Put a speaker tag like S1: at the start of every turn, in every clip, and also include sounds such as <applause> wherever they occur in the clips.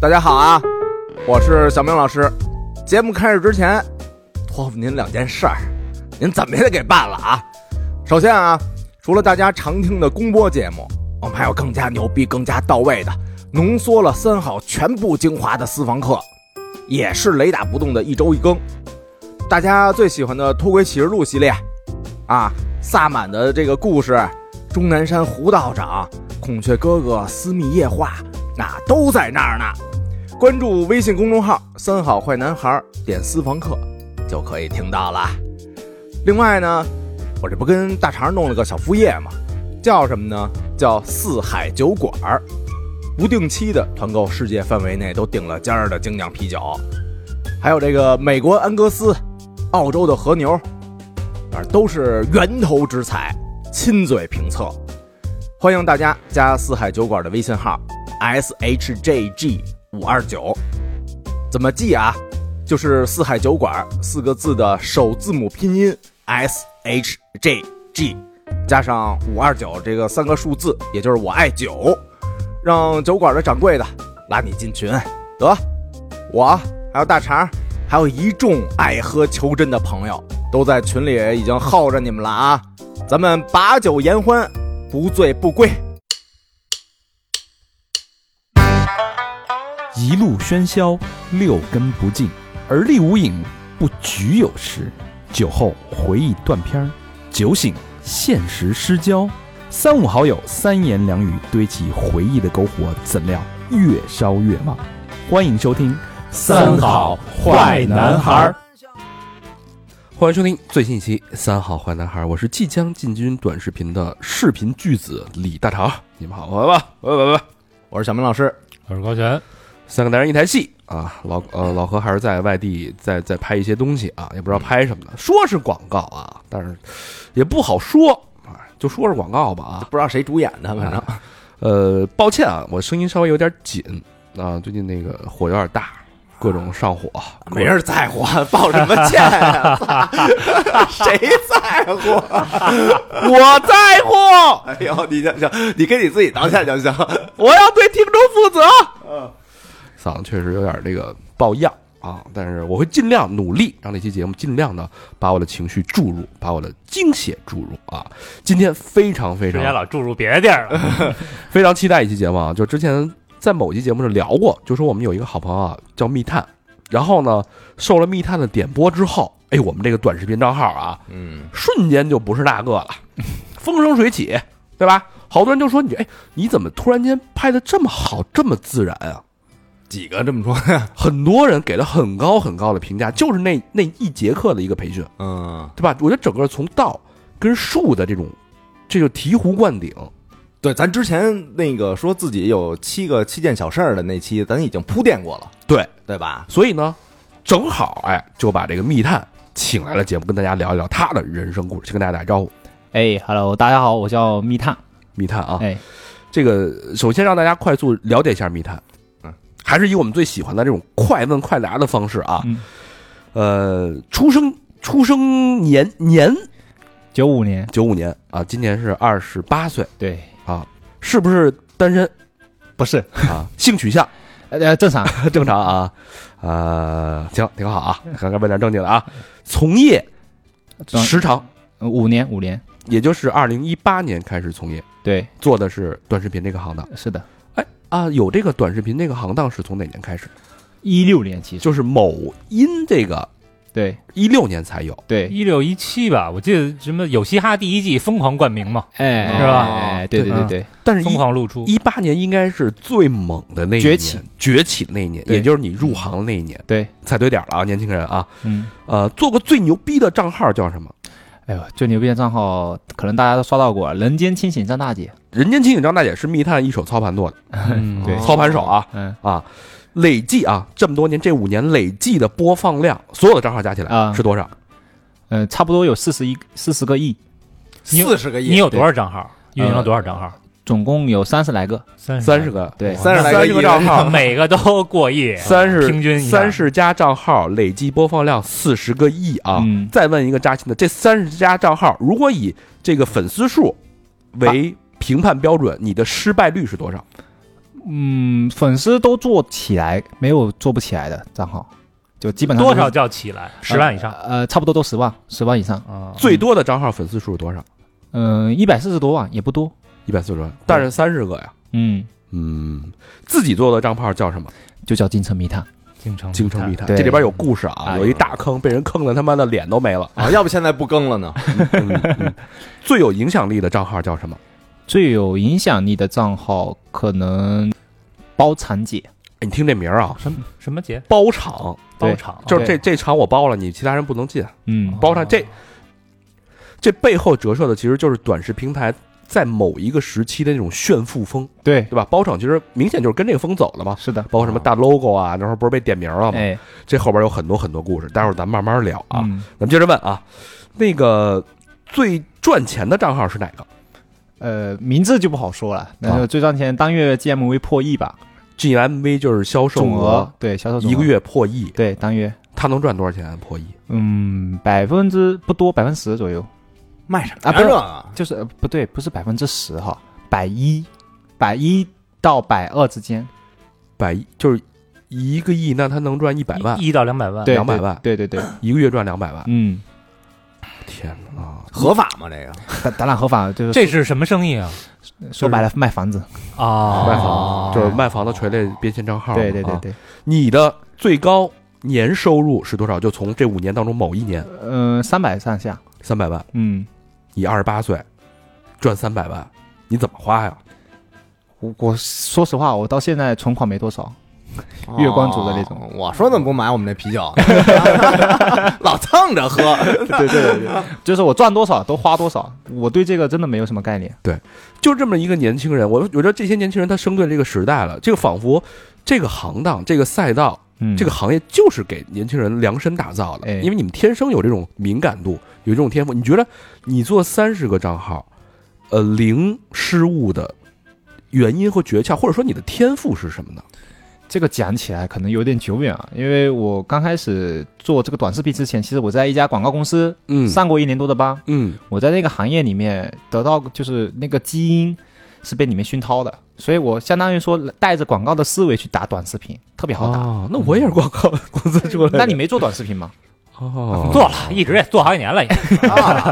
S1: 大家好啊，我是小明老师。节目开始之前，托付您两件事儿，您怎么也得给办了啊。首先啊，除了大家常听的公播节目，我们还有更加牛逼、更加到位的，浓缩了三好全部精华的私房课，也是雷打不动的一周一更。大家最喜欢的《脱轨启示录》系列，啊，萨满的这个故事，钟南山胡道长、孔雀哥哥、私密夜话，那都在那儿呢。关注微信公众号“三好坏男孩”，点私房课就可以听到了。另外呢，我这不跟大肠弄了个小副业嘛，叫什么呢？叫四海酒馆儿，不定期的团购世界范围内都顶了尖儿的精酿啤酒，还有这个美国安格斯、澳洲的和牛，反正都是源头之采，亲嘴评测。欢迎大家加四海酒馆的微信号 s h j g 五二九，怎么记啊？就是四海酒馆四个字的首字母拼音 s h j g 加上五二九这个三个数字，也就是我爱酒，让酒馆的掌柜的拉你进群。得，我还有大肠，还有一众爱喝求真的朋友，都在群里已经耗着你们了啊！咱们把酒言欢，不醉不归。
S2: 一路喧嚣，六根不净，而立无影，不局有时。酒后回忆断片儿，酒醒现实失焦。三五好友，三言两语堆起回忆的篝火，怎料越烧越旺。欢迎收听《
S3: 三好坏男孩儿》。
S4: 欢迎收听最新一期《三好坏男孩》，我是即将进军短视频的视频巨子李大肠。你们好，拜拜拜拜拜拜！
S1: 我是小明老师，
S3: 我是高璇，
S4: 三个男人一台戏啊，老呃老何还是在外地在在拍一些东西啊，也不知道拍什么的，说是广告啊，但是也不好说啊，就说是广告吧啊。
S1: 不知道谁主演的，反正
S4: 呃，抱歉啊，我声音稍微有点紧啊，最近那个火有点大，各种上火，
S1: 没人在乎，啊抱什么歉呀、操谁在乎？
S4: 我在乎，
S1: 哎呦，你就行，你给你自己道歉就行。
S4: <laughs> 我要对听众负责。嗯，嗓子确实有点这个爆样啊，但是我会尽量努力，让这期节目尽量的把我的情绪注入，把我的精血注入啊。今天非常非
S3: 之前
S4: 常
S3: 老注入别的地儿了，
S4: <laughs> 非常期待一期节目啊，就之前在某期节目上聊过，就说我们有一个好朋友啊叫密探，然后呢受了密探的点播之后，哎，我们这个短视频账号啊，
S1: 嗯，
S4: 瞬间就不是那个了，风生水起，对吧？好多人就说你，哎，你怎么突然间拍的这么好，这么自然啊？
S1: 几个这么说呀？
S4: 很多人给了很高很高的评价，就是那那一节课的一个培训，
S1: 嗯，
S4: 对吧？我觉得整个从道跟术的这种，这就醍醐灌顶，
S1: 对，咱之前那个说自己有七个七件小事儿的那期，咱已经铺垫过了，
S4: 对。
S1: 对吧？
S4: 所以呢，正好哎，就把这个密探请来了节目，跟大家聊一聊他的人生故事，先跟大家打个招呼。
S5: 哎，Hello，大家好，我叫密探。
S4: 密探啊，
S5: 哎，
S4: 这个首先让大家快速了解一下密探，啊
S1: 嗯，
S4: 还是以我们最喜欢的这种快问快答的方式啊，
S5: 嗯
S4: 呃，出生出生年年
S5: 九五年，
S4: 九五年啊，今年是二十八岁，
S5: 对，
S4: 是不是单身？
S5: 不是，
S4: <laughs> 啊，性取向
S5: 呃，正常， <laughs>
S4: 正常啊，呃，行，挺好啊，刚才问点正经的啊，从业
S5: 正
S4: 时长
S5: 呃五年，五年，
S4: 也就是二零一八年开始从业，
S5: 对，
S4: 做的是短视频这个行当
S5: 是的，
S4: 啊，有这个短视频这个行当是从哪年开始？
S5: 一六年其实，
S4: 就是某音这个
S5: 对
S4: 一六年才有，
S5: 对，
S3: 一六一七吧，我记得什么有嘻哈第一季疯狂冠名嘛，
S5: 哎，
S3: 是吧
S5: 哎，
S2: 嗯
S5: 对对对对，
S4: 但是
S3: 疯
S4: 一
S3: 狂露出，
S4: 一八年应该是最猛的那一年
S5: 崛起
S4: 崛起的那一年，
S5: 对嗯
S4: 也就是你入行的那一年，
S5: 对，
S4: 踩对点儿了啊，年轻人啊，
S5: 嗯，
S4: 呃，做过最牛逼的账号叫什么？
S5: 哎呦，最牛逼的账号可能大家都刷到过，人间清醒张大姐，
S4: 人间清醒张大姐是密探一手操盘做的，
S3: 嗯
S5: 对
S4: 操盘手啊，
S5: 嗯，
S4: 啊，累计啊，这么多年这五年累计的播放量，所有的账号加起来
S5: 啊
S4: 是多少？
S5: 呃，差不多有四十一四十个亿，
S3: 你
S1: 四十个亿，
S3: 你有多少账号？运营了多少账号？
S5: 总共有三十来个，
S3: 三
S4: 三十个，
S5: 对，
S1: 三十来
S4: 三
S1: 亿
S4: 十个账号，
S3: <laughs>
S1: 啊
S3: 每个都过亿，
S4: 三十
S3: 平均一下
S4: 三十家账号累计播放量四十个亿啊！
S5: 嗯
S4: 再问一个扎心的，这三十家账号如果以
S5: 啊
S4: 这个粉丝数为评判标准，你的失败率是多少？
S5: 嗯，粉丝都做起来，没有做不起来的账号，就基本上
S3: 多
S5: 都是
S3: 少叫起来？十万以上
S5: 呃，差不多都十万，十万以上，
S3: 啊，
S4: 嗯最多的账号粉丝数是多少？
S5: 嗯，一百四十多万也不多，
S4: 一百四十万，但是三十个呀。
S5: 嗯，
S4: 嗯，自己做的账号叫什么？
S5: 就叫京城密探，
S3: 京城
S4: 京城密探。
S5: 对
S4: 这里边有故事啊，
S5: 哎
S4: 有一大坑，被人坑的他妈的脸都没
S5: <laughs>
S4: 了。
S1: 啊，要不现在不更了呢？
S4: 嗯嗯最有影响力的账号叫什么？
S5: 最有影响力的账号可能包产姐，
S4: 哎你听这名儿啊，
S3: 什么什么节
S4: 包场，
S3: 包
S5: 哦对
S3: 场，啊
S4: 就是这这场我包了，你其他人不能进。
S5: 嗯，
S4: 包场
S3: 哦
S4: 这这背后折射的其实就是短视频平台在某一个时期的那种炫富风，
S5: 对，
S4: 对吧？包场其实明显就是跟这个风走了嘛，
S5: 是的，
S4: 包括什么大 logo 啊，那时候不是被点名了吗？
S5: 哎，
S4: 这后边有很多很多故事，待会儿咱慢慢聊啊。
S5: 嗯，
S4: 咱们接着问啊，那个最赚钱的账号是哪个
S5: 呃，名字就不好说了，那
S4: 啊
S5: 就最赚钱单月 GMV 破亿吧，
S4: ？GMV 就是销售
S5: 总额对销售总额
S4: 一个月破亿，
S5: 对单月，
S4: 他能赚多少钱？破亿？
S5: 嗯，百分之不多，百分之十左右，
S1: 卖什么
S5: 啊不是
S1: 呀？
S5: 就是呃不对，不是百分之十哈，百一，百一到百二之间，
S4: 百亿就是一个亿，那他能赚一百万，
S3: 一一到两百万，
S5: 对，
S4: 200
S5: 对
S4: 万
S5: 对对对，
S4: 一个月赚两百万。
S5: 嗯，
S4: 天哪！
S5: 哎
S4: 啊
S1: 合法吗？这个
S5: 打打揽合法就是
S3: 这是什么生意啊？
S5: 说白了卖房子，
S3: 啊，
S4: 卖房就是卖房子垂类变现账号嘛。
S5: 对对对
S4: 啊
S5: 对，
S4: 你的最高年收入是多少？就从这五年当中某一年，
S5: 嗯，三百上下，
S4: 三百万。
S5: 嗯，
S4: 你二十八岁，赚三百万，你怎么花呀？
S5: 我我说实话，我到现在存款没多少，月光族的那种
S1: 哦我说怎么不买我们这啤酒？
S5: <laughs>
S1: 老蹭着喝，啊
S5: 对对 <laughs> 对，就是我赚多少都花多少，我对这个真的没有什么概念，
S4: 就这么一个年轻人，我我觉得这些年轻人他生对这个时代了，这个仿佛这个行当、这个赛道、
S5: 嗯，
S4: 这个行业就是给年轻人量身打造的，
S5: 哎
S4: 因为你们天生有这种敏感度，有这种天赋。你觉得你做三十个账号，呃，零失误的原因和诀窍，或者说你的天赋是什么呢？
S5: 这个讲起来可能有点久远啊，因为我刚开始做这个短视频之前，其实我在一家广告公司
S4: 嗯
S5: 上过一年多的班，
S4: 嗯，
S5: 我在那个行业里面得到就是那个基因是被里面熏陶的，所以我相当于说带着广告的思维去打短视频，特别好打。
S4: 哦，那我也是广告公司出来的。
S5: <laughs> 那你没做短视频
S4: <laughs>
S5: 吗？
S4: 哦，
S3: 做了，一直也做好几年了，也
S1: 啊，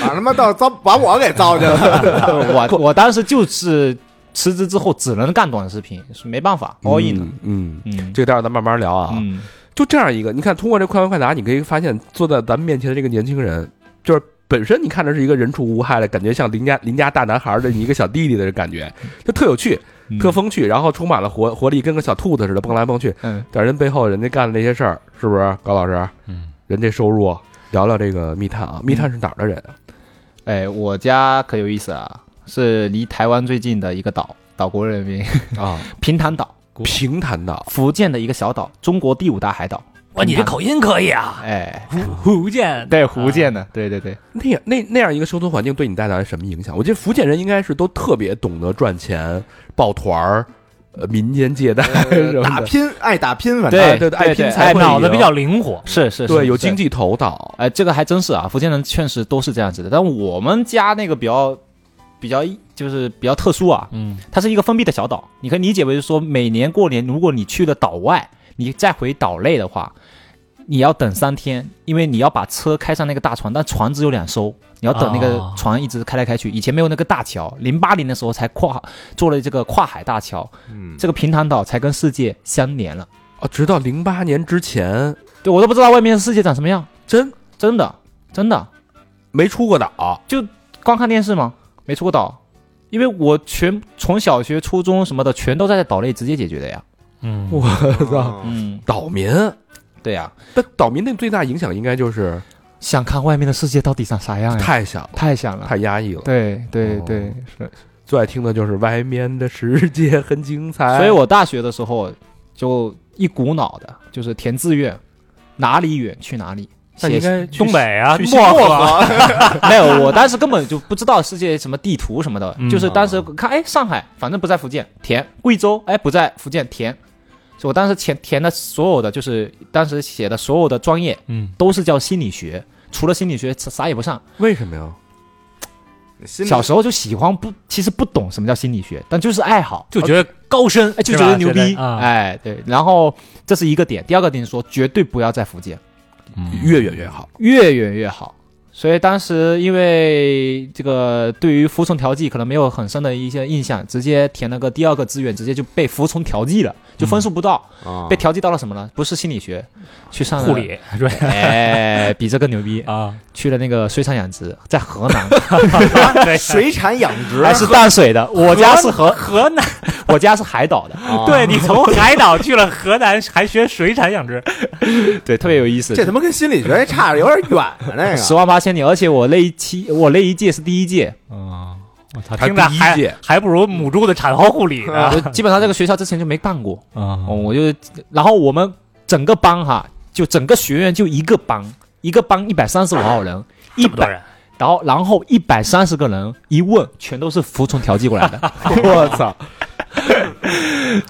S1: 把他妈到糟把我给糟践
S5: <laughs>
S1: 了。
S5: 我我当时就是辞职之后只能干短视频，是没办法 all in 了。
S4: 嗯，嗯
S5: 嗯，
S4: 这个待会儿咱慢慢聊啊。
S5: 嗯，
S4: 就这样一个，你看，通过这快问快答，你可以发现坐在咱们面前的这个年轻人，就是本身你看着是一个人畜无害的，感觉像邻家邻家大男孩儿的一个小弟弟的感觉，就特有趣、
S5: 嗯
S4: 特风趣，然后充满了活活力，跟个小兔子似的蹦来蹦去。
S5: 嗯，
S4: 但人背后人家干的那些事儿，是不是高老师？
S3: 嗯，
S4: 人这收入，聊聊这个密探啊，密探是哪儿的人啊？
S5: 哎，我家可有意思啊，是离台湾最近的一个岛，岛国人民
S4: 啊，
S5: 平潭岛，
S4: 平潭岛。
S5: 福建的一个小岛，中国第五大海岛。
S3: 哇，你这口音可以啊，
S5: 哎，啊
S3: 福建
S5: 对，福建的，对对对，
S4: 那样那那样一个生存环境对你带来什么影响？我觉得福建人应该是都特别懂得赚钱、抱团儿、呃民间借贷什么
S1: 打
S4: 的，
S1: 拼爱打拼，反正
S4: 哎
S5: 对
S4: 对对爱
S5: 对
S4: 拼
S5: 对
S4: 才
S5: 哎
S4: 会
S3: 脑子
S4: 赢
S3: 比较灵活，
S5: 是是是，
S4: 对有
S5: 是
S4: 经济头脑。
S5: 哎，这个还真是啊，福建人确实都是这样子的。但我们家那个比较比较就是比较特殊啊，
S3: 嗯，
S5: 它是一个封闭的小岛，你可以理解为是说，每年过年如果你去了岛外，你再回岛内的话，你要等三天，因为你要把车开上那个大船，但船只有两艘。你要等那个
S3: 哦
S5: 船一直开来开去，以前没有那个大桥，零八年的时候才跨做了这个跨海大桥，
S1: 嗯
S5: 这个平潭岛才跟世界相连了。
S4: 啊，直到零八年之前，
S5: 对我都不知道外面世界长什么样，
S4: 真
S5: 真的真的。
S4: 没出过岛。
S5: 光看电视吗？没出过岛，因为我全从小学、初中什么的，全都在岛内直接解决的呀。
S3: 嗯，
S4: 我操，
S1: 啊
S5: 嗯，
S4: 岛民，
S5: 对呀、
S4: 但岛民那最大影响应该就是
S5: 想看外面的世界到底长啥哎样呀？
S4: 太想了，
S5: 太想了，
S4: 太压抑了。
S5: 对对
S4: 哦
S5: 对、是。
S4: 最爱听的就是外面的世界很精彩。
S5: 所以我大学的时候就一股脑的，就是填志愿，哪里远去哪里。
S4: 那你应
S5: 写
S4: 该去
S3: 东北啊，
S4: 去
S3: 漠
S5: <laughs>
S3: 河，
S1: 河，
S5: 没有，我当时根本就不知道世界什么地图什么的，
S3: 嗯
S5: 就是当时看，哎，上海反正不在福建填，贵州哎不在福建填，所以我当时填填的所有的就是当时写的所有的专业
S3: 嗯，
S5: 都是叫心理学，除了心理学啥啥也不上。
S4: 为什么呀？
S1: 心里
S5: 小时候就喜欢不，其实不懂什么叫心理学，但就是爱好，
S3: 就觉得高深，
S5: 哎，就觉得牛逼，
S3: 哎，
S5: 哎，对。然后这是一个点，第二个点说绝对不要在福建，
S4: 越远越好。
S5: 越远越好。所以当时因为这个对于服从调剂可能没有很深的一些印象，直接填了个第二个志愿，直接就被服从调剂了，就分数不到，
S1: 啊
S5: 被调剂到了什么呢？不是心理学，去上了
S3: 护，理是吧？
S5: 哎，比这更牛逼，
S3: 啊，
S5: 去了那个水产养殖，在 <laughs> 河南，
S3: 对，
S1: 水产养殖
S5: 还是淡水的，我家是河，
S3: <laughs> 河南，
S5: <laughs> 我家是海岛的，
S1: 啊
S3: 对你从海岛去了河南，还学水产养殖，
S5: 对，特别有意思。
S1: 这他妈跟心理学还差着有点远啊，那
S5: 十
S1: 个
S5: 万八千里，而且我那一期，我那一届是第一届，
S3: 嗯，我操，
S4: 还
S3: 听着
S4: 第一
S3: 还
S4: 届
S3: 还不如母猪的产后护理呢。 <laughs>
S5: 我基本上这个学校之前就没办过，
S3: 啊
S5: 哦，我就，然后我们整个班哈，就整个学院就一个班，一个班一百三十五号人，一
S3: 这么多
S5: 百，
S3: 人，
S5: 然后然后一百三十个人一问，全都是服从调剂过来
S3: <laughs>
S5: 的，
S4: 我操！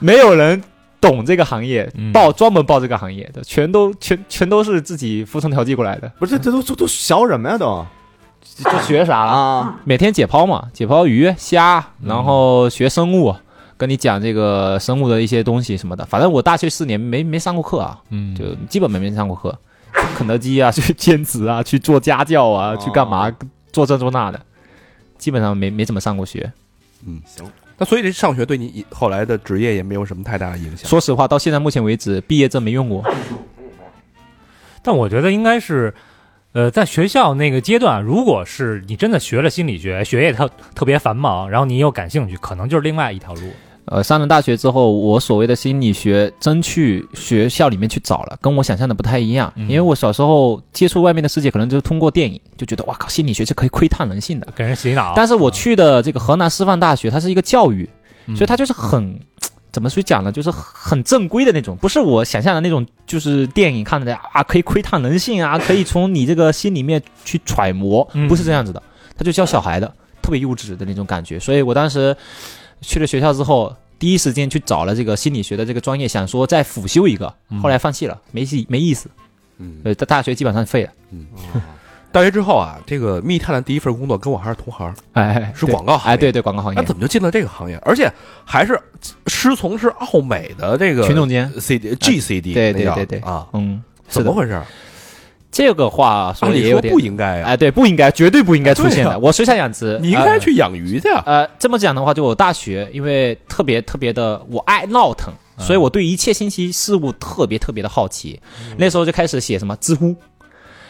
S5: 没有人懂这个行业
S3: 嗯，
S5: 报专门报这个行业的，全都全全都是自己服从调剂过来的，
S1: 不是这都都都学什么呀都
S5: 就学啥了？
S1: 啊
S5: 每天解剖嘛，解剖鱼、虾，然后学生物，跟你讲这个生物的一些东西什么的。反正我大学四年没没上过课啊，
S3: 嗯
S5: 就基本没没上过课，肯德基啊， <laughs> 去兼职啊，去做家教啊，
S1: 哦
S5: 去干嘛，做这做那的，基本上没没怎么上过学。
S4: 那所以这上学对你以后来的职业也没有什么太大的影响。
S5: 说实话，到现在目前为止，毕业证没用过。
S3: 但我觉得应该是，呃，在学校那个阶段，如果是你真的学了心理学，学业特特别繁忙，然后你又感兴趣，可能就是另外一条路。
S5: 呃，上了大学之后，我所谓的心理学真去学校里面去找了，跟我想象的不太一样。
S3: 嗯
S5: 因为我小时候接触外面的世界，可能就是通过电影，就觉得哇靠，心理学是可以窥探人性的。
S3: 给人洗脑。
S5: 但是我去的这个河南师范大学，它是一个教育，
S3: 嗯，
S5: 所以它就是很。怎么去讲呢？就是很正规的那种，不是我想象的那种，就是电影看的啊，可以窥探人性啊，可以从你这个心里面去揣摩，
S3: 嗯
S5: 不是这样子的。他就教小孩的，特别幼稚的那种感觉。所以我当时去了学校之后，第一时间去找了这个心理学的这个专业，想说再辅修一个，后来放弃了，没戏没意思。
S4: 嗯，
S5: 呃，大大学基本上废了。
S4: 大学之后啊，这个密探的第一份工作跟我还是同行，
S5: 哎，
S4: 是
S5: 对
S4: 广告行业
S5: 哎，对对，广告行
S4: 那
S5: 业，
S4: 怎么就进了这个行业？而且还是师从是奥美的这个
S5: 群众间，
S4: CD GCD，
S5: 对对
S4: 那叫
S5: 对对
S4: 啊，
S5: 嗯，是
S4: 怎
S5: 的
S4: 么。回事？
S5: 这个话说
S4: 按
S5: 的
S4: 理
S5: 也有
S4: 说
S5: 点
S4: 不应该啊，
S5: 哎，对，不应该，绝对不应该出现
S4: 对啊
S5: 的。我水产养殖，
S4: 你应该去养鱼去啊。
S5: 呃。呃，这么讲的话，就我大学因为特别特别的，我爱闹腾，
S4: 嗯
S5: 所以我对一切新奇事物特别特别的好奇。
S4: 嗯
S5: 那时候就开始写什么知乎。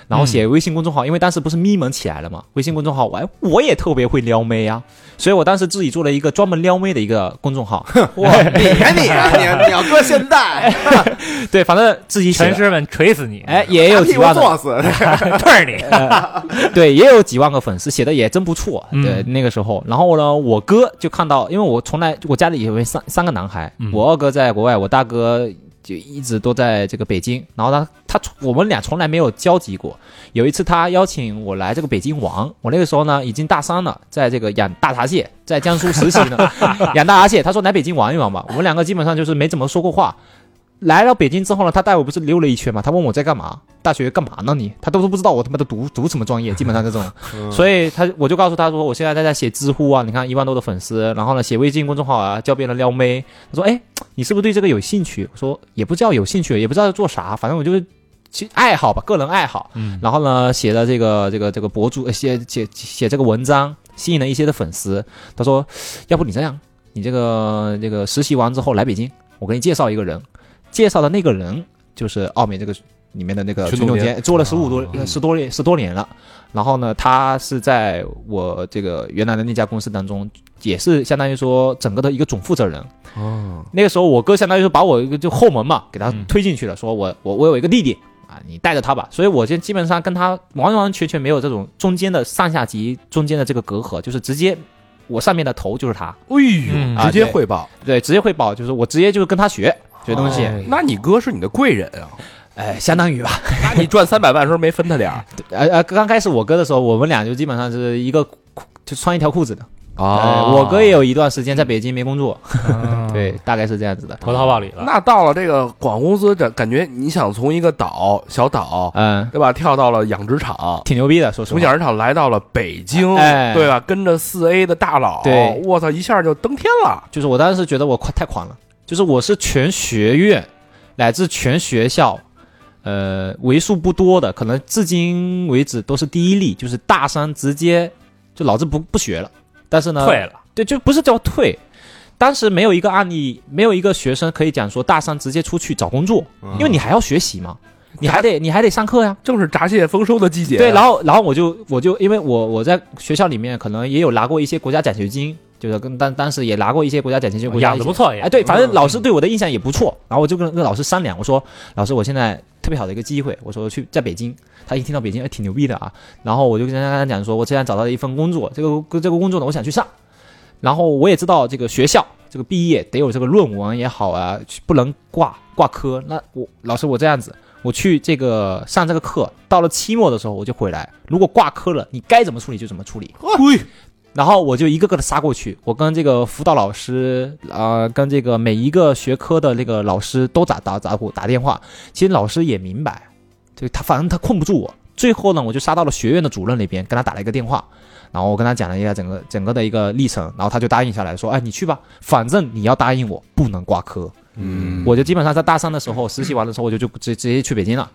S5: 然后写微信公众号，因为当时不是咪蒙起来了嘛，微信公众号，我哎我也特别会撩妹啊，所以我当时自己做了一个专门撩妹的一个公众
S4: <laughs>
S5: 号， <laughs>
S1: 哇你呀你呀你呀你要搁现在
S5: 对，反正自己写
S3: 全
S5: 的，
S3: 师们锤死你！
S5: 哎，，也有
S1: 屁
S5: 几
S1: 股
S5: 万个
S1: 坐死
S3: <laughs> 对你，
S5: <laughs> 对，也有几万个粉丝，写的也真不错。
S3: 嗯
S5: 对，那个时候，然后呢，我哥就看到，因为我从来我家里有三三个男孩，
S3: 嗯
S5: 我二哥在国外，我大哥就一直都在这个北京。然后呢，他从我们俩从来没有交集过。有一次他邀请我来这个北京玩，我那个时候呢已经大三了，在这个养大闸蟹，在江苏实习呢，养大闸蟹。他说来北京玩一玩吧，我们两个基本上就是没怎么说过话。来到北京之后呢，他带我不是溜了一圈嘛？他问我在干嘛，大学干嘛呢你？他都不知道我他妈的读读什么专业，基本上这种。所以他我就告诉他说，我现在在在写知乎啊，你看一万多的粉丝，然后呢写微信公众号啊，教别人撩妹。他说，哎，你是不是对这个有兴趣？我说也不叫有兴趣，也不知道要做啥，反正我就是其爱好吧，个人爱好。
S3: 嗯，
S5: 然后呢，写了这个这个这个博主呃写写写这个文章，吸引了一些的粉丝。他说，要不你这样，你这个这个实习完之后来北京，我给你介绍一个人，介绍的那个人就是奥美这个里面的那个
S4: 群
S5: 群
S4: 众
S5: 众
S4: 监
S5: 监，做了十五多、
S4: 嗯
S5: 十多年十多年了。然后呢，他是在我这个原来的那家公司当中，也是相当于说整个的一个总负责人。
S4: 哦，
S5: 那个时候我哥相当于是把我一个就后门嘛，给他
S3: 嗯
S5: 推进去了，说我我我有一个弟弟啊，你带着他吧。所以我现在基本上跟他完完全全没有这种中间的上下级中间的这个隔阂，就是直接我上面的头就是他，
S4: 哎
S3: 嗯
S4: 呦，直接汇报。
S5: 对，直接汇报，就是我直接就是跟他学学东西，
S3: 哦
S4: 那你哥是你的贵人
S5: <laughs>
S4: 啊！
S5: 哎，相当于吧。
S4: 那你赚三百万的时候
S5: <laughs>
S4: 没分他点儿，
S5: 呃呃，刚开始我哥的时候，我们俩就基本上是一个裤就穿一条裤子的，
S4: 啊
S5: 呃，我哥也有一段时间在北京没工作，
S3: 哦嗯
S5: 对，，大概是这样子的。
S3: 投桃报李
S5: 嗯
S3: 了。
S4: 那到了这个广告公司，这感觉你想从一个岛小岛，
S5: 嗯，
S4: 对吧，跳到了养殖场，
S5: 挺牛逼的，说实
S4: 从
S5: 话。
S4: 养殖场来到了北京，
S5: 哎
S4: 对吧？跟着四 A 的大佬，
S5: 对
S4: 我操，一下就登天了。
S5: 就是我当时觉得我快太狂了，就是我是全学院乃至全学校，呃，为数不多的，可能至今为止都是第一例，就是大三直接就老子不不学了，但是呢，
S3: 退了，
S5: 对，就不是叫退。当时没有一个案例，没有一个学生可以讲说大三直接出去找工作，嗯
S1: <laughs>
S3: 嗯
S5: 因为你还要学习嘛，你还得你还得上课呀。
S4: 正是闸蟹丰收的季节，啊
S5: 对，然后然后我就我就因为我我在学校里面可能也有拿过一些国家奖学金，就是跟当当时也拿过一些国家奖学金，国家
S3: 养
S5: 一
S3: 的
S5: 些
S3: 不错也。
S5: 哎，对，反正老师对我的印象也不错。然后我就跟跟老师商量，我说老师，我现在特别好的一个机会，我说去在北京。他一听到北京，哎，挺牛逼的啊。然后我就跟他他讲说，我现在找到了一份工作，这个这个工作呢，我想去上。然后我也知道这个学校这个毕业得有这个论文也好啊，去不能挂挂科。那我老师我这样子，我去这个上这个课，到了期末的时候我就回来。如果挂科了，你该怎么处理就怎么处理。然后我就一个个的杀过去，我跟这个辅导老师，呃，跟这个每一个学科的那个老师都打打打打电话。其实老师也明白，就他反正他控不住我。最后呢，我就杀到了学院的主任那边，跟他打了一个电话，然后我跟他讲了一下整个整个的一个历程，然后他就答应下来说，哎，你去吧，反正你要答应我，不能挂科。
S4: 嗯，
S5: 我就基本上在大三的时候实习完的时候，我就就直直接去北京了。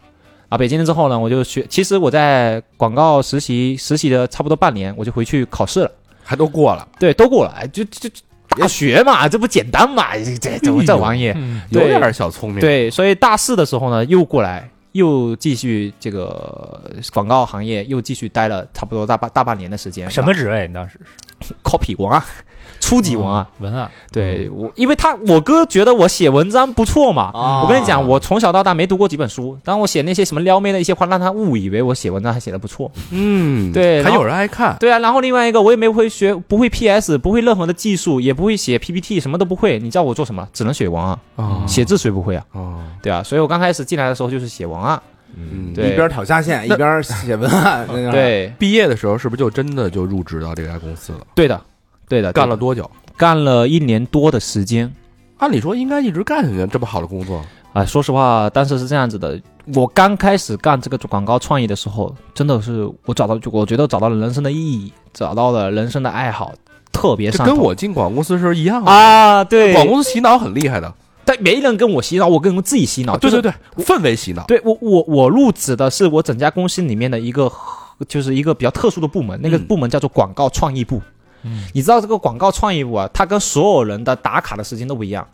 S5: 啊，北京了之后呢，我就学，其实我在广告实习实习的差不多半年，我就回去考试了。
S4: 还都过了，
S5: 对，都过来，就就就大学嘛，这不简单嘛，这这这这玩意。
S3: 嗯
S4: 有
S5: 对
S4: 点小聪明，，
S5: 对，所以大四的时候呢，又过来，又继续这个广告行业，又继续待了差不多大半大半年的时间。
S3: 什么职位？你当时是
S5: copy 文案，初级文案。
S3: 文案？
S5: 对我，因为他我哥觉得我写文章不错嘛。
S1: 啊
S5: 我跟你讲，我从小到大没读过几本书，当我写那些什么撩妹的一些话，让他误以为我写文章还写的不错。
S4: 嗯，
S5: 对
S4: 还
S5: 然后
S4: 有人爱看，
S5: 对啊，然后另外一个我也没会学，不会 PS，不会任何的技术，也不会写 PPT，什么都不会。你叫我做什么？只能写文案，
S3: 哦
S4: 啊
S5: 写字谁不会啊？
S4: 啊，
S5: 对啊，所以我刚开始进来的时候就是写文案。
S4: 嗯，
S5: 对
S1: 一边挑下线一边写文
S5: <laughs>
S1: 案，那个，
S5: 对，
S4: 毕业的时候是不是就真的就入职到这家公司了？
S5: 对的，对的，
S4: 干了多久？
S5: 干了一年多的时间
S4: 按理说应该一直干下去，这么好的工作，
S5: 啊、说实话，当时是这样子的，我刚开始干这个广告创意的时候，真的是我找到，我觉得找到了人生的意义，找到了人生的爱好，特别
S4: 这
S5: 上
S4: 跟
S5: 头
S4: 我进广告公司时候一样的。
S5: 啊，对，
S4: 广告公司洗脑很厉害的，
S5: 但没人跟我洗脑，我跟我自己洗脑，
S4: 对
S5: 就是
S4: 对啊对，氛围洗脑，
S5: 对我我我入职的是我整家公司里面的一个，就是一个比较特殊的部门，那个
S4: 嗯
S5: 部门叫做广告创意部。
S3: 嗯，
S5: 你知道这个广告创意部啊，它跟所有人的打卡的时间都不一样。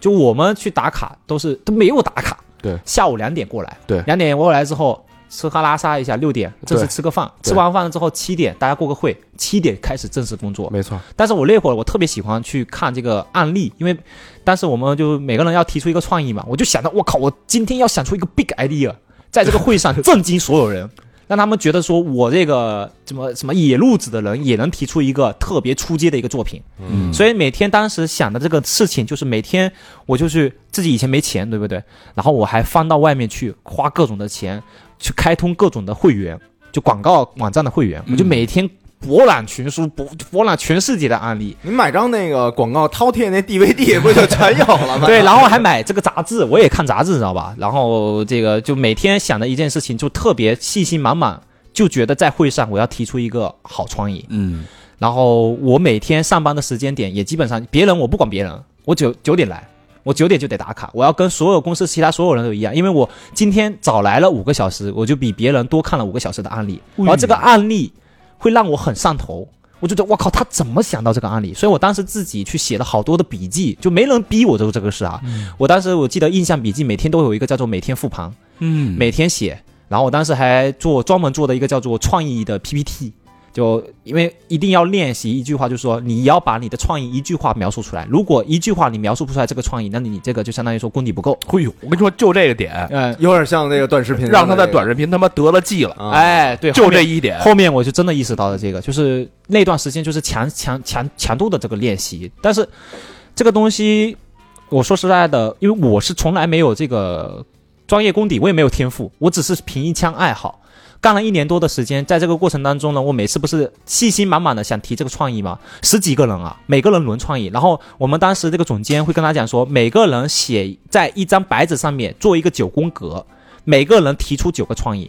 S5: 就我们去打卡都是都没有打卡，
S4: 对
S5: 下午两点过来，
S4: 对
S5: 两点过来之后吃喝拉撒一下，六点正式
S4: 对
S5: 吃个饭，
S4: 对
S5: 吃完饭了之后七点大家过个会，七点开始正式工作。
S4: 没错，
S5: 但是我那会儿我特别喜欢去看这个案例，因为当时我们就每个人要提出一个创意嘛，我就想到我靠，我今天要想出一个 big idea，在这个会上震惊所有人，让他们觉得说我这个怎么什么野路子的人也能提出一个特别出街的一个作品。
S4: 嗯
S5: 所以每天当时想的这个事情就是每天我就是自己以前没钱，对不对？然后我还放到外面去花各种的钱去开通各种的会员，就广告网站的会员，我就每天博览群书，博博览全世界的案例。
S1: 你买张那个广告饕餮那
S5: <laughs>
S1: DVD 不就全有了吗？
S5: 对，然后还买这个杂志，我也看杂志，你知道吧？然后这个就每天想的一件事情，就特别信心满满，就觉得在会上我要提出一个好创意。
S4: 嗯，
S5: 然后我每天上班的时间点也基本上，别人我不管别人，我九九点来，我九点就得打卡，我要跟所有公司其他所有人都一样，因为我今天早来了五个小时，我就比别人多看了五个小时的案例，
S3: 哎呦
S5: 而这个案例会让我很上头。我就觉得我靠，他怎么想到这个案例？所以我当时自己去写了好多的笔记，就没人逼我做这个事啊。我当时我记得印象笔记每天都有一个叫做每天复盘，
S4: 嗯，
S5: 每天写。然后我当时还做专门做的一个叫做创意的 PPT，就因为一定要练习一句话，就是说你要把你的创意一句话描述出来。如果一句话你描述不出来这个创意，那你这个就相当于说功底不够。
S4: 哎呦，我跟你说，就这个点，
S5: 嗯，
S1: 有点像那个短视频，
S4: 让他在短视频他妈得了计了，
S1: 啊，
S5: 哎，对，
S4: 就
S5: 后面
S4: 这。一点，
S5: 后面我就真的意识到了这个，就是那段时间就是强强强强度的这个练习，但是这个东西，我说实在的，因为我是从来没有这个专业功底，我也没有天赋，我只是凭一腔爱好。干了一年多的时间，在这个过程当中呢，我每次不是信心满满的想提这个创意嘛，十几个人啊，每个人轮创意。然后我们当时这个总监会跟他讲说，每个人写在一张白纸上面做一个九宫格，每个人提出九个创意。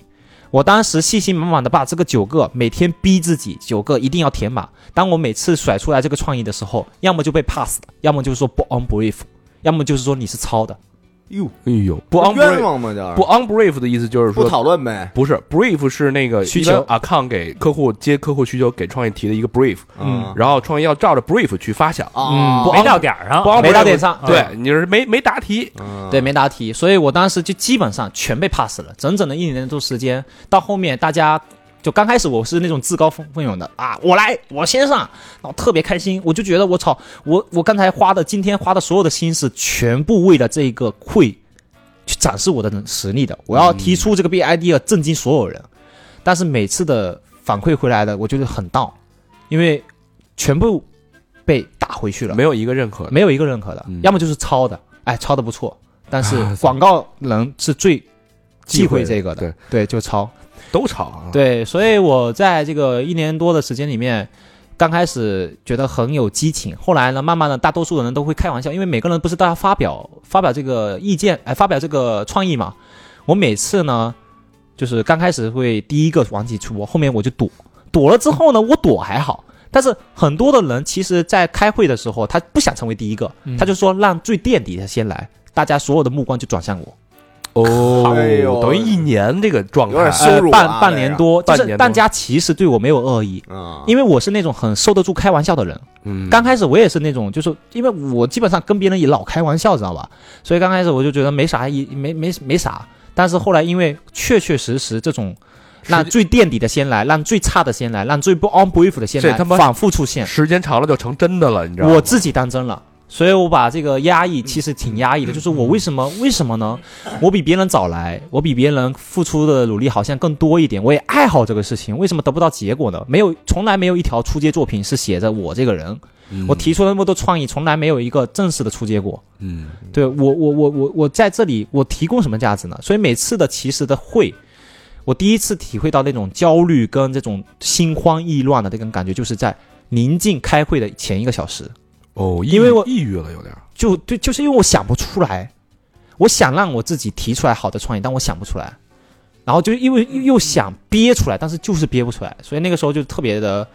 S5: 我当时信心满满的把这个九个每天逼自己九个一定要填满。当我每次甩出来这个创意的时候，要么就被 pass 了，要么就是说不 on brief，要么就是说你是抄的。
S1: 哟，
S4: 哎呦，不 on
S1: 冤
S4: brief
S1: 枉嘛，就是
S4: 不 on brief 的意思就是
S1: 不
S4: 说
S1: 讨论呗。
S4: 不是 brief 是那个
S5: 需求
S4: 啊，康给客户接客户需求给创业提的一个 brief，
S1: 嗯
S4: 然后创业要照着 brief 去发想，
S1: 啊，
S4: 不
S3: 没到点儿上
S4: 不，on
S5: 没到
S4: brief-
S5: 点上
S4: 对，你是没没答题，
S1: 嗯
S5: 对，没答题，所以我当时就基本上全被 pass 了，整整的一年多时间。到后面大家就刚开始我是那种自告奋奋勇的啊，我来，我先上，然后特别开心，我就觉得我操，我我刚才花的今天花的所有的心思，全部为了这一个会去展示我的能实力的，我要提出这个 B idea 震惊所有人。但是每次的反馈回来的，我觉得很到，因为全部被打回去了。
S4: 没有一个认可的，
S5: 没有一个认可的，
S4: 嗯
S5: 要么就是抄的，哎，抄的不错，但是
S4: 啊
S5: 广告人是最忌讳
S4: 的
S5: 这个的，
S4: 对，
S5: 对，就抄，
S4: 都吵啊，
S5: 对，所以我在这个一年多的时间里面。刚开始觉得很有激情，后来呢，慢慢的，大多数的人都会开玩笑，因为每个人不是都要发表发表这个意见，哎，发表这个创意嘛。我每次呢，就是刚开始会第一个往起出，后面我就躲，躲了之后呢，我躲还好，但是很多的人其实，在开会的时候，他不想成为第一个，
S3: 嗯
S5: 他就说让最垫底的先来，大家所有的目光就转向我。
S4: 哦
S1: 哎呦
S4: 等于一年这个状
S1: 有点
S4: 态，
S1: 羞辱啊这个
S5: 呃半半年多，就
S4: 半
S5: 是
S4: 年多
S5: 大家其实对我没有恶意，
S1: 嗯，
S5: 因为我是那种很受得住开玩笑的人。
S4: 啊嗯
S5: 刚开始我也是那种，就是因为我基本上跟别人也老开玩笑，知道吧？所以刚开始我就觉得没啥意，没没没啥。但是后来因为确确实实这种，让最垫底的先来，让最差的先来，让最不 on brief 的先
S4: 这
S5: 来
S4: 他，妈
S5: 反复出现。
S4: 哎时间长了就成真的了，你知道吗？嗯
S5: 我自己当真了，所以我把这个压抑其实挺压抑的，就是我为什么为什么呢？我比别人早来，我比别人付出的努力好像更多一点，我也爱好这个事情，为什么得不到结果呢？没有，从来没有一条出街作品是写着我这个人，
S4: 嗯
S5: 我提出了那么多创意，从来没有一个正式的出结果。
S4: 嗯，
S5: 对我，我，我，我，我在这里我提供什么价值呢？所以每次的其实的会。我第一次体会到那种焦虑跟这种心慌意乱的那种感觉，就是在临近开会的前一个小时。
S4: 哦，
S5: 因为我
S4: 抑郁了有点，
S5: 就对，就是因为我想不出来，我想让我自己提出来好的创意，但我想不出来，然后就因为又又想憋出来，但是就是憋不出来，所以那个时候就特别的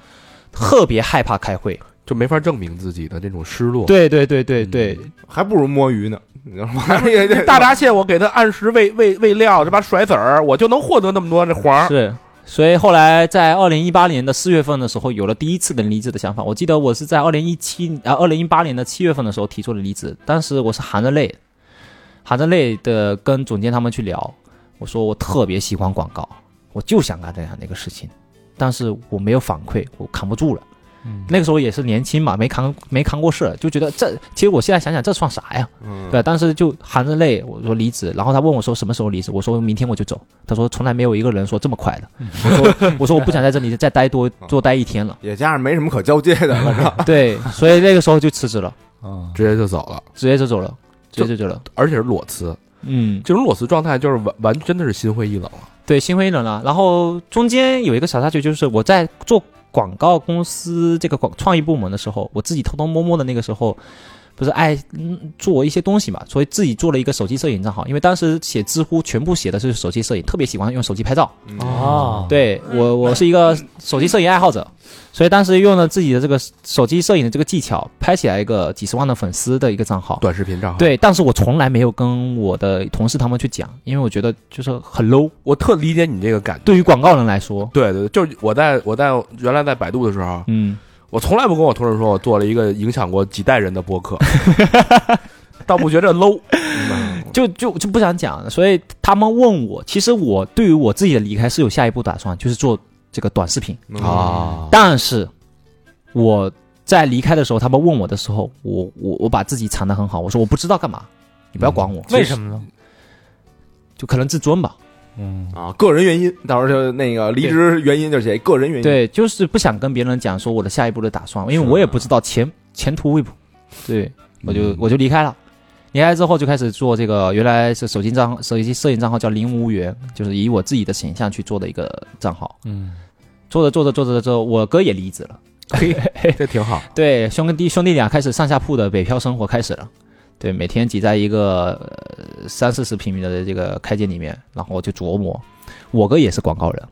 S5: 特别害怕开会。
S4: 就没法证明自己的这种失落。
S5: 对对对对对，
S1: 还不如摸鱼呢，你知道吗？也
S4: 这大闸蟹，我给它按时喂喂喂料，这把甩籽儿，我就能获得那么多这黄儿。
S5: 是。所以后来在二零一八年的四月份的时候，有了第一次的离职的想法。我记得我是在二零一七啊二零一八年的七月份的时候提出了离职，当时我是含着泪，含着泪的跟总监他们去聊，我说我特别喜欢广告，我就想干这样的一个事情，但是我没有反馈，我扛不住了。
S3: 嗯
S5: 那个时候也是年轻嘛，没扛没扛过事儿，就觉得这其实我现在想想这算啥呀？
S1: 嗯
S5: 对，当时就含着泪我说离职，然后他问我说什么时候离职，我说明天我就走。他说从来没有一个人说这么快的，我说 <laughs> 我说我不想在这里再待多多待
S1: <laughs>
S5: 一天了。
S1: 也加上没什么可交接的，反
S5: <laughs>
S1: 正
S5: 对，所以那个时候就辞职了，
S2: 啊，
S3: 哦
S4: 直接就走了，
S5: 直接就走了，直接就走了。
S4: 而且是裸辞。
S5: 嗯，
S4: 这种裸辞状态就是完完真的是心灰意冷了。
S5: 对，心灰意冷了。然后中间有一个小插曲，就是我在做广告公司这个广创意部门的时候，我自己偷偷摸摸的那个时候，不是爱、嗯、做一些东西嘛，所以自己做了一个手机摄影账号，因为当时写知乎全部写的是手机摄影，特别喜欢用手机拍照。
S1: 嗯
S3: 哦，
S5: 对我，我是一个手机摄影爱好者，所以当时用了自己的这个手机摄影的这个技巧，拍起来一个几十万的粉丝的一个账号。
S4: 短视频账号，，
S5: 对，但是我从来没有跟我的同事他们去讲，因为我觉得就是很 low。
S4: 我特理解你这个感觉。
S5: 对于广告人来说，
S4: 对对对，就是我在我在原来在百度的时候，
S5: 嗯，
S4: 我从来不跟我同事说我做了一个影响过几代人的播客，倒不觉着 <laughs> low。嗯
S5: 就就就不想讲了。所以他们问我，其实我对于我自己的离开是有下一步打算，就是做这个短视频。
S1: 嗯
S4: 啊，
S5: 但是我在离开的时候，他们问我的时候，我我我把自己藏得很好，我说我不知道干嘛，你不要管我，
S3: 嗯为什么呢？
S5: 就可能自尊吧。
S2: 嗯，
S1: 啊，个人原因，到时候就那个离职原因就写个人原因。，
S5: 对，就是不想跟别人讲说我的下一步的打算，因为我也不知道前前途未卜，对我就
S4: 啊嗯
S5: 我就离开了。离开之后就开始做这个，原来是手机账号、手机摄影账号叫林无缘，就是以我自己的形象去做的一个账号。
S3: 嗯，
S5: 做着做着做着之后，我哥也离职了，
S4: 这挺好。
S5: 对，兄弟兄弟俩开始上下铺的北漂生活开始了。对，每天挤在一个呃三四十平米的这个开间里面，然后就琢磨。我哥也是广告人，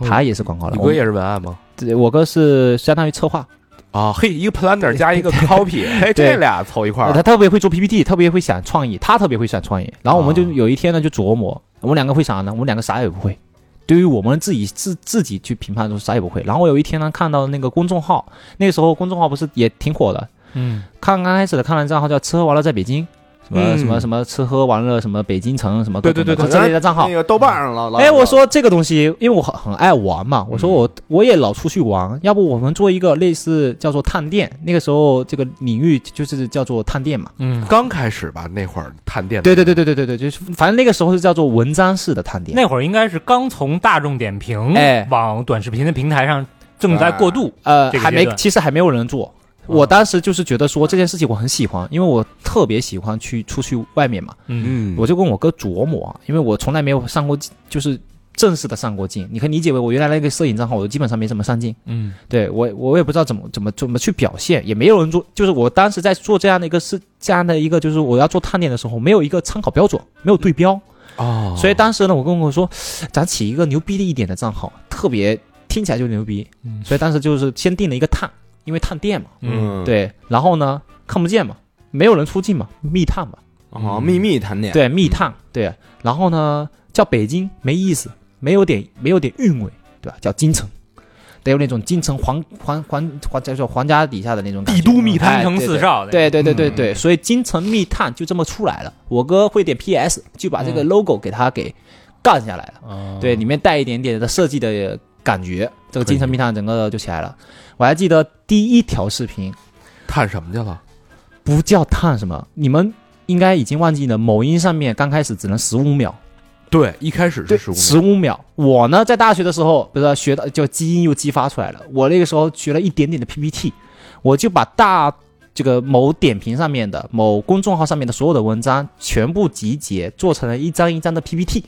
S5: 他也是广告人。
S4: 哦你哥也是文案吗？
S5: 对我哥是相当于策划，
S4: 啊，嘿，一个 planner 加一个 copy，哎， <laughs>
S5: 对
S4: 这俩凑一块
S5: 呃他
S4: 儿，
S5: 特别会做 PPT，特别会想创意，他特别会想创意。然后我
S1: 啊
S5: 们就有一天呢，就琢磨，我们两个会啥呢？我们两个啥也不会。对于我们自己自自己去评判说啥也不会。然后我有一天呢，看到那个公众号，那时候公众号不是也挺火的，
S3: 嗯，
S5: 看刚开始的看了账号叫“吃喝玩乐在北京”，什么、
S4: 嗯
S5: 什么什么吃喝玩乐什么北京城什么
S4: 对对对
S5: 各种
S1: 对
S5: 的这类的账号
S1: 那。个豆瓣上了，老嗯
S5: 哎，我说这个东西，因为我很很爱玩嘛，我说我我也老出去玩，要不我们做一个类似叫做探店，那个时候这个领域就是叫做探店嘛。
S3: 嗯，
S4: 刚开始吧，那会儿探店的
S5: 对对对对对对对，就是反正那个时候是叫做文章式的探店。
S3: 那会儿应该是刚从大众点评
S5: 哎
S3: 往短视频的平台上正在过渡，
S5: 呃，
S3: 这个
S5: 还
S3: 阶
S5: 没，
S3: 段哦
S5: 其实还没有人做。我当时就是觉得说这件事情我很喜欢，因为我特别喜欢去出去外面嘛，
S3: 嗯
S4: 嗯，
S5: 我就跟我哥琢磨，因为我从来没有上过镜，就是正式的上过镜。你可以理解为我原来那个摄影账号，我基本上没怎么上镜。
S3: 嗯
S5: 对我，我也不知道怎么怎么怎么去表现，也没有人做。就是我当时在做这样的一个事，这样的一个就是我要做探店的时候，没有一个参考标准，没有对标。
S4: 哦，
S5: 所以当时呢，我跟我说，咱起一个牛逼的一点的账号，特别听起来就牛逼。
S3: 嗯
S5: 所以当时就是先定了一个探，因为探店嘛，
S3: 嗯，
S1: 嗯，
S5: 对。然后呢，看不见嘛，没有人出镜嘛，密探嘛，
S1: 哦，秘密谈
S4: 嗯
S1: 点，
S5: 对，密探，对。然后呢，叫北京没意思，没有点没有点韵味，对吧？叫京城。得有那种京城皇皇皇皇叫做皇家底下的那种感觉
S4: 帝都密
S5: 哎
S3: 三城
S5: 对
S3: 四
S5: 对
S3: 少，
S5: 对对对对
S3: 嗯
S5: 对，所以京城密探就这么出来了。我哥会点 PS，就把这个
S3: 嗯
S5: logo 给他给干下来了。
S3: 哦
S5: 对，里面带一点点的设计的感觉，这个京城密探整个就起来了。我还记得第一条视频
S4: 探什么去了？
S5: 不叫探什么，你们应该已经忘记了，某音上面刚开始只能十五秒，
S4: 对，一开始是十五
S5: 十五秒。我呢，在大学的时候，不是学到就基因又激发出来了，我那个时候学了一点点的 PPT，我就把大。这个某点评上面的、某公众号上面的所有的文章全部集结，做成了一张一张的 PPT。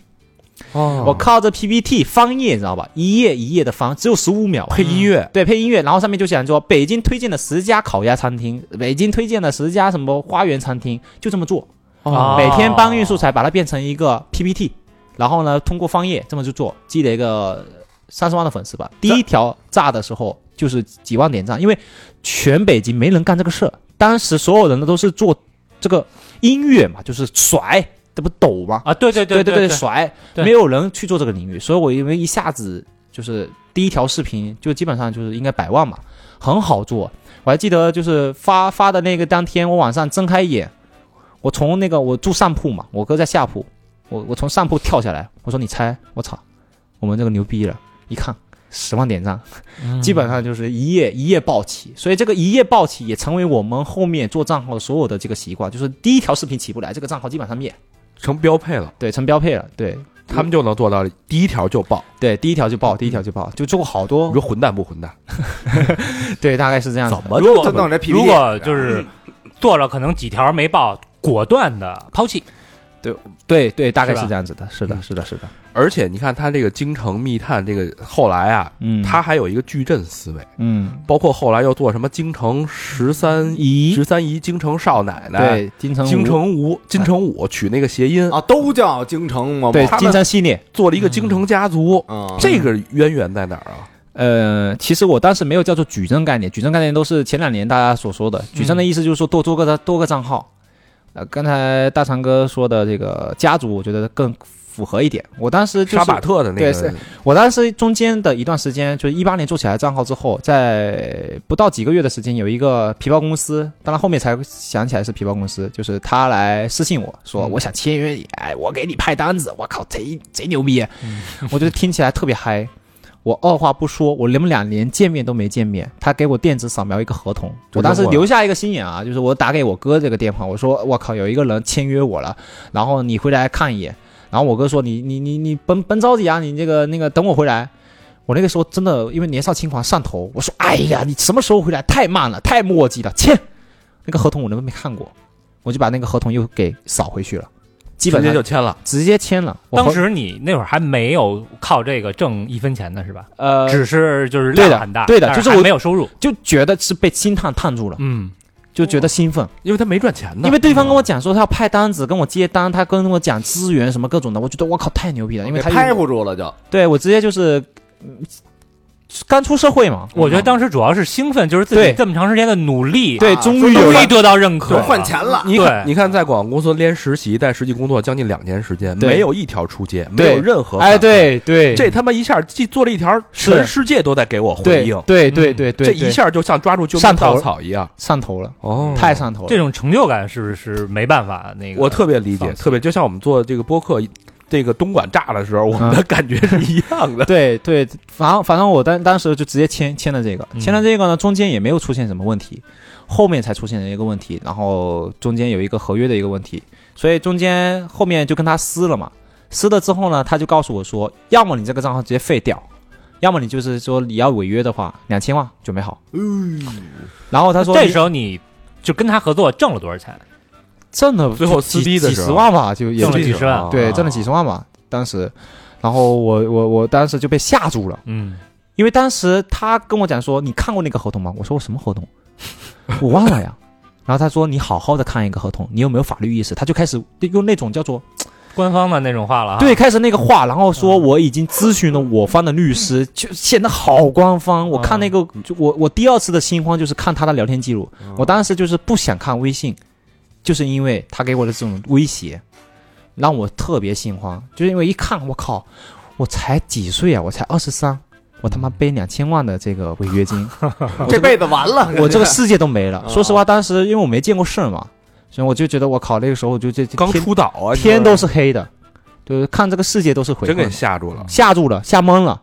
S4: 哦，
S5: 我靠着 PPT 翻页，你知道吧？一页一页的翻，只有十五秒。嗯
S4: 配音乐，
S5: 对，配音乐，然后上面就想说北京推荐的十家烤鸭餐厅，北京推荐的十家什么花园餐厅，就这么做，
S3: 哦
S5: 每天搬运素材，把它变成一个 PPT，然后呢，通过方页这么去做，积累一个三十万的粉丝吧。第一条炸的时候就是几万点赞，因为全北京没人干这个事儿，当时所有人都是做这个音乐嘛，就是甩，这不抖吗？
S3: 啊，对对
S5: 对
S3: 对
S5: 对，甩，
S3: 对
S5: 没有人去做这个领域，所以我因为一下子就是第一条视频就基本上就是应该百万嘛，很好做。我还记得就是发发的那个当天，我晚上睁开眼，我从那个我住上铺嘛，我哥在下铺，我我从上铺跳下来，我说你猜，我操，我们这个牛逼了，一看十万点赞，
S3: 嗯
S5: 基本上就是一夜一夜暴起，所以这个一夜暴起也成为我们后面做账号所有的这个习惯，就是第一条视频起不来，这个账号基本上灭，
S4: 成标配了，
S5: 对，成标配了，对。
S4: 他们就能做到第一条就爆。
S5: 对，第一条就爆，第一条就爆，就做过好
S4: 你
S5: 多
S4: 说，混蛋不混蛋？
S5: 对，大概是这样子的。
S4: 么
S1: 如果弄这 PPT，
S3: 如果就是做了可能几条没爆，果断的抛弃，
S5: 对对，大概
S3: 是吧
S5: 是这样子的，是的，是的，是的。
S4: 而且你看他这个京城密探这个后来啊，
S5: 嗯，
S4: 他还有一个矩阵思维，
S5: 嗯，
S4: 包括后来又做什么京城十三
S5: 姨
S4: 十三姨、京城少奶奶、
S5: 对嗯金城
S4: 京
S5: 武
S4: 城吴、哎金城武取那个谐音，
S1: 啊，都叫京城吗？
S5: 对
S4: 他们
S5: 金城系列。
S4: 做了一个京城家族。
S1: 啊，
S4: 这个渊源在哪儿啊？
S5: 呃，其实我当时没有叫做矩阵概念，矩阵概念都是前两年大家所说的。矩阵的意思就是说多多个多个账号。呃，刚才大长哥说的这个家族，我觉得更符合一点。我当时就
S4: 杀
S5: 是
S4: 马特的那
S5: 对
S4: 个
S5: 是我当时中间的一段时间，就是一八年做起来账号之后，在不到几个月的时间，有一个皮包公司，当然后面才想起来是皮包公司，就是他来私信我说，我想签约你，哎，我给你派单子，我靠，贼贼牛逼，我觉得听起来特别嗨。我二话不说，我你们俩连见面都没见面，他给我电子扫描一个合同，
S4: 就
S5: 我当时
S4: 扔过来
S5: 留下一个心眼啊，就是我打给我哥这个电话，我说我靠，有一个人签约我了，然后你回来看一眼。然后我哥说你你你你甭甭着急啊，你这个那个等我回来。我那个时候真的因为年少轻狂上头，我说哎呀，你什么时候回来？太慢了，太磨叽了，切！那个合同我都没看过，我就把那个合同又给扫回去了，基
S4: 直
S5: 本
S4: 接
S5: 上
S4: 就签了。
S5: 直接签了。我
S3: 当
S5: 合
S3: 时你那会儿还没有靠这个挣一分钱呢，是吧？
S5: 呃
S3: 只是就是
S5: 对的
S3: 量很大，
S5: 对的
S3: 但
S5: 就是
S3: 还
S5: 我
S3: 没有收入。
S5: 就觉得是被金探探住了，
S3: 嗯，
S5: 就觉得兴
S3: 哦
S5: 奋，
S4: 因为他没赚钱呢，
S5: 因为对方跟我讲说他要派单子跟我接单，他跟我讲资源什么各种的，我觉得我靠太牛
S3: 哦
S5: 逼了，因为
S1: 给
S5: 他
S1: 拍糊住了就。
S5: 对我直接就是嗯刚出社会嘛，嗯
S3: 我觉得当时主要是兴奋，就是自己
S5: 对
S3: 这么长时间的努力，
S5: 对
S1: 啊
S5: 终
S1: 说
S5: 于
S1: 都
S5: 有
S3: 终于
S5: 了
S3: 得到认可
S1: 能
S3: 了，
S1: 换钱了，
S4: 你看，
S3: 对
S4: 你看，在广告公司连实习带实际工作将近两年时间，
S5: 对
S4: 没有一条出街，没
S5: 对
S4: 有任
S3: 哦
S4: 何
S5: 哎
S4: 反馈，
S5: 对对
S4: 这他妈一下既做了一条，
S5: 是
S4: 全世界都在给我回
S5: 对
S4: 应，
S5: 对对对对，
S4: 这一
S5: 对
S4: 下就像抓住救命
S5: 上头
S4: 稻草一样。
S5: 上头了，
S4: 哦
S5: 太上头了。
S3: 这种成就感是不是没办法那个？
S4: 我特别理解
S3: 放，松
S4: 特别就像我们做这个播客，这个东莞炸的时候，我们的
S5: 啊
S4: 感觉是一
S5: <laughs>
S4: 样的。
S5: 对对，反正反正我当当时就直接签签了这个，
S3: 嗯
S5: 签了这个呢，中间也没有出现什么问题，后面才出现了一个问题，然后中间有一个合约的一个问题，所以中间后面就跟他撕了嘛，撕了之后呢，他就告诉我说，要么你这个账号直接废掉，要么你就是说你要违约的话，两千万准备好。嗯
S1: 嗯
S5: 然后他说
S3: 这
S5: 你
S3: 时候你就跟他合作挣了多少钱？
S5: 挣了
S4: 最后
S5: 几
S4: 撕逼的
S5: 几
S4: 时
S5: 十
S4: 候
S5: 万吧，就也
S3: 挣了
S5: 是
S3: 几十万
S5: 对，挣了几十万吧，当时，然后我我我当时就被吓住了。
S3: 嗯，
S5: 因为当时他跟我讲说：“你看过那个合同吗？”我说：“我什么合同？ <laughs> 我忘了呀。”然后他说：“你好好的看一个合同，你有没有法律意识？”他就开始用那种叫做
S3: 官方的那种话了啊。
S5: 对，开始那个话，然后说我已经咨询了我方的律师，就显得好官
S4: 嗯
S5: 方。我看那个，就我我第二次的心慌就是看他的聊天记录，
S4: 嗯
S5: 我当时就是不想看微信，就是因为他给我的这种威胁，让我特别心慌，就是因为一看我靠，我才几岁啊，我才二十三，我他妈背两千万的这个违约
S4: <laughs>
S5: 金，
S1: 这辈子完了，
S5: 我这个世界都没
S4: 嗯
S5: 了。
S1: 啊
S5: 说实话，当时因为我没见过世嘛，所以我就觉得我靠，那个时候我就这这
S4: 刚
S5: 天
S4: 出道啊，
S5: 天都是黑的，就是看这个世界都是嗯灰
S4: 真
S5: 色
S4: 给
S5: 的，
S4: 吓住了。
S5: 吓住了，吓懵了。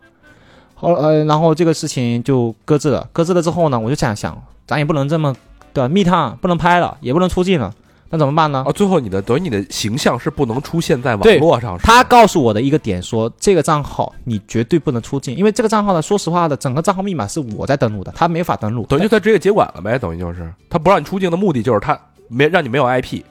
S5: 后呃，然后这个事情就搁置了，搁置了之后呢，我就想想，咱也不能这么对吧？密探不能拍了，也不能出镜了，那怎么办呢？
S4: 啊，最后你的等于你的形象是不能出现在网
S5: 对
S4: 络上。是吧
S5: 他告诉我的一个点说，这个账号你绝对不能出镜，因为这个账号呢，说实话的，整个账号密码是我在登录的，他没法登录。
S4: 等于就他直接接管了呗，等于就是他不让你出镜的目的就是他没让你没有 IP，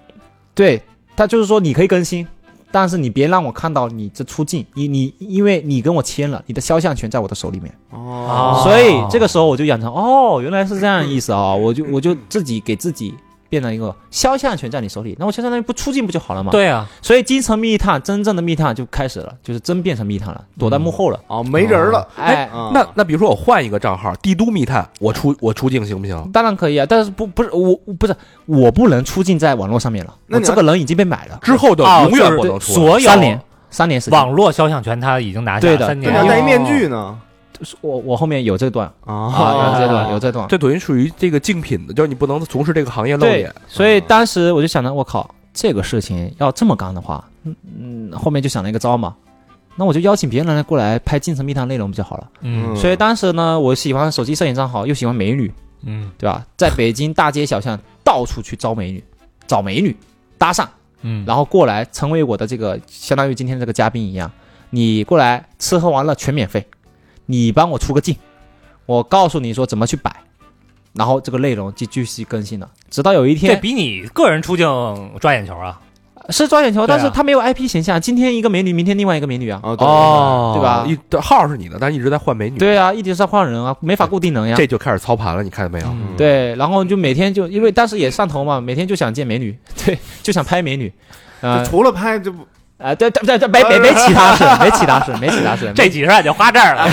S5: 对他就是说你可以更新，但是你别让我看到你这出镜，你你因为你跟我签了，你的肖像权在我的手里面。
S1: <laughs> 哦，
S5: 所以这个时候我就养成哦，原来是这样的意思啊、我就我就自己给自己变成一个肖像权在你手里，那我肖像权不出镜不就好了吗？，
S3: 对啊，
S5: 所以京城密探真正的密探就开始了，就是真变成密探了，躲在幕后了。
S1: 哦，没人了。
S5: 哎，
S1: 啊
S4: 那那比如说我换一个账号，帝都密探，我出我出镜行不行？
S5: 当然可以啊，但是不不是我我不是我不能出镜在网络上面了，
S1: 那
S5: 我
S1: 你要
S5: 这个人已经被买了，
S4: 之后的
S3: 哦
S4: 永远
S3: 就是
S4: 不能出。
S3: 所有
S5: 三年三年时间。
S3: 网络肖像权他已经拿下
S5: 对
S3: 了
S5: 的
S3: 三
S1: 那你
S3: 年
S5: 对
S1: 要
S5: 的
S1: 戴
S5: 因为
S1: 一面具呢？
S5: 我我后面有这段哎啊，
S1: 啊
S5: 有这段有这段，
S4: 这等于属于这个竞品的，就是你不能从事这个行业露
S5: 对
S4: 脸。，
S5: 所以当时我就想着，我靠，这个事情要这么干的话，嗯嗯，后面就想了一个招嘛，那我就邀请别人来过来拍《京城密探》内容不就好了？
S3: 嗯
S5: 所以当时呢，我喜欢手机摄影账号，又喜欢美女，
S3: 嗯
S5: 对吧？在北京大街小巷到处去招美女，找美女搭讪，
S3: 嗯，
S5: 然后过来成为我的这个，相当于今天这个嘉宾一样，你过来吃喝玩乐全免费，你帮我出个镜，我告诉你说怎么去摆。然后这个内容就继续更新了，直到有一天
S3: 这，比你个人出镜抓眼球啊。
S5: 是抓眼球，
S3: 对啊
S5: 但是他没有 IP 形象。今天一个美女，明天另外一个美女啊。
S1: 啊，对
S4: 哦
S5: 对吧
S4: 一这号是你的，但是一直在换美女，
S5: 对啊，一直在换人啊，没法固定人呀。
S4: 这就开始操盘了，你看见没有？
S3: 嗯，
S5: 对，然后就每天就因为当时也上头嘛，每天就想见美女， <laughs> 对，就想拍美女。啊
S1: 就除了拍就不
S5: 啊，对对对对，没没没其他事，没其他事，没啊其他事，
S3: 这几十万就花这儿了。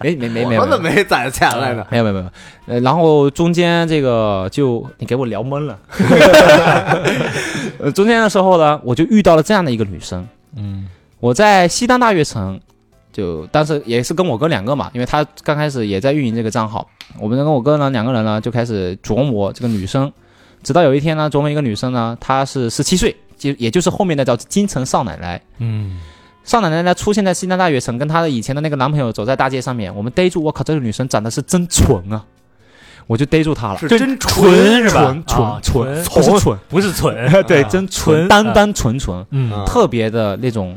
S5: 没没没没
S1: 我
S5: 没
S1: 怎么没攒钱来呢？
S5: 没有没有没有，呃，然后中间这个就你给我聊懵了， <laughs> 呃，中间的时候呢，我就遇到了这样的一个女生，
S3: 嗯
S5: 我在西单大悦城，就当时也是跟我哥两个嘛，因为他刚开始也在运营这个账号，我们跟我哥呢两个人呢就开始琢磨这个女生，直到有一天呢琢磨一个女生呢，她是十七岁，就也就是后面的叫京城少奶奶。
S3: 嗯，
S5: 少奶奶呢出现在西单大悦城，跟她的以前的那个男朋友走在大街上面，我们逮住，我靠，这个女生长得是真纯啊，我就逮住她了，
S1: 是真
S3: 纯是吧？
S5: 纯
S3: 啊
S5: 纯
S3: 纯
S5: 不是纯，
S3: <laughs> 不是 <laughs> 纯，
S5: 对，
S3: 啊
S5: 真
S3: 纯
S5: 单单纯纯，
S3: 嗯
S1: 啊
S5: 特别的那种，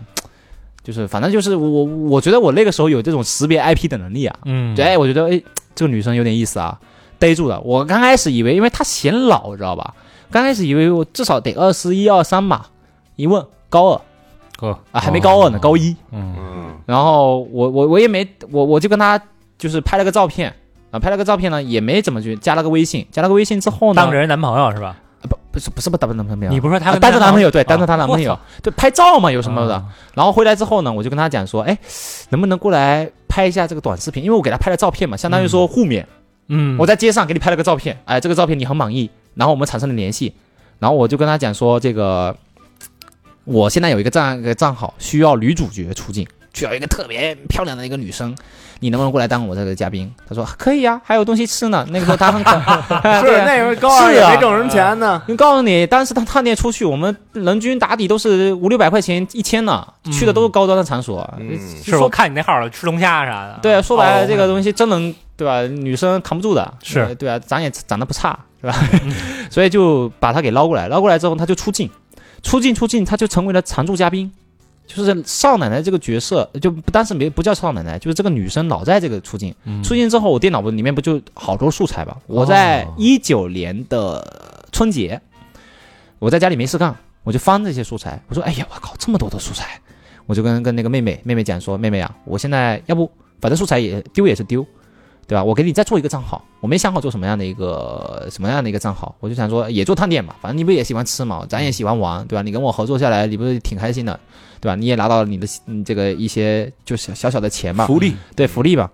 S5: 就是反正就是我我觉得我那个时候有这种识别 IP 的能力啊，
S3: 嗯，
S5: 对，我觉得哎这个女生有点意思啊，逮住了。我刚开始以为，因为她显老，知道吧？刚开始以为我至少得二十一二三吧，一问高二
S3: 哥，
S5: 啊，还没高二呢，高一。
S3: 哦嗯
S1: 嗯
S5: 然后我我我也没我我就跟他就是拍了个照片啊，拍了个照片呢也没怎么去加了个微信，加了个微信之后呢，
S3: 当着人男朋友是吧？
S5: 不是不是不当男朋友，
S3: 你不是说他
S5: 啊
S3: 跟
S5: 当着男朋友对，
S3: 啊
S5: 当着他男朋友、对拍照嘛有什么的。
S3: 啊
S5: 然后回来之后呢，我就跟他讲说，哎，能不能过来拍一下这个短视频？因为我给他拍了照片嘛，相当于说互勉。
S3: 嗯，
S5: 我在街上给你拍了个照片，哎，这个照片你很满意，然后我们产生了联系，然后我就跟他讲说，这个我现在有一个账个账号需要女主角出镜，需要一个特别漂亮的一个女生，你能不能过来当我这个嘉宾？他说可以啊，还有东西吃呢。那个时候他很可，对
S3: <laughs>
S1: 是
S5: 啊
S1: 那会儿高二
S5: 是
S1: 也
S5: 呀
S1: 没挣什么钱呢，
S5: <laughs> 因为告诉你，当时他探店出去，我们人均打底都是五六百块钱一天呢，
S3: 嗯
S5: 去的都是高端的场所。
S1: 嗯
S3: 是我看你那号儿吃龙虾啥的，
S5: 对啊，说白了
S3: 哦
S5: 这个东西真能对吧？女生扛不住的，
S3: 是
S5: 呃对啊，长也长得不差，是吧？ <laughs> 所以就把他给捞过来，捞过来之后他就出镜，出镜出镜，他就成为了常驻嘉宾。就是少奶奶这个角色，就当时没不叫少奶奶，就是这个女生老在这个出镜。
S3: 嗯
S5: 出镜之后，我电脑不里面不就好多素材吧？我在
S3: 哦
S5: 一九年的春节，我在家里没事干，我就翻这些素材。我说：“哎呀，我靠，这么多的素材！”我就跟跟那个妹妹妹妹讲说：“妹妹啊，我现在要不反正素材也丢也是丢，对吧？我给你再做一个账号，我没想好做什么样的一个什么样的一个账号，我就想说也做探店嘛，反正你不也喜欢吃嘛，咱也喜欢玩，对吧？你跟我合作下来，你不是挺开心的，对吧？你也拿到了你的你这个一些就是小小的钱嘛，
S4: 福利
S5: 对福利吧，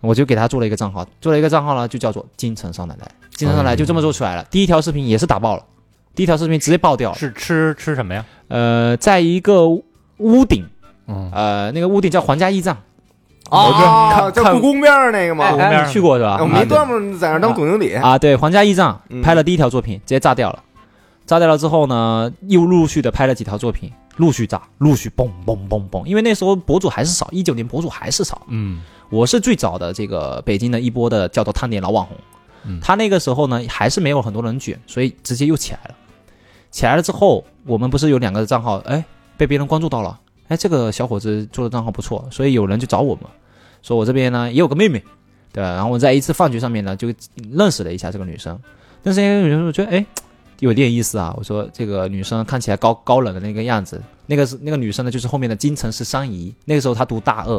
S5: 我就给他做了一个账号，做了一个账号呢，就叫做“京城少奶奶”，京城少奶奶就这么做出来了。第一条视频也是打爆了，第一条视频直接爆掉了。
S3: 哦是吃吃什么呀？
S5: 呃，在一个屋顶，
S3: 嗯，
S5: 呃，那个屋顶叫皇家驿站，
S1: 哦，
S5: 看
S1: 就
S5: 看
S1: 故宫边儿那个嘛，哦
S3: 哎
S5: 你去过是吧？
S1: 我没
S5: 啊对
S1: 琢磨在那儿当总经理，
S5: 啊，对，皇家驿站
S1: 嗯
S5: 拍了第一条作品，直接炸掉了。炸掉了之后呢，又陆续的拍了几条作品，陆续炸，陆续蹦蹦蹦蹦。因为那时候博主还是少，一九年博主还是少。
S3: 嗯，
S5: 我是最早的这个北京的一波的叫做探店老网红，
S3: 嗯
S5: 他那个时候呢还是没有很多人卷，所以直接又起来了。起来了之后，我们不是有两个账号，哎，被别人关注到了，哎，这个小伙子做的账号不错，所以有人就找我们，说我这边呢也有个妹妹，对吧？然后我在一次饭局上面呢就认识了一下这个女生，但是那个女生我觉得哎有点意思啊，我说这个女生看起来高高冷的那个样子，那个是那个女生呢就是后面的京城十三姨，那个时候她读大二，，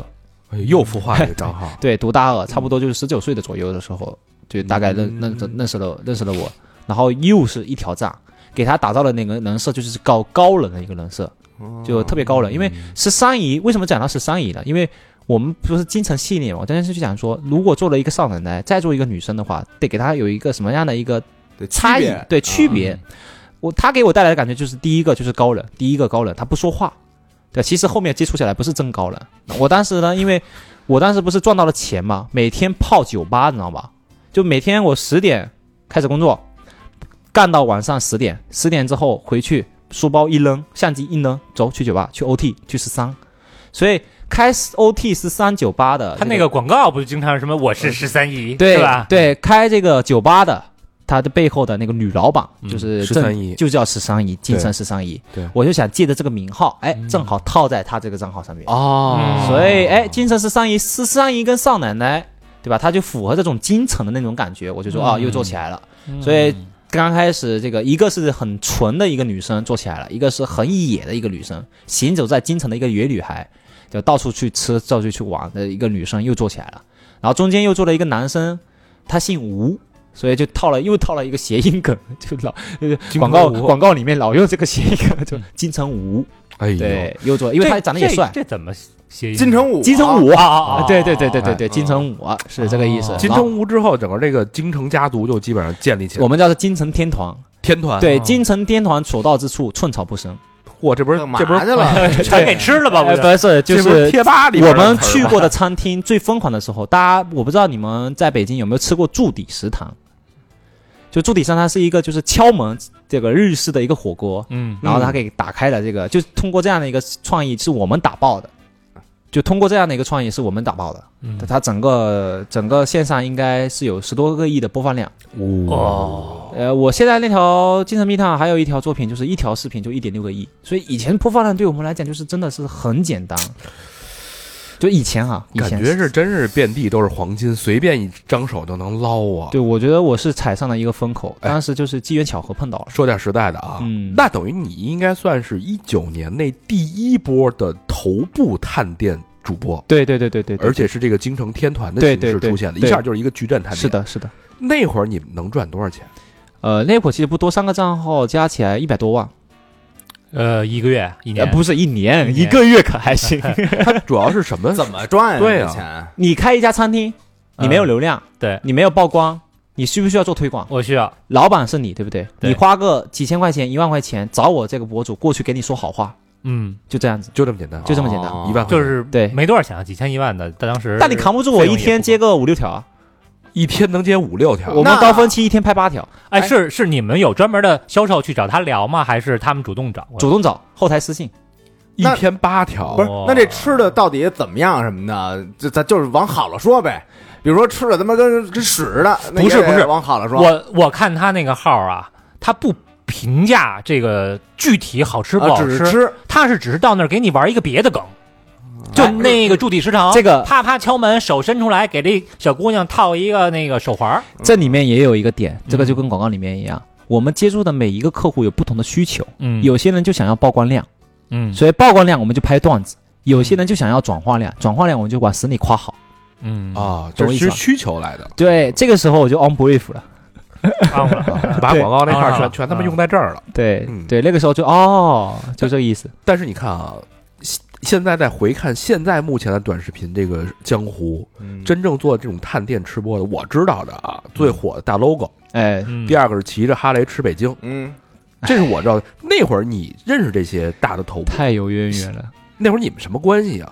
S4: 哎又孵化了一个账号
S5: <laughs> 对，读大二，差不多就是十九岁的左右的时候，就大概认认认识了认识了我，然后又是一条炸，给他打造的那个人设就是高高冷的一个人设，
S1: 哦
S5: 就特别高冷。因为十三姨为什么讲到十三姨呢？因为我们不是京城系列嘛，我当时就讲说，如果做了一个少奶奶，再做一个女生的话，得给她有一个什么样的一个
S1: 对
S5: 差异，对区别。
S3: 嗯
S5: 我他给我带来的感觉就是第一个就是高冷，第一个高冷，他不说话。对，其实后面接触下来不是真高冷。我当时呢，因为我当时不是赚到了钱嘛，每天泡酒吧，你知道吧？就每天我十点开始工作，干到晚上十点，十点之后回去，书包一扔，相机一扔，走去酒吧，去 OT，去十三。所以开始 OT 十三酒吧的，
S3: 他那个广告不就经常是什么我是十三姨，
S5: 对
S3: 是吧？
S5: 对，开这个酒吧的，他的背后的那个女老板就是
S4: 嗯十
S5: 正
S4: 三姨
S5: 就叫十三姨，金城十三姨。
S4: 对嗯
S5: 我就想借着这个名号，哎，正好套在他这个账号上面。
S4: 哦
S3: 嗯
S5: 所以，哎，金城十三姨，十三姨跟少奶奶，对吧？他就符合这种京城的那种感觉。我就
S3: 嗯
S5: 说啊，又做起来了。所以刚开始这个一个是很纯的一个女生做起来了，一个是很野的一个女生，行走在京城的一个野女孩，就到处去吃、到处去玩的一个女生又做起来了。然后中间又做了一个男生，他姓吴，所以就套了又套了一个谐音梗， <laughs> 就老
S3: 金
S5: 广
S3: 城
S5: 告
S3: 武
S5: 广告里面老用这个谐音梗，就金城武，
S4: 哎呦，
S5: 对，又做，因为他长得也
S3: 这
S5: 帅，
S3: 这怎么谐音？
S1: 金
S3: <laughs>
S1: 城武，
S5: 金城武
S3: 啊啊啊！
S5: 对对对对对
S4: 哎
S5: 对，金城武啊是这个意思。
S4: 金
S5: 然后
S4: 城吴之后，整个这个京城家族就基本上建立起来
S5: 我
S4: 了。
S5: 们叫做金城天团，
S4: 天团，
S5: 对，金城天团所到之处寸草不生。
S4: 嚯，这不是
S1: 哦干嘛
S4: 这不是
S1: 去
S3: <laughs>
S1: 了？
S3: 全给吃
S5: <laughs>
S3: 了吧？不
S5: 呃，
S3: 就
S5: 不是，就
S4: 这不
S5: 是
S4: 贴吧里边
S5: 我
S4: 的
S5: 们
S4: 词儿
S5: 去
S4: 吗
S5: 过的餐厅最疯狂的时候，大家我不知道你们在北京有没有吃过驻底食堂？就驻底食堂是一个就是敲门这个日式的一个火锅，
S3: 嗯，
S5: 然后他给打开了这个，就通过这样的一个创意是我们打爆的，就通过这样的一个创意是我们打爆的。
S3: 嗯
S5: 它整个整个线上应该是有十多个亿的播放量。
S3: 哦，
S5: 呃，我现在那条《精神密探》还有一条作品，就是一条视频就一点六个亿，所以以前播放量对我们来讲就是真的是很简单。就以前啊，以
S4: 感
S5: 前
S4: 觉是真是遍地都是黄金，随便一张手就能捞啊。
S5: 对，我觉得我是踩上了一个风口，
S4: 哎
S5: 当时就是机缘巧合碰到了。
S4: 说点实在的啊，
S5: 嗯
S4: 那等于你应该算是一九年内第一波的头部探店主播，
S5: 对对对对对，对
S4: 而且是这个京城天团的
S5: 对
S4: 形式
S5: 对对
S4: 出现的，
S5: 对
S4: 一下就是一个矩阵探店。
S5: 是，的，是的。
S4: 那会儿你们能赚多少钱？
S5: 呃，那会儿其实不多，三个账号加起来一百多万，
S3: 呃，一个月一
S5: 呃，
S3: 年，
S5: 不是一年，
S3: 一
S5: 一
S3: 年
S5: 个月可还 <laughs> 行。
S4: 主要是什么？
S1: 怎么赚呀？
S4: 对
S1: 这
S4: 啊
S1: 钱
S5: 你开一家餐厅，你没有
S3: 嗯
S5: 流量，
S3: 对
S5: 你没有曝光，你需不需要做推广？
S3: 我需要
S5: 老板是你，对不对？
S3: 对
S5: 你花个几千块钱、一万块钱找我这个博主过去给你说好话，
S3: 嗯，
S5: 就这样子，
S4: 就这么简单，啊
S5: 就这么简单。
S1: 哦
S4: 一万块钱，
S3: 就是
S5: 对
S3: 没多少钱啊，几千一万的，但当时
S5: 但你扛不住我
S3: 费用
S5: 一
S3: 也
S5: 天
S3: 不
S5: 接
S3: 高，
S5: 个五六条啊，
S4: 一天能接五六条。
S5: 我们高峰期一天拍八条，
S3: 哎，是是你们有专门的销售去找他聊吗？还是他们主动找？
S5: 主动找后台私信。
S4: 一
S1: 那
S4: 天八条，
S1: 不是
S3: 哦？
S1: 那这吃的到底怎么样什么的？这咱就是往好了说呗。比如说吃的他妈跟跟屎似的，那
S3: 不是
S1: 也得
S3: 不是
S1: 往好了说。
S3: 我我看他那个号啊，他不评价这个具体好吃不
S1: 啊
S3: 好
S1: 只是吃，
S3: 他是只是到那儿给你玩一个别的梗，就那个驻地食
S5: 嗯
S3: 堂，
S5: 哎这个
S3: 啪啪敲门，手伸出来给这小姑娘套一个那个手环儿，
S5: 这里面也有一个点，这个就跟广告里面一样，我们接触的每一个客户有不同的需求，
S3: 嗯
S5: 有些人就想要曝光量，
S3: 嗯
S5: 所以曝光量我们就拍段子；有些人就想要转化量，转化量我们就往死里夸好。
S3: 嗯
S5: 哦
S4: 啊，就
S5: 懂
S4: 是其
S5: 我意思
S4: 实
S5: 吧
S4: 需求来 <laughs> 的，
S5: 对，这个时候我就 on brief 了。
S3: 忘了
S4: <laughs> 把广告那块儿
S3: 对
S4: 全全他妈用在这儿了。
S5: 对、
S4: 嗯
S5: 对，那个时候就哦，就这个意思。
S4: 但是你看啊，现现在再回看现在目前的短视频这个江湖，
S1: 嗯
S4: 真正做这种探店吃播的，我知道的啊，最火的大 logo，
S5: 哎，
S3: 嗯
S4: 第二个是骑着哈雷吃北京，
S1: 嗯，
S4: 这是我知道的。那会儿你认识这些大的头部，
S5: 太有渊源了。
S4: 那会儿你们什么关系啊？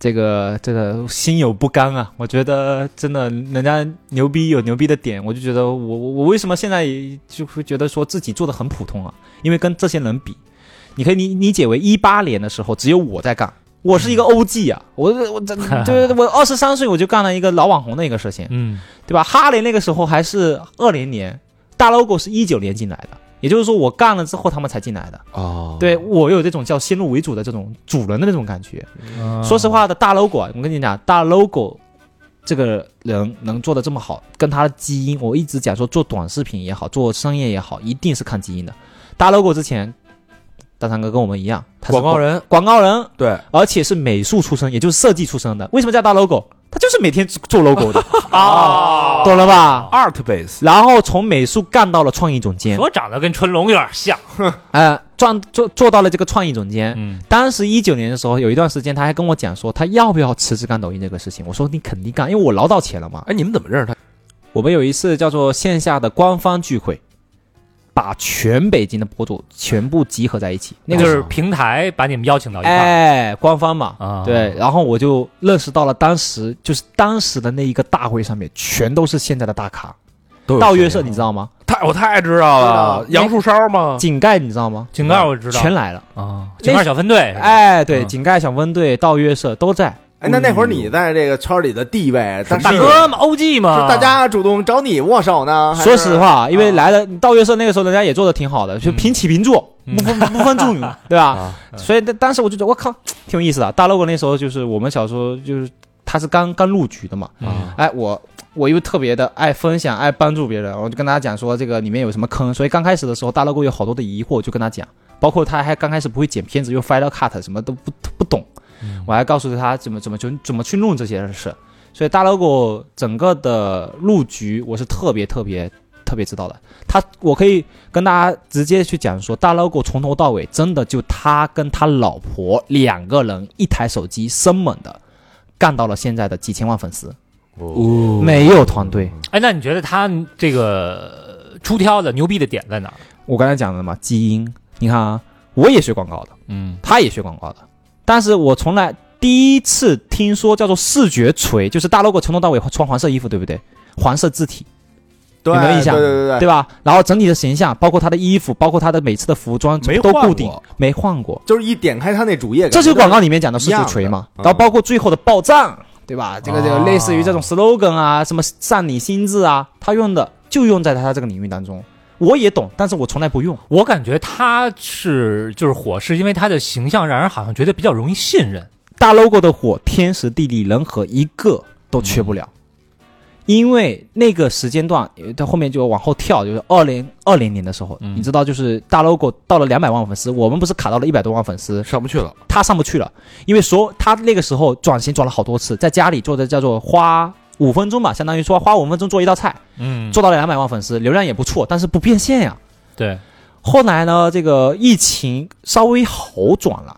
S5: 这个这个心有不甘啊！我觉得真的，人家牛逼有牛逼的点，我就觉得我我我为什么现在就会觉得说自己做的很普通啊？因为跟这些人比，你可以理理解为一八年的时候只有我在干，我是一个 OG 啊！我我这对对对，我二十三岁我就干了一个老网红的一个事情，
S3: 嗯
S5: 对吧？哈雷那个时候还是二零年，大 logo 是一九年进来的，也就是说我干了之后他们才进来的。
S4: 哦，
S5: 对我有这种叫先入为主的这种主人的那种感觉。
S4: 啊
S3: 嗯
S5: 说实话的，大 logo，啊，我跟你讲，大 logo 这个人能做的这么好，跟他的基因，我一直讲说，做短视频也好，做商业也好，一定是看基因的。大 logo 之前，大长哥跟我们一样，他是
S4: 广告，人，
S5: 广告人，
S4: 对，
S5: 而且是美术出身，也就是设计出身的。为什么叫大 logo？他就是每天做 logo
S4: <laughs>
S5: 的，
S3: 啊，
S5: 懂了吧？
S4: art base，
S5: 然后从美术干到了创意总监，
S3: 我长得跟春龙有点像，
S5: 呃，赚做做到了这个创意总监，
S3: 嗯
S5: 当时一九年的时候，有一段时间他还跟我讲说他要不要辞职干抖音这个事情。我说你肯定干，因为我捞到钱了嘛。
S4: 哎，你们怎么认识他？
S5: 我们有一次叫做线下的官方聚会，把全北京的博主全部集合在一起，那个
S3: 就
S5: 时
S3: 是平台把你们邀请到
S5: 候
S3: 哦一块儿
S5: 哎官方嘛。
S3: 啊，
S5: 对，然后我就认识到了，当时就是当时的那一个大会上面，全都是现在的大咖。
S4: 都有
S5: 道
S4: 谁
S5: 约
S4: 啊
S5: 社你知道吗？
S4: 太我太知道
S1: 知道
S4: 了，杨树梢吗？
S5: 井盖你知道吗？
S3: 井盖我哦知道
S5: 全来了。
S3: 啊，井盖小分队是吧，
S5: 哎，对，
S3: 嗯
S5: 井盖小分队、道约社都在。
S1: 哎，那那会儿你在这个圈里的地位，但是
S3: 大哥嘛，OG 嘛，
S1: 是大家主动找你握手呢？啊还是
S5: 说实，话，因为来了道月社那个时候，人家也做的挺好的，就
S3: 嗯
S5: 平起平坐，
S3: 嗯
S5: 不分不分众
S3: <laughs>
S5: 女，对吧？
S4: 啊，
S5: 所以当当时我就觉得，我靠，挺有意思的。大 logo 那时候就是我们小时候就是他是刚刚入局的嘛，
S3: 嗯
S5: 哎，我我又特别的爱分享，爱帮助别人，我就跟大家讲说这个里面有什么坑，所以刚开始的时候大 logo 有好多的疑惑，我就跟他讲，包括他还刚开始不会剪片子，又 final cut 什么都不不懂，我还告诉他怎么怎么去怎么去弄这些事，所以大 logo 整个的入局我是特别特别特别知道的，他我可以跟大家直接去讲说，大 logo 从头到尾真的就他跟他老婆两个人一台手机生猛的干到了现在的几千万粉丝。没有团队。
S3: 哦哎，那你觉得他这个呃出挑的牛逼的点在哪儿？
S5: 我刚才讲的嘛，基因。你看啊，我也学广告的，
S3: 嗯
S5: 他也学广告的，但是我从来第一次听说叫做视觉锤，就是大 logo 从头到尾穿黄色衣服，对不对？黄色字体，
S1: 对
S5: 有没有印象
S1: 对对对
S5: 对吧？然后整体的形象，包括他的衣服，包括他的每次的服装
S4: 没
S5: 都
S4: 换
S5: 固定
S4: 过，
S5: 没换过。
S1: 就是一点开他那主页，
S5: 这就是广告里面讲的
S1: 一
S5: 视觉
S1: 样
S5: 锤嘛，
S1: 的
S5: 然后包括最后的爆炸，对吧？这个这个
S3: 啊
S5: 类似于这种 slogan 啊，什么善你心智啊，他用的就用在他这个领域当中。我也懂，但是我从来不用。
S3: 我感觉他是就是火，是因为他的形象让人好像觉得比较容易信任。
S5: 大 logo 的火，天时地利人和一个都缺
S3: 嗯
S5: 不了，因为那个时间段，呃它后面就往后跳，就是二零二零年的时候，
S3: 嗯
S5: 你知道，就是大 logo 到了两百万粉丝，我们不是卡到了一百多万粉丝，
S4: 上不去了，
S5: 他上不去了，因为所有他那个时候转型转了好多次，在家里做的叫做花五分钟吧，相当于说花五分钟做一道菜，
S3: 嗯，
S5: 做到了两百万粉丝，流量也不错，但是不变现呀。
S3: 对，
S5: 后来呢，这个疫情稍微好转了，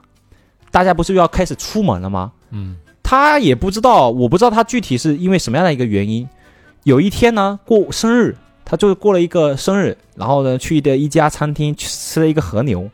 S5: 大家不是又要开始出门了吗？
S3: 嗯
S5: 他也不知道，我不知道他具体是因为什么样的一个原因。有一天呢，过生日，他就过了一个生日，然后呢，去的一家餐厅去吃了一个和牛。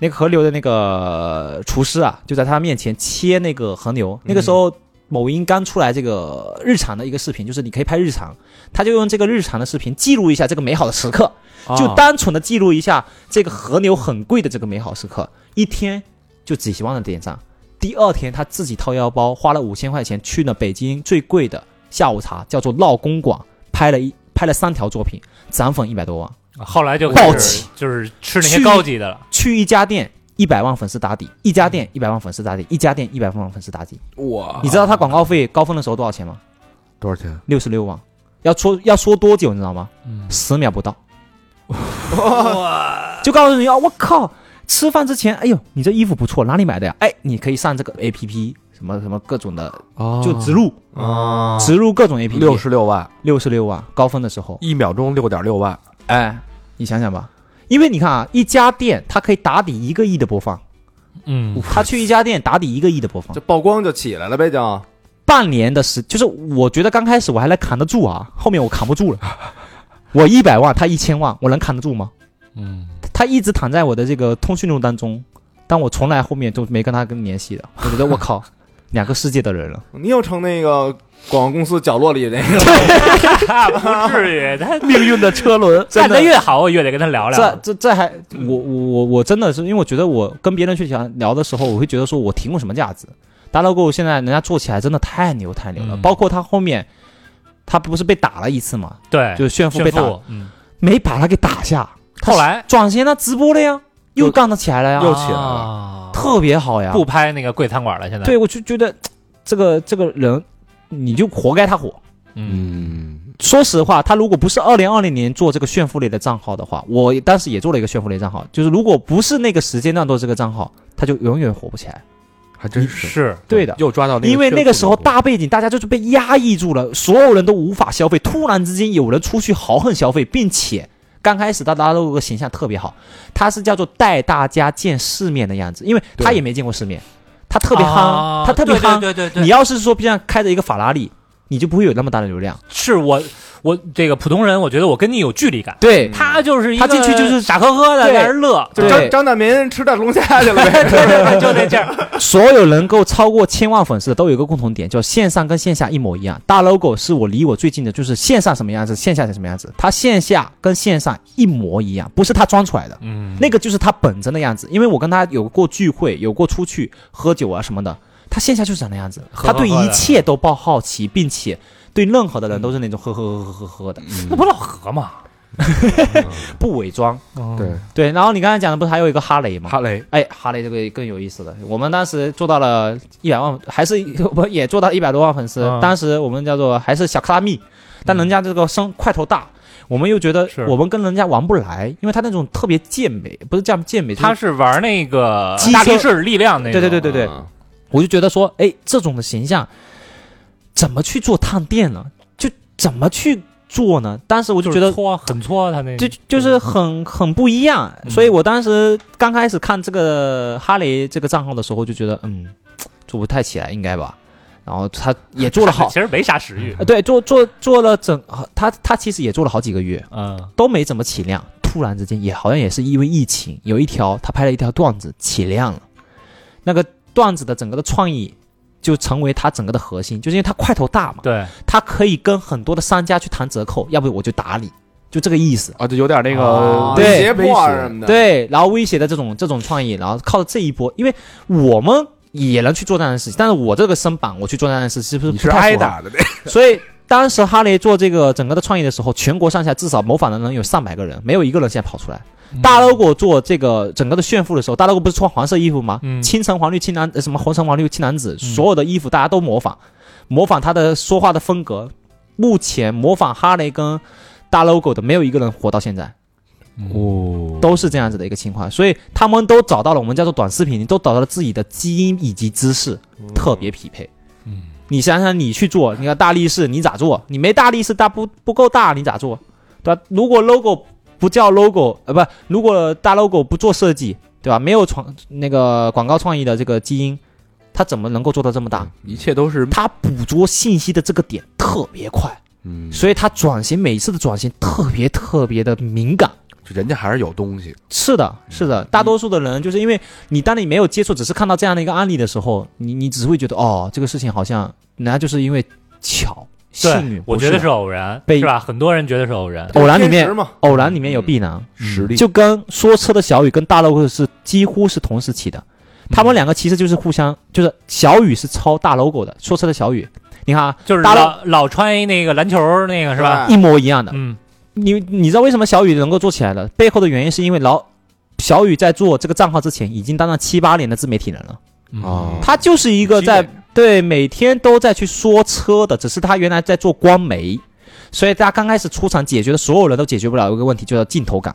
S5: 那个和牛的那个呃厨师啊，就在他面前切那个和牛。那个时候，某音刚出来这个日常的一个视频，就是你可以拍日常，他就用这个日常的视频记录一下这个美好的时刻，
S4: 啊
S5: 就单纯的记录一下这个和牛很贵的这个美好时刻，一天就几十万的点赞。第二天他自己掏腰包花了五千块钱去了北京最贵的下午茶，叫做闹公馆，拍了一拍了三条作品，涨粉一百多万。
S3: 后来就
S5: 暴
S3: 开始
S5: 起
S3: 就是吃那些
S5: 去
S3: 高级的了，
S5: 去一家店一百万粉丝打底，一家店一百万粉丝打底，一家店一百万粉丝打底。
S4: 哇
S5: 你知道他广告费高峰的时候多少钱吗？
S4: 多少钱？
S5: 六十六万。要说要说多久，你知道吗？
S3: 嗯，
S5: 十秒不到。就告诉你啊，我靠！吃饭之前，哎呦，你这衣服不错，哪里买的呀？哎，你可以上这个 A P P，什么什么各种的，
S4: 哦
S5: 就植入、
S1: 啊
S5: 植入各种 A P P，
S4: 六十六万，
S5: 六十六万高峰的时候，
S4: 一秒钟六点六万，
S5: 哎，你想想吧，因为你看啊，一家店它可以打底一个亿的播放，
S3: <laughs> 嗯，
S5: 他去一家店打底一个亿的播放
S1: 这，曝光就起来了呗，就
S5: 半年的时，就是我觉得刚开始我还能扛得住啊，后面我扛不住了。 <laughs> 我一百万，他一千万，我能扛得住吗？
S3: 嗯，
S5: 他一直躺在我的这个通讯录当中，但我从来后面都没跟他跟联系的。我觉得我靠， <laughs> 两个世界的人了。
S1: 你又成那个广告公司角落里那个
S3: 不至于，他
S4: 命运的车轮
S5: <laughs> 真
S3: 干
S5: 的
S3: 得越好，我越得跟他聊
S5: 这
S3: 聊，
S5: 这这还我我我我真的是，因为我觉得我跟别人去想聊的时候，我会觉得说我提供什么价值。达到过现在人家做起来真的太牛太牛了，
S3: 嗯
S5: 包括他后面他不是被打了一次嘛，
S3: 对，
S5: 就是炫富
S3: 哎炫
S5: 被打，
S3: 富，嗯，
S5: 没把他给打下，他
S3: 后来
S5: 转型他直播了呀，又干得起来了呀，
S4: 又起来了，
S3: 啊，
S5: 特别好呀。
S3: 不，拍那个贵餐馆了，现在
S5: 对，我就觉得嘖这个这个人，你就活该他火。
S3: 嗯，
S4: 嗯，
S5: 说实话，他如果不是二零二零年做这个炫富类的账号的话，我当时也做了一个炫富类账号，就是如果不是那个时间段做这个账号，他就永远火不起来。
S4: 还真是
S3: 是，
S5: 对的，
S4: 又抓到那个
S5: 因为那个时候
S4: 炫富的
S5: 大背景大家就是被压抑住了，所有人都无法消费。突然之间有人出去豪横消费，并且刚开始他拉露个形象特别好，他是叫做带大家见世面的样子，因为他
S4: 对
S5: 也没见过世面，他特别夯，
S3: 啊
S5: 他特别
S3: 对
S5: 夯。
S3: 对对对对，
S5: 你要是说像开着一个法拉利，你就不会有那么大的流量。
S3: 是我我这个普通人，我觉得我跟你有距离感，
S5: 对
S3: 他就是一
S5: 嗯他
S3: 个
S5: 进去就是
S3: 傻呵呵的在
S5: 对
S3: 那儿
S5: <laughs>
S3: 乐，
S1: 就
S5: 对
S1: 张张大民吃大龙虾去了呗，
S3: 对对对，就那劲儿，
S5: 所有能够超过千万粉丝的都有一个共同点，叫线上跟线下一模一样。大 logo 是我离我最近的，就是线上什么样子，线下是什么样子。它线下跟线上一模一样，不是他装出来的，
S3: <laughs> 嗯
S5: 那个就是他本真的样子。因为我跟他有过聚会，有过出去喝酒啊什么的，他线下就是长那样子。
S3: 呵呵
S5: 他
S3: 呵
S5: 对
S3: 的
S5: 一切都抱好奇，并且对任何的人都是那种呵呵呵呵呵呵的，
S3: 那不老何嘛，
S5: <laughs> 不伪装。
S4: 对
S5: 对，然后你刚才讲的不是还有一个哈雷吗？
S4: 哈雷
S5: 哎，哈雷这个更有意思了。我们当时做到了一百万，还是我们也做到一百多万粉丝。
S3: 嗯
S5: 当时我们叫做还是小克拉蜜，但人家这个生块头大，我们又觉得
S3: 是
S5: 我们跟人家玩不来，因为他那种特别健美，不是叫健美，就是
S3: 他是玩那个
S5: 机
S3: 大
S5: 车
S3: 力士力量那
S5: 对
S3: 种，啊
S5: 对对对对，我就觉得说，哎，这种的形象怎么去做探店呢？就怎么去做呢？当时我就
S3: 就
S5: 觉得
S3: 是搓很搓他那，
S5: 就就是很很不一样，
S3: 嗯
S5: 所以我当时刚开始看这个哈雷这个账号的时候，就觉得嗯，做不太起来，应该吧。然后他也做了
S3: <laughs>
S5: 好，
S3: 其实没啥食欲，
S5: 呃对，做做做了整，他他其实也做了好几个月，
S3: 嗯
S5: 都没怎么起量。突然之间，也好像也是因为疫情，有一条他拍了一条段子起量了，那个段子的整个的创意就成为他整个的核心，就是因为他块头大嘛，
S3: 对，
S5: 他可以跟很多的商家去谈折扣，要不我就打你，就这个意思。
S4: 啊，就有点那
S1: 啊
S4: 个
S5: 对
S1: 胁迫啊什么的，，
S5: 对，然后威胁的这种这种创意，然后靠这一波，因为我们也能去做这样的事情，但是我这个身板我去做这样的事情，是不是
S4: 你
S5: 不
S4: 是
S5: 太
S4: 挨
S5: 符合？
S4: 打的，
S5: <laughs> 所以当时哈雷做这个整个的创业的时候，全国上下至少模仿的能有上百个人，没有一个人现在跑出来。大 logo 做这个整个的炫富的时候，大 logo 不是穿黄色衣服吗？
S3: 嗯
S5: 青橙黄绿青蓝呃什么红橙黄绿青蓝紫，所有的衣服大家都模仿，模仿他的说话的风格。目前模仿哈雷跟大 logo 的没有一个人活到现在，
S4: 嗯
S2: 哦，
S5: 都是这样子的一个情况，所以他们都找到了我们叫做短视频，都找到了自己的基因以及知识特别匹配。
S2: 嗯，
S5: 你想想，你去做，你看大力士，你咋做？你没大力士大不不够大，你咋做？对吧？如果 logo 不叫 logo，呃，不，如果大 logo 不做设计，对吧？没有创那个广告创意的这个基因，它怎么能够做到这么大？
S4: 一切都是
S5: 它捕捉信息的这个点特别快，
S4: 嗯，
S5: 所以它转型每一次的转型特别特别的敏感。
S4: 人家还是有东西，
S5: 是的，
S3: 嗯
S5: 是的，大多数的人就是因为你当你没有接触，只是看到这样的一个案例的时候，你你只会觉得哦，这个事情好像人家就是因为巧幸运
S3: 对，，我
S5: 不
S3: 觉得
S5: 是
S3: 是偶然，
S5: 被
S3: 是吧？很多人觉得是偶然，
S5: 偶然里
S1: 天
S5: 面
S1: 时嘛，
S5: 偶然里面有必
S3: 嗯
S5: 然，
S4: 嗯实力
S5: 就跟说车的小雨跟大 logo 是几乎是同时期的，
S3: 嗯
S5: 他们两个其实就是互相就是小雨是抄大 logo 的，说车的小雨，你看啊
S3: 就是
S5: 大
S3: 老老穿一那个篮球儿那个是
S1: 哎
S3: 吧？
S5: 一模一样的，
S3: 啊嗯，
S5: 你你知道为什么小雨能够做起来的？背后的原因是因为老小雨在做这个账号之前已经当上七八年的自媒体人了。
S3: 嗯
S4: 啊，
S5: 他就是一个在
S1: 经
S5: 对每天都在去说车的，只是他原来在做光媒，所以他刚开始出场解决的所有人都解决不了一个问题，就叫镜头感。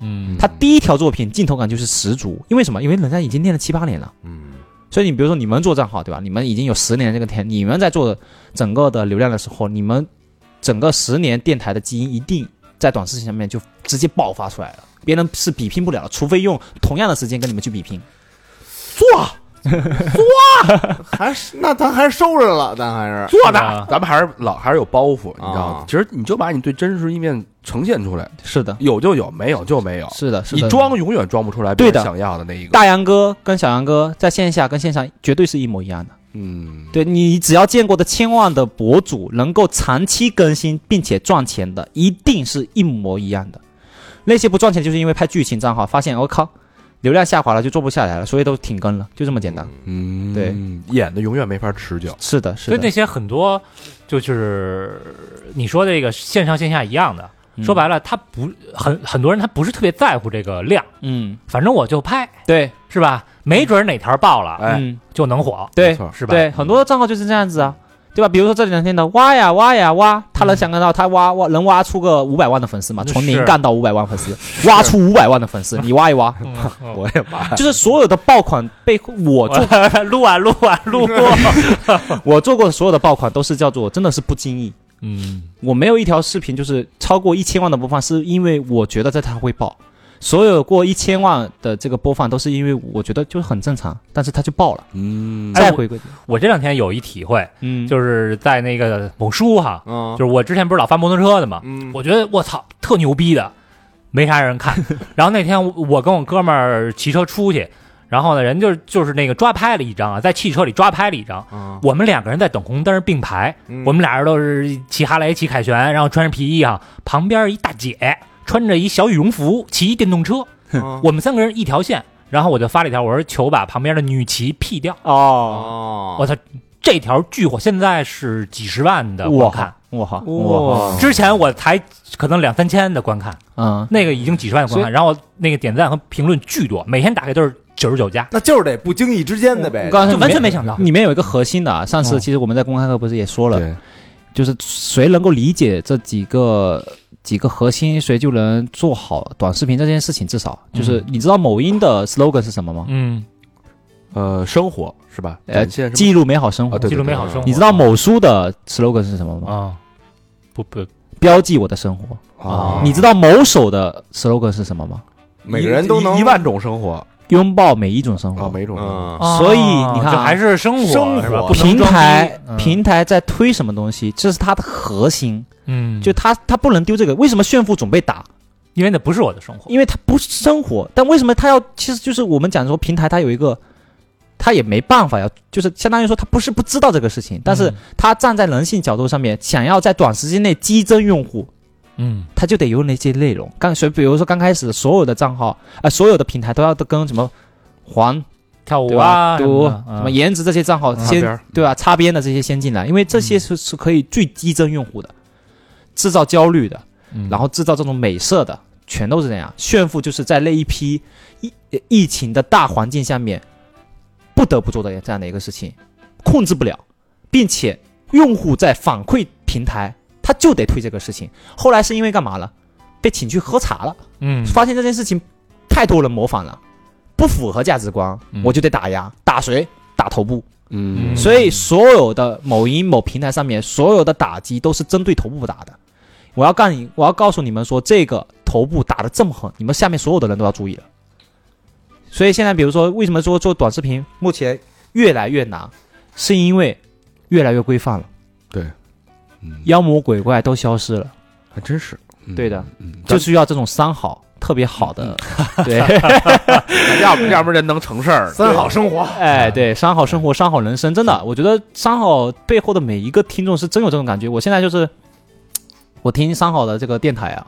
S3: 嗯
S5: 他第一条作品镜头感就是十足，因为什么？因为人家已经练了七八年了。
S1: 嗯，
S5: 所以你比如说你们做账号对吧？你们已经有十年这个天，你们在做整个的流量的时候，你们整个十年电台的基因一定在短视频上面就直接爆发出来了，别人是比拼不了的，除非用同样的时间跟你们去比拼。
S1: 还是那咱还是收拾了，咱还是
S4: 做
S3: 是
S4: 的
S3: 吧，
S4: 咱们还是啊老还是有包袱，你知道
S1: 啊
S4: 吗？其实你就把你最真实一面呈现出来，
S5: 是的，
S4: 有就有，没有就没有。
S5: 是的，是
S4: 你
S5: 的。
S4: 装永远装不出来
S5: 对
S4: 别
S5: 的
S4: 人想要的那一个。
S5: 大杨哥跟小杨哥在线下跟线上绝对是一模一样的。
S4: 嗯，
S5: 对你只要见过的千万的博主，能够长期更新并且赚钱的，一定是一模一样的。那些不赚钱，就是因为拍剧情账号，发现我、靠，流量下滑了就做不下来了，所以都停更了，就这么简单。
S4: 嗯，
S5: 对，
S4: 演的永远没法持久。
S5: 是的，
S3: 所
S5: 是
S3: 以那
S5: 的。
S3: 些很多就是你说这个线上线下一样的，
S5: 嗯
S3: 说白了，他不很很多人他不是特别在乎这个量，
S5: 嗯，
S3: 反正我就拍，
S5: 对，
S3: 是吧？没准儿哪条爆了
S4: 哎
S5: 嗯，
S3: 就能火，
S4: 没
S5: 对，
S4: 错
S3: 是吧？
S5: 对，很多的账号就是这样子啊，对吧？比如说这两天的挖呀挖呀挖，他能想象到他挖挖能挖出个五百万的粉丝吗？
S3: 是
S5: 从零干到五百万粉 <laughs> 丝，挖出五百万的粉丝，你挖一 <laughs> 挖，
S3: 嗯，
S4: 我也妈，
S5: 就是所有的爆款被我做
S3: 我 <laughs> 录啊录啊录，
S5: <laughs> 我做过的所有的爆款都是叫做真的是不经意，
S3: 嗯，
S5: 我没有一条视频就是超过一千万的播放，是因为我觉得在它会爆。所有过一千万的这个播放都是因为我觉得就是很正常，但是它就爆了。
S4: 嗯，
S3: 哎
S5: 再
S3: 我
S5: 回归，
S3: 我这两天有一体会，
S5: 嗯，
S3: 就是在那个某书哈，
S1: 嗯
S3: 就是我之前不是老发摩托车的嘛，
S1: 嗯，
S3: 我觉得我操特牛逼的，没啥人看。然后那天我我跟我哥们儿骑车出去，然后呢，人就就是那个抓拍了一张啊，在汽车里抓拍了一张。
S1: 啊
S3: 我们两个人在等红灯并排，
S1: 嗯
S3: 我们俩人都是骑哈雷、骑凯旋，然后穿着皮衣啊，旁边一大姐穿着一小羽绒服，骑一电动车，
S1: 啊
S3: 我们三个人一条线。然后我就发了一条，我说求把旁边的女骑 P 掉。
S5: 哦，
S1: 哦，
S3: 我操，这条巨火，现在是几十万的观看
S5: 哇。我哦好嗯我好，
S4: 哇，
S3: 之前我才可能两三千的观看，
S5: 嗯，
S3: 那个已经几十万观
S5: 所
S3: 看，然后那个点赞和评论巨多，每天打开都是九十九加，
S1: 那就是得不经意之间的呗
S5: 我，刚才
S3: 就完全没想到。
S5: 里面有一个核心的啊，上次
S3: 嗯
S5: 其实我们在公开课不是也说了，
S4: 哦对，
S5: 就是谁能够理解这几个几个核心，谁就能做好短视频这件事情。至少
S4: 嗯
S5: 就是你知道某音的 slogan 是什么吗？
S3: 嗯，
S4: 呃，生活是吧？
S5: 呃
S4: 展现是吧
S5: 记录美好生活
S4: 啊，。对
S3: 记录美好生活。
S5: 你知道某书的 slogan 是什么吗？
S3: 啊？不不，
S5: 标记我的生活。
S4: 啊，
S5: 你知道某手的 slogan 是什么吗？
S1: 每个人都
S4: 一
S1: 能
S4: 一万种生活
S5: 拥抱每一种生
S4: 啊，
S5: 活。
S4: 每种生活
S1: 嗯
S5: 所以你看啊
S3: 这还是生活，
S1: 生活
S3: 是吧不能
S5: 平
S3: 装逼
S5: 台
S3: 嗯
S5: 平台在推什么东西？这是它的核心，
S3: 嗯，
S5: 就它它不能丢这个。为什么炫富总被打？
S3: 因为那不是我的生活，
S5: 因为它不是生活。但为什么它要？其实就是我们讲说平台它有一个，它也没办法呀，就是相当于说它不是不知道这个事情，但
S3: 嗯
S5: 是它站在人性角度上面，想要在短时间内激增用户，
S3: 嗯
S5: 它就得有那些内容。刚所以比如说刚开始所有的账号啊、呃所有的平台都要都跟什么黄
S3: 跳舞
S5: 对吧？
S3: 啊什
S5: 读
S3: 么
S5: 什
S3: 的
S5: 么
S3: 嗯嗯
S5: 颜值这些账号
S4: 擦边
S5: 先
S4: 儿
S5: 对吧？擦边的这些先进来，因为这些是是可以最激增用户的，制造焦虑的，
S3: 嗯
S5: 然后制造这种美色的，全都是这样。炫富就是在那一批疫疫情的大环境下面不得不做的这样的一个事情，控制不了，并且用户在反馈平台，他就得推这个事情。后来是因为干嘛了？被请去喝茶了。
S3: 嗯
S5: 发现这件事情太多人模仿了，不符合价值观，
S3: 嗯
S5: 我就得打压，打谁？打头部。
S4: 嗯
S3: 嗯
S5: 所以所有的某音某平台上面所有的打击都是针对头部打的。我要告你，我要告诉你们说，这个头部打的这么狠，你们下面所有的人都要注意了。所以现在，比如说，为什么说做短视频目前越来越难，是因为越来越规范了，
S4: 嗯，
S5: 妖魔鬼怪都消失了。
S4: 还真是，嗯
S5: 对的，
S4: 嗯，
S5: 就需要这种三好特别好
S3: <laughs>
S5: 的，对，
S4: 咱要不要不人能成事儿，
S1: 三好生活，
S5: 哎，对，三好生活，三好人生，真的，我觉得三好背后的每一个听众是真有这种感觉。我现在就是，我听三好的这个电台啊，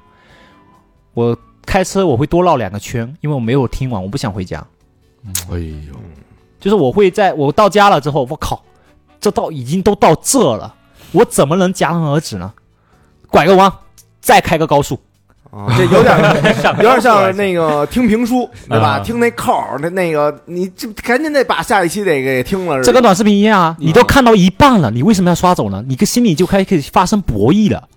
S5: 我开车我会多绕两个圈，因为我没有听完，我不想回家。
S4: 哎呦，
S5: 就是我会在我到家了之后，我靠，这到已经都到这了，我怎么能戛然而止呢？拐个弯，再开个高速，
S1: 啊这有点有点像那个听评书，对吧？
S3: 啊
S1: 听那扣儿，那那个你这赶紧得把下一期得给听了。
S5: 这跟短视频一样啊，你都看到一半了，你为什么要刷走呢？你跟心里就开始发生博弈了，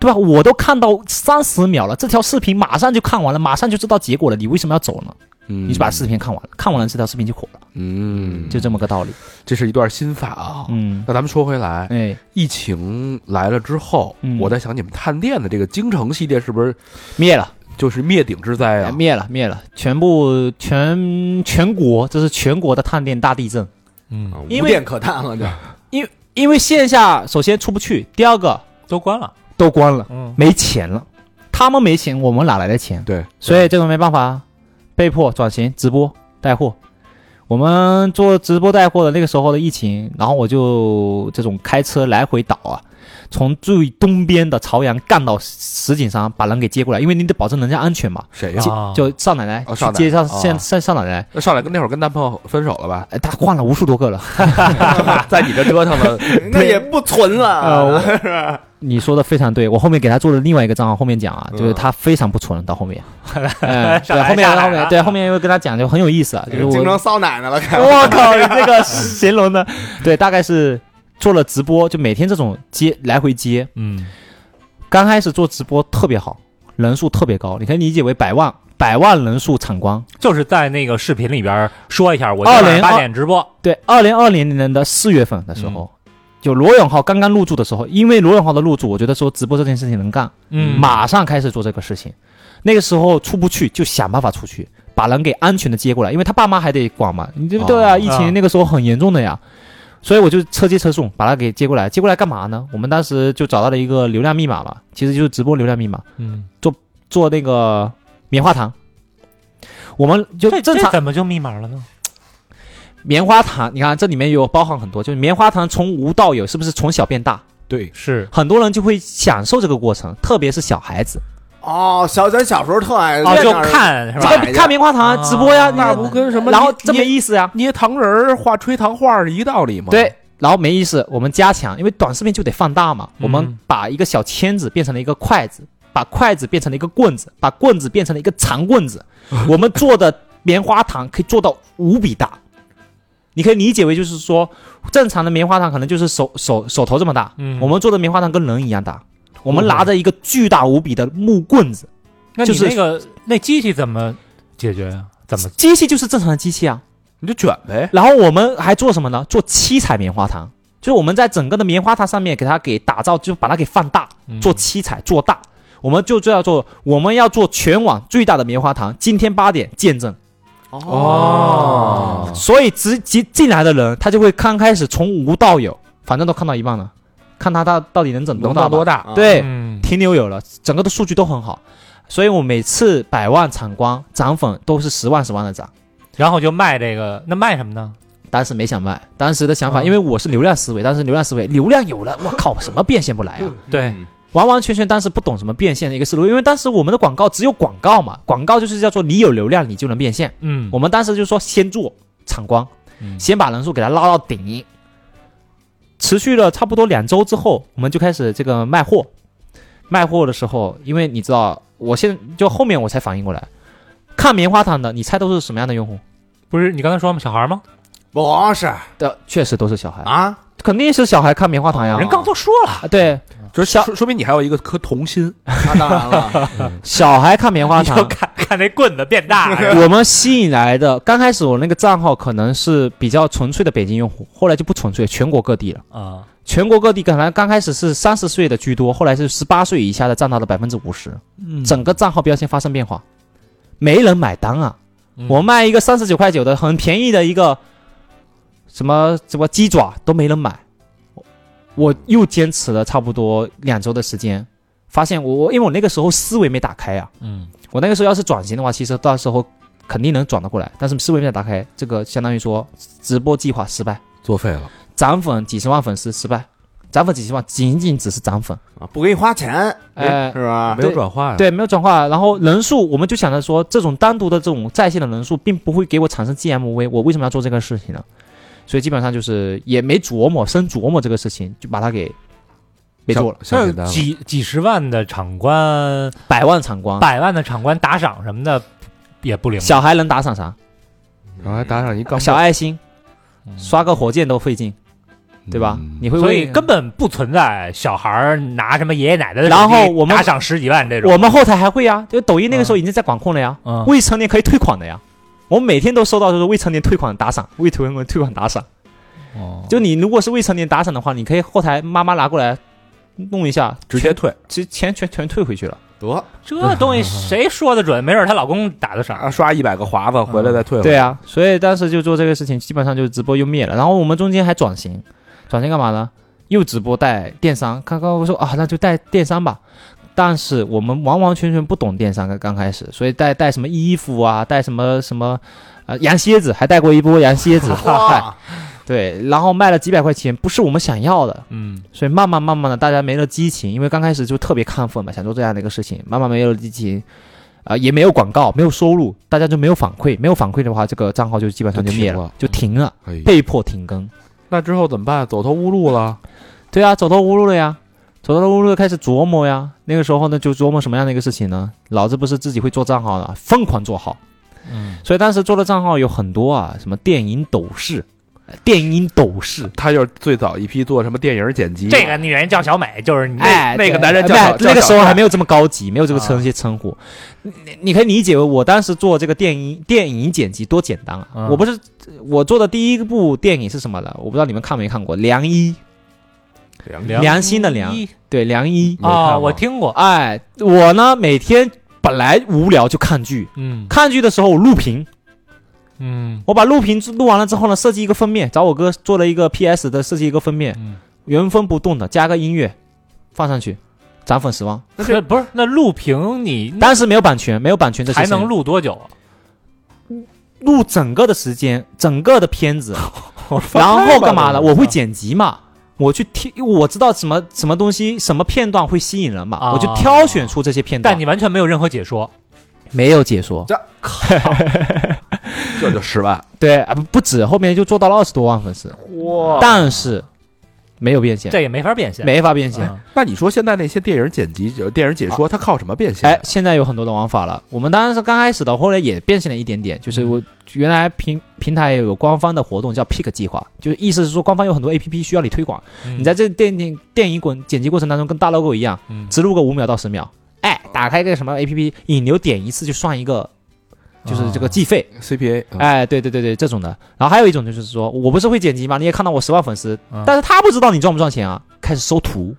S5: 对吧？我都看到三十秒了，这条视频马上就看完了，马上就知道结果了，你为什么要走呢？
S4: 你
S5: 你就把视，频看完了，看完了这条视频就火了，
S4: 嗯，
S5: 就这么个道理。
S4: 这是一段心法啊。
S5: 嗯，
S4: 那咱们说回来，
S5: 哎，
S4: 疫情来了之后，
S5: 嗯
S4: 我在想你们探店的这个京城系列是不是
S5: 灭了，哎
S4: 就是灭顶之灾啊？
S5: 灭了，灭了，全部全全国，这是全国的探店大地震。
S1: 啊
S3: 嗯
S1: 无
S5: 因为
S1: 店可探了，就
S5: 因为线下首先出不去，第二个
S3: 都关了，
S5: 都关了，
S3: 嗯
S5: 没钱了，他们没钱，我们哪来的钱？
S4: 对，
S5: 所以这个没办法，被迫转型直播带货。我们做直播带货的那个时候的疫情，然后我就这种开车来回倒啊，从最东边的朝阳干到石景山，把人给接过来，因为你得保证人家安全嘛。
S4: 谁呀？
S3: 啊
S5: 就少奶奶
S4: 哦
S5: 去
S4: 少奶奶
S5: 接上
S4: 哦
S5: 上上少奶奶，
S4: 那上来跟那会儿跟男朋友分手了 <laughs> 吧？
S5: 哎，她换了无数多个了。
S4: 在你这折腾了，
S1: 那也不存
S5: 呃，
S1: 了。啊
S5: 我你说的非常对，我后面给他做了另外一个账号，后面讲啊，就是
S1: 嗯
S5: 他非常不纯，到后
S3: <laughs>
S5: 面，哎
S3: 上
S5: 对，
S3: 来
S5: 后面
S3: 下来
S5: 后面
S3: 啊
S5: 对后面又跟他讲就很有意思啊，就是
S1: <laughs>
S5: 我
S1: 经常骚奶奶了，看
S5: <laughs> 我靠，你这个形容的，对，大概是做了直播，就每天这种接来回接。
S3: 嗯
S5: 刚开始做直播特别好，人数特别高，你可以理解为百万百万人数场观。
S3: 就是在那个视频里边说一下，我今晚
S5: 2020
S3: 八点直播，
S5: 对，二零二零年的四月份的时候，就罗永浩刚刚入驻的时候，因为罗永浩的入驻，我觉得说直播这件事情能干，
S3: 嗯
S5: 马上开始做这个事情。那个时候出不去，就想办法出去，把人给安全的接过来，因为他爸妈还得管嘛，你对不对啊？
S4: 哦
S5: 疫
S3: 啊
S5: 情那个时候很严重的呀，所以我就车接车送，把他给接过来。接过来干嘛呢？我们当时就找到了一个流量密码嘛，其实就是直播流量密码，
S3: 嗯，
S5: 做那个棉花糖。我们就
S3: 这
S5: 正
S3: 这
S5: 常
S3: 怎么就密码了呢？
S5: 棉花糖，你看这里面有包含很多，就是棉花糖从无到有，是不是从小变大？
S4: <laughs> 对，
S3: 是
S5: 很多人就会享受这个过程，特别是小孩子，
S1: 哦，小咱小时候特爱
S3: 哦，就
S1: 那儿
S3: 看是
S5: 这
S3: 吧？
S5: 个看棉花糖啊
S3: 啊
S5: 直播呀，
S4: 那
S5: 你
S4: 不跟什么
S5: 然后
S4: 捏
S5: 这么意思呀？
S4: 捏糖人儿画吹糖画是一道理
S3: 啊
S4: 吗？
S5: 对，，然后没意思，我们加强，因为短视频就得放大嘛。
S3: 嗯
S5: 我们把一个小签子变成了一个筷子，把筷子变成了一个棍子，把棍子变成了一个长棍
S3: <laughs>
S5: 子。我们做的棉花糖可以做到无比大，你可以理解为就是说，正常的棉花糖可能就是手手手头这么大，
S3: 嗯
S5: 我们做的棉花糖跟人一样大。我们拿着一个巨大无比的木棍子，
S3: 那
S5: 就
S3: 你
S5: 是
S3: 那个那机器怎么解决呀？怎么
S5: 机器就是正常的机器啊。
S4: 你就卷呗。
S5: 然后我们还做什么呢？做七彩棉花糖，就是我们在整个的棉花糖上面给它给打造，就把它给放大，
S3: 嗯
S4: 嗯
S5: 做七彩做大。我们就这样做，我们要做全网最大的棉花糖。今天八点见证，哦
S4: 哦，
S5: 所以直接进来的人，他就会刚开始从无到有，反正都看到一半了，看他到到底能整
S4: 能
S5: 大
S4: 到多
S5: 大。
S4: 大？
S1: 啊
S5: 对，
S3: 嗯
S5: 停留有了，整个的数据都很好，所以我每次百万场光涨粉都是十万十万的涨。
S3: 然后就卖这个，那卖什么呢？
S5: 当时没想卖，当时的想法，
S3: 嗯
S5: 因为我是流量思维，当时流量思维，流量 <laughs> 有了，我靠，什么变现不来啊？
S3: 对，
S1: 嗯
S5: 完完全全当时不懂什么变现的一个思路，因为当时我们的广告只有广告嘛，广告就是叫做你有流量你就能变现，
S3: 嗯
S5: 我们当时就说先做，场光，
S3: 嗯
S5: 先把人数给它拉到顶。持续了差不多两周之后，我们就开始这个卖货。卖货的时候，因为你知道，我现就后面我才反应过来，看棉花糖的，你猜都是什么样的用户？
S3: 不是你刚才说吗？小孩吗？
S1: 不啊是
S5: 的确实都是小孩，
S1: 啊，
S5: 肯定是小孩看棉花糖呀。
S3: 哦人刚都说了，
S5: 啊对，
S4: 就是说说明你还有一个颗童心，
S1: 那当然
S5: <laughs>
S1: 了，
S5: 小孩看棉花
S3: <laughs> 你
S5: 糖
S3: 就，看看那棍子变大
S5: <laughs>
S3: 了。
S5: 我们吸引来的，刚开始我那个账号可能是比较纯粹的北京用户，后来就不纯粹，全国各地了。
S3: 啊，
S5: 全国各地可能刚开始是三十岁的居多，后来是十八岁以下的占到了百分之五十，
S3: 嗯
S5: 嗯整个账号标签发生变化，没人买单啊！
S3: 嗯
S5: 我卖一个三十九块九的很便宜的一个什么什么鸡爪都没人买，我又坚持了差不多两周的时间，发现我我因为我那个时候思维没打开啊，
S3: 嗯
S5: 我那个时候要是转型的话，其实到时候肯定能转得过来，但是思维没有打开，这个相当于说直播计划失败，
S4: 作废了。
S5: 涨粉几十万粉丝失败，涨粉几十万仅仅只是涨粉，
S1: 啊不给你花钱，
S5: 哎、
S1: 是吧？
S4: 没有转化呀，
S5: 对，没有转化。然后人数，我们就想着说，这种单独的这种在线的人数，并不会给我产生 GMV，我为什么要做这个事情呢？所以基本上就是也没琢磨，深琢磨这个事情，就把它给没做了。
S4: 想
S3: 那
S4: 简单了。
S3: 几几十万的场官，
S5: 百万场光，
S3: 百万的场官打赏什么的也不灵。
S5: 小孩能打赏啥？
S4: 然后还打赏一钢
S5: 小爱心，
S3: 嗯
S5: 刷个火箭都费劲，对吧？
S4: 嗯
S5: 你会
S3: 所
S5: 为
S3: 以根本不存在小孩儿拿什么爷爷奶奶的手机
S5: 然后我们
S3: 打赏十几万这种。
S5: 我们后台还会啊，就抖音那个时候已经在管控了呀，
S3: 嗯
S5: 未成年可以退款的呀。我每天都收到就是未成年退款打赏，未成年退款打赏。
S4: 哦
S5: 就你如果是未成年打赏的话，你可以后台妈妈拿过来弄一下，
S4: 直接退，
S5: 其实钱全全退回去了。
S1: 得
S3: 这东西谁说的准？没准她老公打的赏。
S4: 啊刷一百个华子回来再退回来。
S5: 对啊，所以当时就做这个事情，基本上就是直播又灭了。然后我们中间还转型，转型干嘛呢？又直播带电商。刚刚我说啊，那就带电商吧。但是我们完完全全不懂电商，刚刚开始，所以带带什么衣服啊，带什么 <laughs> 什么，呃，羊蝎子还带过一波羊蝎
S1: <laughs>
S5: 子，嗨
S1: 哇，
S5: 对，然后卖了几百块钱，不是我们想要的，
S3: 嗯
S5: 所以慢慢慢慢的，大家没了激情，因为刚开始就特别亢奋嘛，想做这样的一个事情，慢慢没有激情，啊、也没有广告，没有收入，大家就没有反馈，没有反馈的话，这个账号就基本上就灭了，就停了，嗯
S4: 哎呀，
S5: 被迫停更。
S4: 那之后怎么办？走投无路了，
S5: 对啊，走投无路了呀，走投无路了开始琢磨呀。那个时候呢，就琢磨什么样的一个事情呢？老子不是自己会做账号了，疯狂做号。
S3: 嗯，
S5: 所以当时做的账号有很多啊，什么电影斗士，呃电影斗士，
S4: 他就是最早一批做什么电影剪辑，
S3: 这个女人叫小美，就是你
S5: 哎，
S4: 那个
S5: 对
S4: 男人叫
S5: 哎
S4: 小叫
S5: 那个
S4: 小
S5: 时候
S4: 帅
S5: 还没有这么高级，没有这个称
S3: 啊
S5: 些称呼。你你可以理解为我当时做这个电影电影剪辑多简单啊！
S3: 啊
S5: 我不是我做的第一部电影是什么了？我不知道你们看没看过《良医》，良心的良
S3: 一
S5: 对《良医》
S4: 没看
S3: 啊，
S4: 过
S3: 我听过。
S5: 哎，我呢每天本来无聊就看剧，
S3: 嗯
S5: 看剧的时候我录屏，
S3: 嗯
S5: 我把录屏录完了之后呢，设计一个封面，找我哥做了一个 PS 的设计一个封面，
S3: 嗯，
S5: 原封不动的加个音乐放上去，涨粉十万。
S3: 那这不是那录屏你
S4: 嗯
S5: 当时没有版权，没有版权这些
S3: 还
S5: 事情
S3: 能录多久 <laughs> 啊？
S5: 录整个的时间，整个的片子，
S3: 翻
S5: 然
S3: 拍吧
S5: 后干嘛呢？
S3: 这个嗯
S5: 我会剪辑嘛，我去挑，我知道什么什么东西，什么片段会吸引人嘛，
S3: 啊
S5: 我就挑选出这些片段。
S3: 但你完全没有任何解说。
S5: 没有解说，
S4: 这就十万，
S5: 对啊，不不止，后面就做到了二十多万粉丝，
S4: 哇！
S5: 但是没有变现，
S3: 这也没法变现。
S5: 没法变现。
S3: 嗯
S4: 那你说现在那些电影剪辑、有电影解说，他靠什么变现？啊
S5: 哎，，现在有很多的玩法了。我们当然是刚开始的，后来也变现了一点点。就是我原来平平台也有官方的活动叫 Pick 计划，就是意思是说官方有很多 APP 需要你推广，<laughs>
S3: 嗯
S5: 你在这电影电影滚剪辑过程当中跟大 logo 一样，
S3: 嗯
S5: 植入个五秒到十秒，哎，
S3: 哦
S5: 打开个什么 APP，引流点一次就算一个，
S3: 啊
S5: 就是这个计费，
S4: CPA，嗯
S5: 哎，对对对对，这种的。然后还有一种就是说我不是会剪辑吗？你也看到我十万粉丝，
S3: 嗯
S5: 但是他不知道你赚不赚钱啊，开始收图。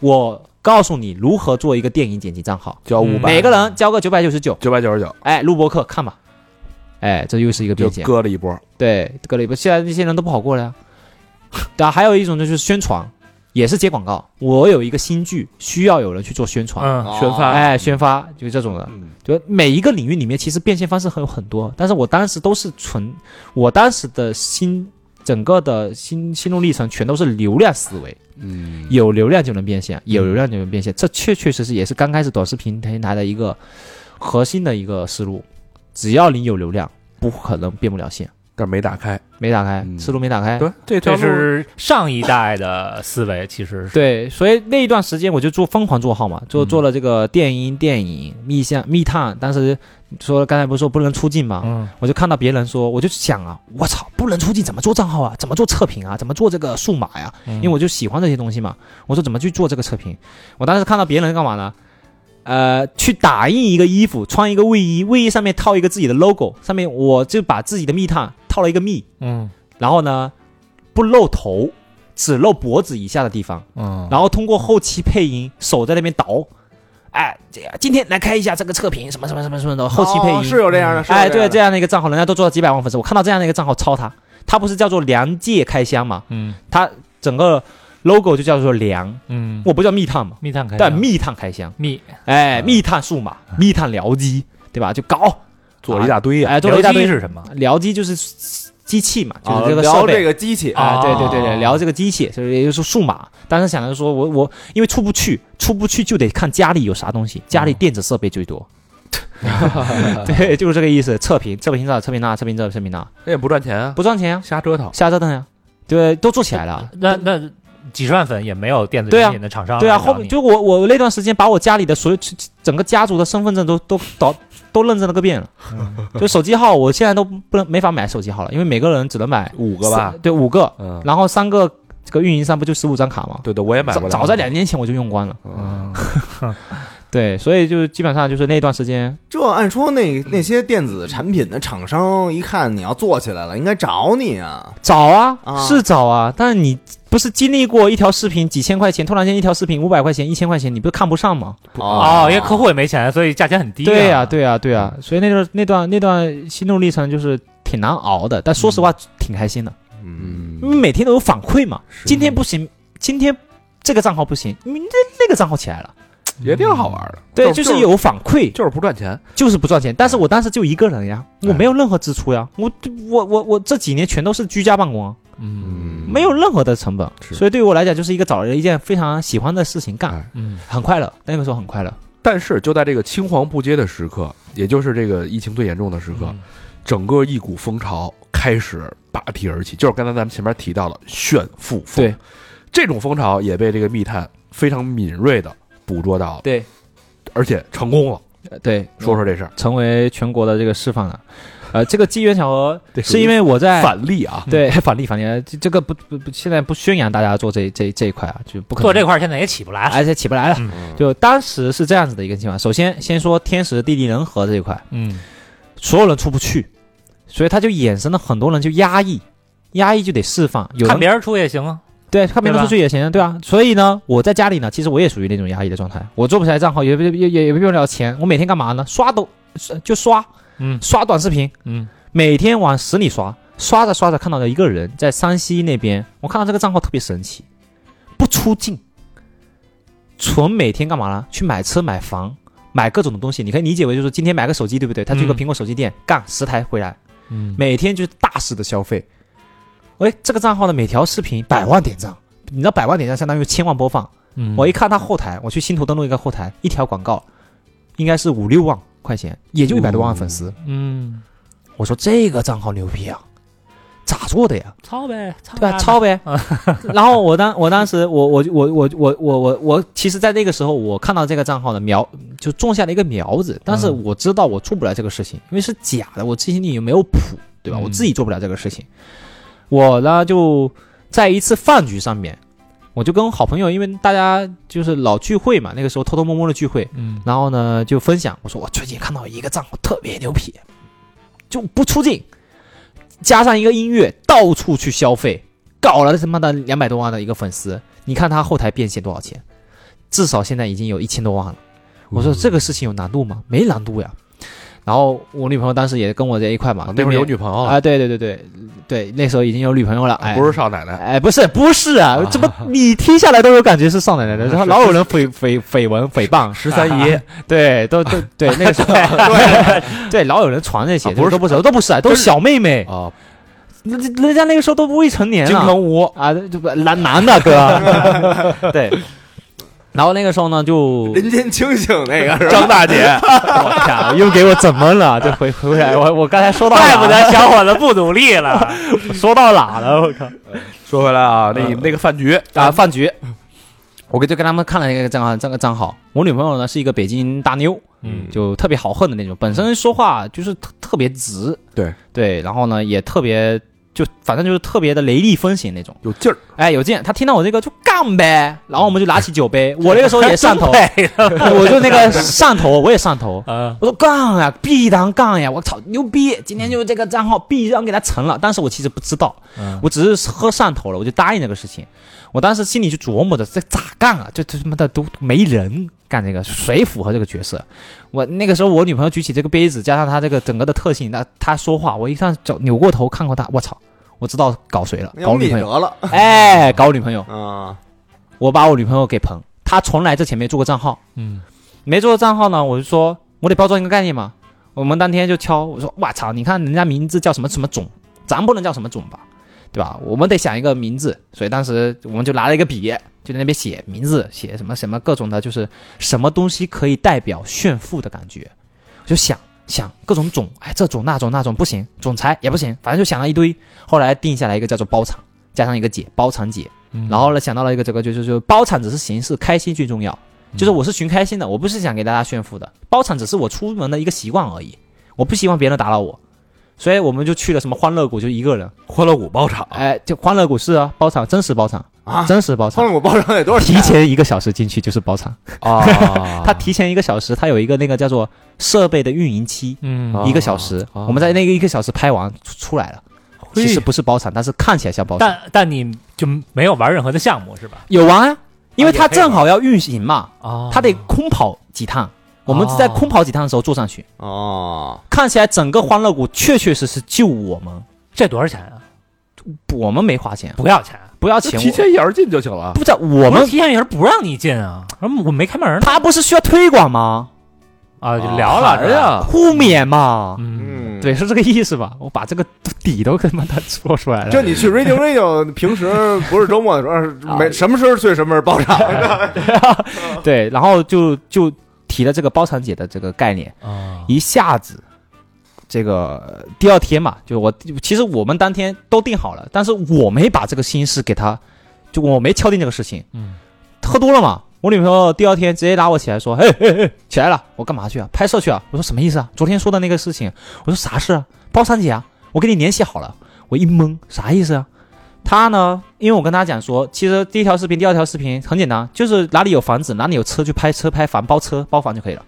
S5: 我告诉你如何做一个电影剪辑账号，
S4: 交五
S3: 嗯
S4: 百
S5: 每个人交个九百九十九，
S4: 九百九十九，
S5: 哎，录播课看吧，哎，这又是一个
S4: 就
S5: 变现。
S4: 割了一波。
S5: 对，格雷不，现在那些人都不好过了呀。 <laughs> 然后还有一种就是宣传，也是接广告。我有一个新剧，需要有人去做宣传，
S3: 嗯
S4: 哦宣发
S5: 哎，宣发就是这种的。
S4: 嗯
S5: 就每一个领域里面，其实变现方式很有很多，但是我当时都是纯，我当时的心，整个的心心路历程全都是流量思维，
S4: 嗯，
S5: 有流量就能变现，有流量就能变现，这确确实实也是刚开始短视频平台的一个核心的一个思路，只要你有流量，不可能变不了现。
S4: 但没打开。
S5: 没打开
S4: 嗯，
S5: 思路没打开。
S4: 对，这条
S3: 这
S4: 路
S3: 是上一代的思维，其实是
S5: 对，所以那一段时间我就做疯狂做号嘛，
S4: 嗯
S5: 做做了这个电音、电影、密相、密探。当时说刚才不是说不能出镜嘛，
S3: 嗯，
S5: 我就看到别人说，我就想啊，我操，不能出镜怎么做账号啊？怎么做测评啊？怎么做这个数码呀、
S4: 嗯
S3: 因
S5: 因为我就喜欢这些东西嘛。我说怎么去做这个测评？我当时看到别人干嘛呢？呃，去打印一个衣服，穿一个卫衣，卫衣上面套一个自己的 logo，上面我就把自己的密探套了一个密，
S3: 嗯
S5: 然后呢，不露头，只露脖子以下的地方，
S1: 哦
S3: 嗯，
S5: 然后通过后期配音，手在那边倒，哎，这今天来开一下这个测评，什么什么什么什么的后期配音、
S1: 哦是有这样的，是有
S5: 哎，
S1: 这样
S5: 对，
S1: 的
S5: 这样的一个账号，人家都做到几百万粉丝，我看到这样的一个账号抄他，他不是叫做梁界开箱嘛？
S3: 嗯
S5: 他整个 logo 就叫做梁，
S3: 嗯，
S5: 我不叫密探嘛，
S3: 密
S1: 嗯
S3: 探开
S5: 但
S3: 箱
S5: 密探开箱，
S3: 密
S5: 哎，密探数码，密探僚机，对吧？就搞，
S4: 做了一大堆呀、
S5: 哎，做了一大
S3: 僚机
S5: 堆，
S3: 是什么？
S5: 僚机就是机器嘛，就
S1: 啊
S5: 是这个设
S1: 聊这
S5: 备。
S1: 个机器，
S5: 哎，对对对
S3: 哦
S5: 对，聊这个机器，就是也就是数码。当时想着说我，我因为出不去，出不去就得看家里有啥东西，家里电子设备最多。 <laughs> 对，就是这个意思。测评，测评这，测评那，测评这，测评那，
S4: 那也不赚钱啊，
S5: 不赚钱呀、
S4: 瞎折腾。
S5: 瞎折腾呀，对，都做起来了。
S3: 那那几十万粉也没有电子
S5: 对啊
S3: 产品的厂商
S5: 对啊，
S3: 来找
S5: 后面
S3: 你
S5: 就我我那段时间把我家里的所有整个家族的身份证都都都都认证了个遍了，就手机号我现在都不能没法买手机号了，因为每个人只能买
S4: 五个吧
S5: 四，对五个，
S4: 嗯，
S5: 然后三个这个运营商不就十五张卡吗？
S4: 对对，我也买
S5: 早
S4: 过。
S5: 早在两，年前我就用光了，
S4: 嗯，
S5: 对，所以就基本上就是那段时间，
S1: 这按说那
S5: 嗯
S1: 那些电子产品的厂商一看你要做起来了，应该找你啊。
S5: 早啊，
S1: 啊
S5: 是早啊，但是你不是经历过一条视频几千块钱，突然间一条视频五百块钱、一千块钱，你不是看不上吗？
S1: 啊
S3: 哦，因为客户也没钱，所以价钱很低。
S5: 啊
S3: 啊
S4: 啊
S5: 对
S3: 呀，
S5: 呀，对呀，对呀，所以那段那段那段心路历程就是挺难熬的，但说实话挺开心的，
S1: 嗯，
S4: 嗯
S5: 因为每天都有反馈嘛。
S4: 是
S5: 今天不行，今天这个账号不行，明天那个账号起来了。
S4: 也挺好玩的，
S5: 对，就
S4: 就
S5: 是有反馈，
S4: 就是不赚钱，
S5: 就是不赚钱。但是我当时就一个人呀，
S4: 哎
S5: 我没有任何支出呀，我我我我这几年全都是居家办公啊，
S3: 嗯
S5: 没有任何的成本，
S4: 是
S5: 所以对于我来讲就是一个找了一件非常喜欢的事情干，
S4: 哎
S3: 嗯
S5: 很快乐。那个时候很快乐，
S4: 但是就在这个青黄不接的时刻，也就是这个疫情最严重的时刻，
S3: 嗯
S4: 整个一股风潮开始拔地而起，就是刚才咱们前面提到了炫富风，
S5: 对，
S4: 这种风潮也被这个密探非常敏锐的捕捉到了，
S5: 对
S4: 而且成功了。
S5: 嗯对，
S4: 说说这事儿，
S5: 成为全国的这个示范了。呃，这个机缘巧合
S4: 这 <laughs> 属于
S5: 是因为我在
S4: 反例啊，
S5: 对 <laughs> 反例反例，这这个不不不，现在不宣扬大家做这这这一块啊，就不可能
S3: 做这块儿现在也起不来了。
S5: 而且起不来了。
S4: 嗯
S5: 就当时是这样子的一个情况，首先先说天时地利人和这一块，
S3: 嗯
S5: 所有人出不去，所以他就衍生了很多人就压抑，压抑就得释放，有
S3: 看
S5: 人
S3: 别人出也行啊。
S5: 对看别人出去也行，对啊。所以呢，我在家里呢，其实我也属于那种压抑的状态，我做不起来账号，也也也也也用不了钱，我每天干嘛呢？刷抖就刷
S3: 嗯
S5: 刷短视频，
S3: 嗯
S5: 每天往死里刷，刷着刷着看到了一个人在山西那边，我看到这个账号特别神奇，不出镜，纯每天干嘛呢？去买车、买房、买各种的东西。你可以理解为就是今天买个手机，对不对？他去个
S3: 嗯
S5: 苹果手机店、干十台回来，
S3: 嗯，
S5: 每天就是大肆的消费。哎，这个账号的每条视频百万点赞，你知道百万点赞相当于千万播放。
S3: 嗯
S5: 我一看他后台，我去新途登录一个后台，一条广告应该是五六万块钱，也就一百多万粉丝。
S3: 嗯
S5: 我说这个账号牛逼啊，咋做的呀？
S3: 抄呗，抄
S5: 对啊吧？抄呗。然后我当我当时我我我我我我我我，其实，在那个时候，我看到这个账号的苗，就种下了一个苗子。但是
S3: 嗯
S5: 我知道我做不了这个事情，因为是假的，我心里没有谱，对吧？
S3: 嗯
S5: 我自己做不了这个事情。我呢，就在一次饭局上面，我就跟好朋友，因为大家就是老聚会嘛，那个时候偷偷摸摸的聚会，
S3: 嗯
S5: 然后呢就分享，我说我最近看到一个账号特别牛皮，就不出镜，加上一个音乐，到处去消费，搞了他妈的两百多万的一个粉丝，你看他后台变现多少钱？至少现在已经有一千多万了。我
S4: 嗯
S5: 说这个事情有难度吗？没难度呀。然后我女朋友当时也跟我在一块嘛
S4: 啊，那会儿有
S5: 对
S4: 女朋友
S5: 面
S4: 了，
S5: 啊，对对对对对，那时候已经有女朋友了，哎，
S4: 不是少奶奶，
S5: 哎，不是不是啊，怎么你听下来都有感觉是少奶奶
S4: <laughs>
S5: 的，然后老有人诽诽绯闻诽谤
S4: 十三
S5: 哎
S4: 姨，
S5: 对，都都 <laughs> 对，那个时候对对，老有人传这些，
S4: 啊不是
S5: 都不是都不是，都是小妹妹，
S4: 啊，
S5: 人人家那个时候都未成年啊
S4: 金
S5: 了
S4: 城武，
S5: <laughs> 啊，这不男男的哥，对，然后那个时候呢，就
S1: 人间清醒那
S5: <laughs>
S1: 个是吧？
S4: 张大姐，
S3: <laughs>
S5: 我天， <laughs> 又给我怎么 <laughs> 了？这回回不来，我我刚才说到
S3: 怪不
S5: 哪
S3: 得小伙子不努力
S5: <laughs>
S3: 了。
S5: 了？说到哪了？我靠！
S4: 说回来啊，那那个饭局，
S5: 啊，饭局，我跟就跟他们看了一个账号，这个账号。我女朋友呢是一个北京大妞，
S3: 嗯，
S5: 就特别好恨的那种，本身说话就是特特别直，
S4: 对
S5: 对，然后呢也特别就反正就是特别的雷厉风行那种。
S4: 有劲儿，
S5: 哎，有劲！他听到我这个就干呗，然后我们就拿起酒杯，我那个时候也上
S3: <laughs>
S5: 头，我就那个上头，我也上头。
S3: 啊，
S5: 我说杠呀，必当杠呀！我操，牛逼！今天就这个账号必然给他成了，但是我其实不知道，我只是喝上头了，我就答应这个事情。我当时心里就琢磨着，这咋干啊？这这他妈的都没人干这个，谁符合这个角色？我那个时候，我女朋友举起这个杯子，加上她这个整个的特性，那她说话，我一上走扭过头看过她，我操，我知道搞谁了，搞
S1: 有
S5: 我女
S1: 你
S5: 朋友，
S1: 得了
S5: 哎，搞我女朋友， <laughs>
S1: 啊！
S5: 我把我女朋友给捧，她从来之前没做过账号，
S3: 嗯，
S5: 没做过账号呢，我就说我得包装一个概念嘛。我们当天就敲，我说哇操，你看人家名字叫什么什么总，咱不能叫什么总吧，对吧？我们得想一个名字，所以当时我们就拿了一个笔，就在那边写名字，写什么什么各种的，就是什么东西可以代表炫富的感觉，就想想各种总，哎，这种那种那种不行，总裁也不行，反正就想了一堆。后来定下来一个叫做包场，加上一个姐，包场姐，
S3: 嗯
S5: 然后呢，想到了一个这个，就就就包场只是形式，开心最重要。就是我是寻开心的，我不是想给大家炫富的。包场只是我出门的一个习惯而已，我不希望别人打扰我，所以我们就去了什么欢乐谷，就一个人。
S4: 欢乐谷包场，
S5: 哎，就欢乐谷是啊，包场真实包场
S1: 啊
S5: 真实包
S1: 欢
S5: 场。
S1: 乐谷包场得多少
S5: 提
S1: 钱？
S5: 前一个小时进去就是包场，
S4: 啊
S5: <laughs> 他提前一个小时，他有一个那个叫做设备的运营期，
S3: 嗯
S4: 啊
S5: 一个小时，
S4: 啊
S5: 我们在那个一个小时拍完出出来了，其实不是包场，但是看起来像包场。
S3: 但但你就没有玩任何的项目是吧？
S5: 有玩啊，因为
S3: 啊也
S5: 他
S3: 可以玩
S5: 正好要运行嘛，
S3: 啊
S5: 他得空跑几趟。我们在空跑几趟的时候坐上去，
S1: 哦，
S5: 看起来整个欢乐谷确确实实就我们，
S3: 这多少钱啊？
S5: 我们没花钱，啊
S3: 不要钱，
S5: 不要
S4: 就
S5: 钱。
S4: 啊提前一人进就行了
S5: 我，不知道我
S3: 不是
S5: 们
S3: 提前也是不让你进啊，我说我没开门呢
S5: 他不是需要推广吗？
S3: 啊，
S5: 哦
S3: 就聊了
S4: 哎
S3: 是吧，
S4: 呀，
S5: 互免嘛，
S3: 嗯，
S1: 嗯，
S5: 对，，是这个意思吧？我把这个底都他妈的说出来了。
S1: 就你
S5: <laughs>
S1: 去 Radio Radio，平时不是周末的时
S5: 啊
S1: 候，没什么时候去，什么时候包场。
S5: 对，然后就就提了这个包场姐的这个概念，
S3: 啊
S5: 一下子，这个呃第二天嘛，就我其实我们当天都定好了，但是我没把这个心思给他，就我没敲定这个事情。
S3: 嗯，
S5: 喝多了嘛，我女朋友第二天直接拉我起来说：“嘿嘿嘿，起来了，我干嘛去啊？拍摄去啊？”我说什么意思啊？昨天说的那个事情，我说啥事啊？包三姐啊，我跟你联系好了。我一懵，啥意思啊？他呢？因为我跟他讲说，其实第一条视频、第二条视频很简单，就是哪里有房子，哪里有车就拍车、拍房、包车、包房就可以了。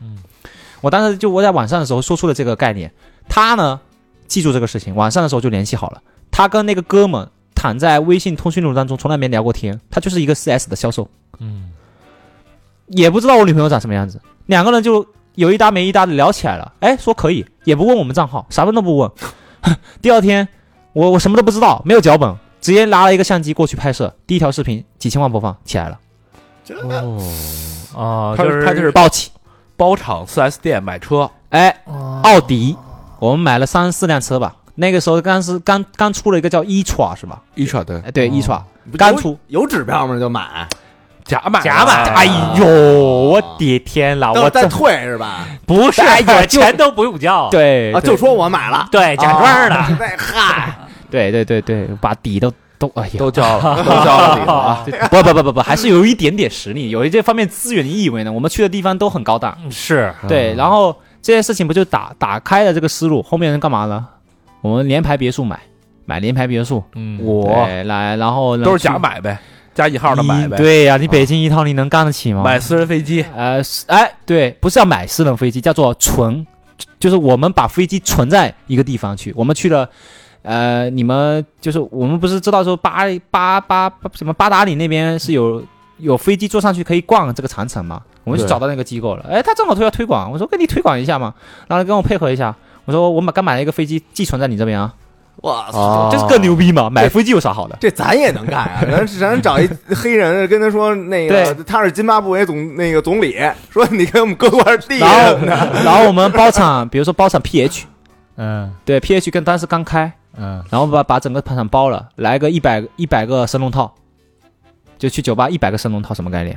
S5: 我当时就我在晚上的时候说出了这个概念，他呢记住这个事情，晚上的时候就联系好了。他跟那个哥们躺在微信通讯录当中从来没聊过天，他就是一个 4S 的销售，
S3: 嗯，
S5: 也不知道我女朋友长什么样子，两个人就有一搭没一搭的聊起来了。哎，说可以，也不问我们账号，啥都不问。 <laughs> 第二天，我我什么都不知道，没有脚本，直接拿了一个相机过去拍摄，第一条视频几千万播放起来了，
S3: 哦，
S5: 啊
S4: 他
S3: 就是
S4: 他就是
S5: 暴起。
S4: 包场四 S 店买车，
S5: 哎，
S3: 哦
S5: 奥迪，我们买了三四辆车吧。那个时候刚是刚刚出了一个叫 e-tron 是吧？
S4: 一车对
S5: 哎，对
S3: 哦
S5: e-tron 刚出。
S4: 哦
S1: 有有指标吗？就
S5: 啊
S1: 买，
S4: 假买啊
S3: 假啊买
S4: 的
S5: 哎呦，我的天啦！
S1: 但
S5: 我
S1: 是再
S5: 这
S1: 退是吧？
S3: 不是，
S5: 哎呀
S3: 我
S5: 就
S3: 钱都不用交，
S5: 对
S1: 啊，就说我买了，
S3: 对，假装的，
S1: 啊。 <laughs> 那嗨，
S5: 对对对对，把底都都哎
S4: <laughs>
S5: 呀，
S4: 都交了，都交了礼了 <laughs> 啊！
S5: 不不不不不，还是有一点点实力，有一这方面资源。你以为呢？我们去的地方都很高档，
S3: 嗯是
S4: 哦
S5: 对。然后这件事情不就打打开了这个思路？后面人干嘛呢？我们联排别墅买买联排别墅，
S3: 嗯
S4: 我
S5: 对来，然后呢
S4: 都是假买呗，加引号的买呗，哦
S5: 对呀、你北京一套你能干得起吗？
S4: 买私人飞机，
S5: 呃，是哎，对，不是要买私人飞机，叫做存，就是我们把飞机存在一个地方去。我们去了，呃，你们就是我们不是知道说巴巴巴巴什么八达岭那边是有有飞机坐上去可以逛这个长城嘛？我们去
S4: 对
S5: 找到那个机构了，哎，他正好推要推广，我说给你推广一下嘛，然后跟我配合一下。我说我买刚买了一个飞机寄存在你这边啊，
S1: 我操！
S4: 啊
S5: 这是更牛逼嘛！买飞机有啥好的？
S1: 这咱也能干啊！咱咱找一黑人跟他说，那个他是津巴布韦总那个总理，说你给我们割块 <laughs> 地
S5: 然后然后我们包场，比如说包场 PH，
S3: 嗯
S5: 对 PH 跟当时刚开，
S3: 嗯，
S5: 然后把把整个盘场包了，来个一百一百个神龙套，就去酒吧一百个神龙套什么概念？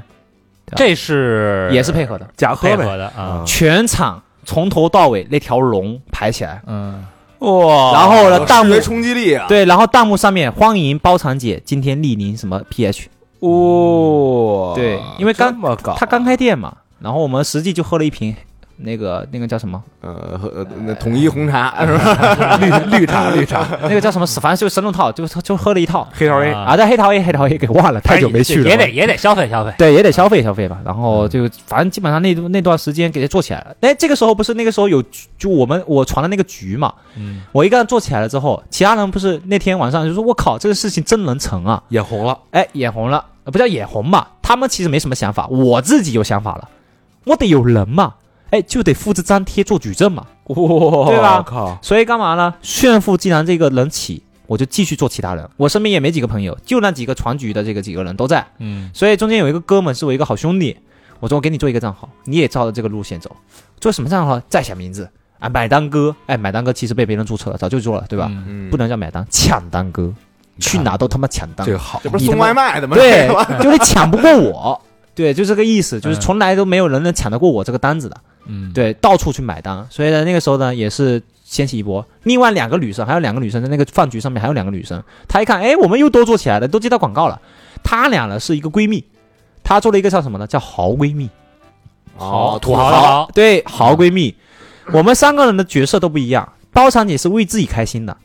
S5: 对吧
S3: 这是
S5: 也是配合的，
S4: 假
S3: 配
S4: 喝呗
S3: 合的啊
S4: 啊，
S5: 全场从头到尾那条龙排起来，
S2: 嗯，
S1: 哦
S4: 哇
S5: 然后呢，弹幕
S1: 为冲击力啊！
S5: 对，然后弹幕上面欢迎包场姐今天莅临什么 PH，
S3: 嗯
S4: 哇，
S5: 对因为刚
S4: 这么搞，
S5: 他刚开店嘛，然后我们实际就喝了一瓶那个那个叫什么，
S1: 呃，和呃那统一红茶是吧？
S4: 啊 <laughs> 绿绿茶绿茶，
S5: 那个叫什么，反正就是神龙套，就就喝了一套
S4: 黑桃 A
S5: 啊，但黑桃 A 黑桃 A 给忘了，太久没去了，
S3: 哎也得也得消费消费。
S5: 对，也得消费消费吧。然后就反正基本上那那段时间给它做起来了。哎，这个时候不是那个时候有局就我们我传的那个局嘛，
S3: 嗯，
S5: 我一个人做起来了之后，其他人不是那天晚上就说我靠，这个事情真能成啊！
S4: 眼红了，
S5: 哎，眼红了，呃不叫眼红嘛，他们其实没什么想法，我自己有想法了，我得有人嘛，哎，就得复制粘贴做矩阵嘛。
S4: <laughs> 哇，
S5: 对吧
S4: 靠，
S5: 所以干嘛呢？炫富既然这个能起，我就继续做其他人。我身边也没几个朋友，就那几个传局的这个几个人都在。
S3: 嗯，
S5: 所以中间有一个哥们是我一个好兄弟，我说我给你做一个账号，你也照着这个路线走，做什么账号？再想名字啊，买单哥，哎，买单哥其实被别人注册了，早就做了，对吧？
S3: 嗯
S1: 嗯
S5: 不能叫买单，抢单哥，去哪都他妈抢单
S4: 这，个好
S1: 这，不是送外卖的吗？哦
S5: 对
S1: <laughs> 这个，
S5: 就是抢不过我，对，就这个意思，就是从来都没有人能抢得过我这个单子的，
S3: 嗯，
S5: 对，到处去买单，所以呢，那个时候呢也是掀起一波。另外两个女生，还有两个女生在那个饭局上面还有两个女生，她一看，哎，我们又都做起来了，都接到广告了。她俩呢是一个闺蜜，她做了一个叫什么呢？叫豪闺蜜。
S1: 哦，
S3: 土豪的豪，啊
S5: 对，好闺蜜，我们三个人的角色都不一样。包场姐是为自己开心的，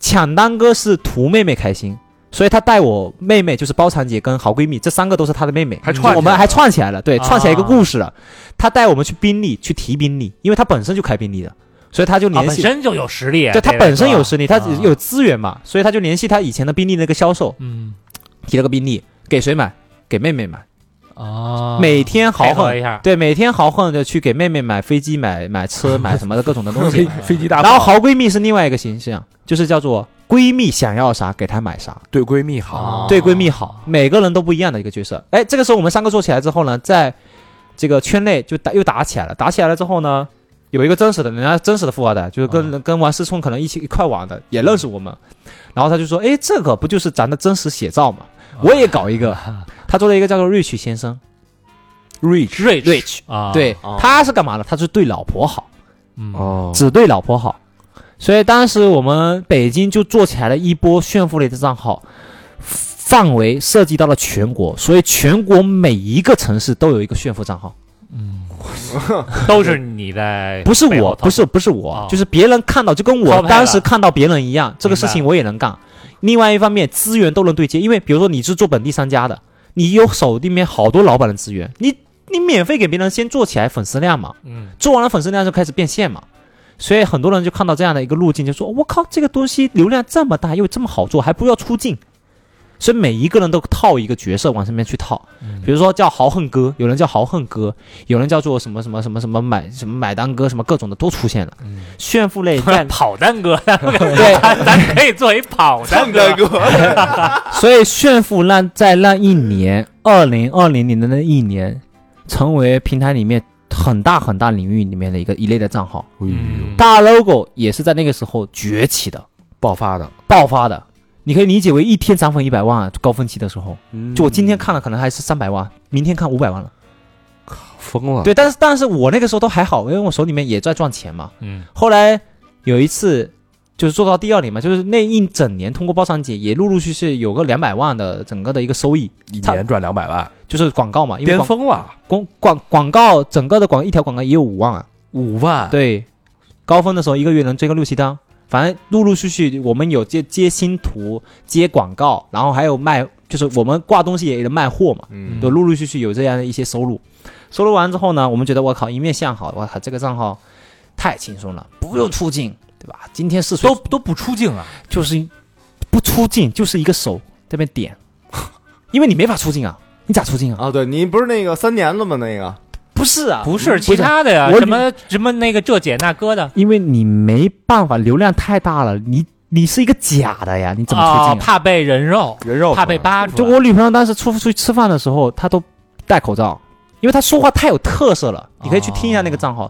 S5: 抢单哥是图妹妹开心，所以她带我妹妹，就是包场姐跟好闺蜜这三个都是她的妹妹，
S4: 还串起来了
S5: 我们还串起来了，对，
S3: 啊
S5: 串起来一个故事了。她带我们去宾利去提宾利，因为她本身就开宾利的，所以她就
S3: 啊
S5: 联
S3: 本
S5: 系，
S3: 身就有实力，啊
S5: 对，她
S3: 这个
S5: 本身
S3: 是吧
S5: 有实力，她只
S3: 啊
S5: 有资源嘛，所以她就联系她以前的宾利那个销售，
S3: 嗯
S5: 提了个宾利给谁买？给妹妹买，嗯
S3: 啊，
S5: 每天豪
S3: 配合
S5: 横
S3: 一下，
S5: 对，每天豪横的去给妹妹买飞机、买买车、买什么的各种的东
S4: <laughs> 飞
S5: 西。
S4: 飞机大炮，
S5: 然后好闺蜜是另外一个形象，就是叫做闺蜜想要啥给她买啥，
S4: 对闺蜜好
S3: 哦，
S5: 对闺蜜好，每个人都不一样的一个角色。哎，这个时候我们三个做起来之后呢，在这个圈内就打又打起来了，打起来了之后呢。有一个真实的，人家真实的富二代，就是跟、
S4: 嗯
S5: 跟王思聪可能一起一块玩的，也认识我们，然后他就说：“哎，这个不就是咱的真实写照吗？我也搞一
S4: <laughs>
S5: 个。他做了一个叫做 Rich 先生
S4: rich
S5: ，Rich Rich，
S3: 啊，
S5: 对，
S1: 哦
S5: 他是干嘛呢？他是对老婆好，
S3: 嗯，
S4: 哦，
S5: 只对老婆好。所以当时我们北京就做起来了一波炫富类的账号，范围涉及到了全国，所以全国每一个城市都有一个炫富账号，
S3: 都是你在，
S5: <laughs> 不是我，不是不是我
S3: 哦，
S5: 就是别人看到就跟
S3: 操
S5: 我
S3: 盘了
S5: 当时看到别人一样，这个事情我也能干。另外一方面，资源都能对接，因为比如说你是做本地商家的，你有手里面好多老板的资源，你你免费给别人先做起来粉丝量嘛，
S3: 嗯，
S5: 做完了粉丝量就开始变现嘛，所以很多人就看到这样的一个路径，就说我靠，这个东西流量这么大又这么好做，还不要出镜，所以每一个人都套一个角色往上面去套，比如说叫豪横哥，有人叫豪横哥，有人叫做什么什么什么什么买什么买单哥，什么各种的都出现了，炫富类在
S3: <laughs> 跑单哥，
S5: 对，
S3: 咱可以做一跑单
S1: 唱
S3: 哥
S1: 的，歌，
S5: 所以炫富让在那一年，二零二零年的那一年，成为平台里面很大很大领域里面的一个一类的账号，
S4: 哎
S3: 嗯，
S5: 大 logo 也是在那个时候崛起的。
S4: 爆发的，
S5: 爆发的，你可以理解为一天涨粉一百万啊，高峰期的时候，就我今天
S4: 嗯
S5: 看了可能还是三百万，明天看五百万了。
S4: 疯了，
S5: 对，但是但是我那个时候都还好，因为我手里面也在赚钱嘛。
S3: 嗯，
S5: 后来有一次就是做到第二年嘛，就是那一整年通过包场姐也陆陆续续有个两百万的整个的一个收益，
S4: 一
S5: 差
S4: 年赚两百万，
S5: 就是广告嘛，因为
S4: 巅
S5: 广
S4: 峰了，
S5: 广广广告整个的广一条广告也有五万啊。
S4: 五万，
S5: 对，高峰的时候一个月能追个六七单，反正陆陆续续我们有接接新图、接广告，然后还有卖，就是我们挂东西也能卖货嘛，
S1: 嗯
S5: 就陆陆续续有这样的一些收入。收入完之后呢，我们觉得我靠，一面向好，我靠，这个账号太轻松了，不用出镜，对吧？今天是
S3: 都都不出镜啊，
S5: 就是不出镜，就是一个手这边点， <laughs> 因为你没法出镜啊，你咋出镜啊？
S1: 啊，对你不是那个三年了吗？那个
S5: 不是啊，
S3: 不是其他的呀，
S5: 我
S3: 什么什么那个这姐那哥的，
S5: 因为你没办法，流量太大了，你你是一个假的呀，你怎么出
S3: 啊？
S4: 哦
S3: 哦
S5: 镜、啊？
S3: 怕被人肉，
S1: 人肉
S3: 怕被扒住，
S5: 就我女朋友当时出出去吃饭的时候，她都戴口罩，因为她说话太有特色了。
S4: 哦
S5: 你可以去听一下那个账号，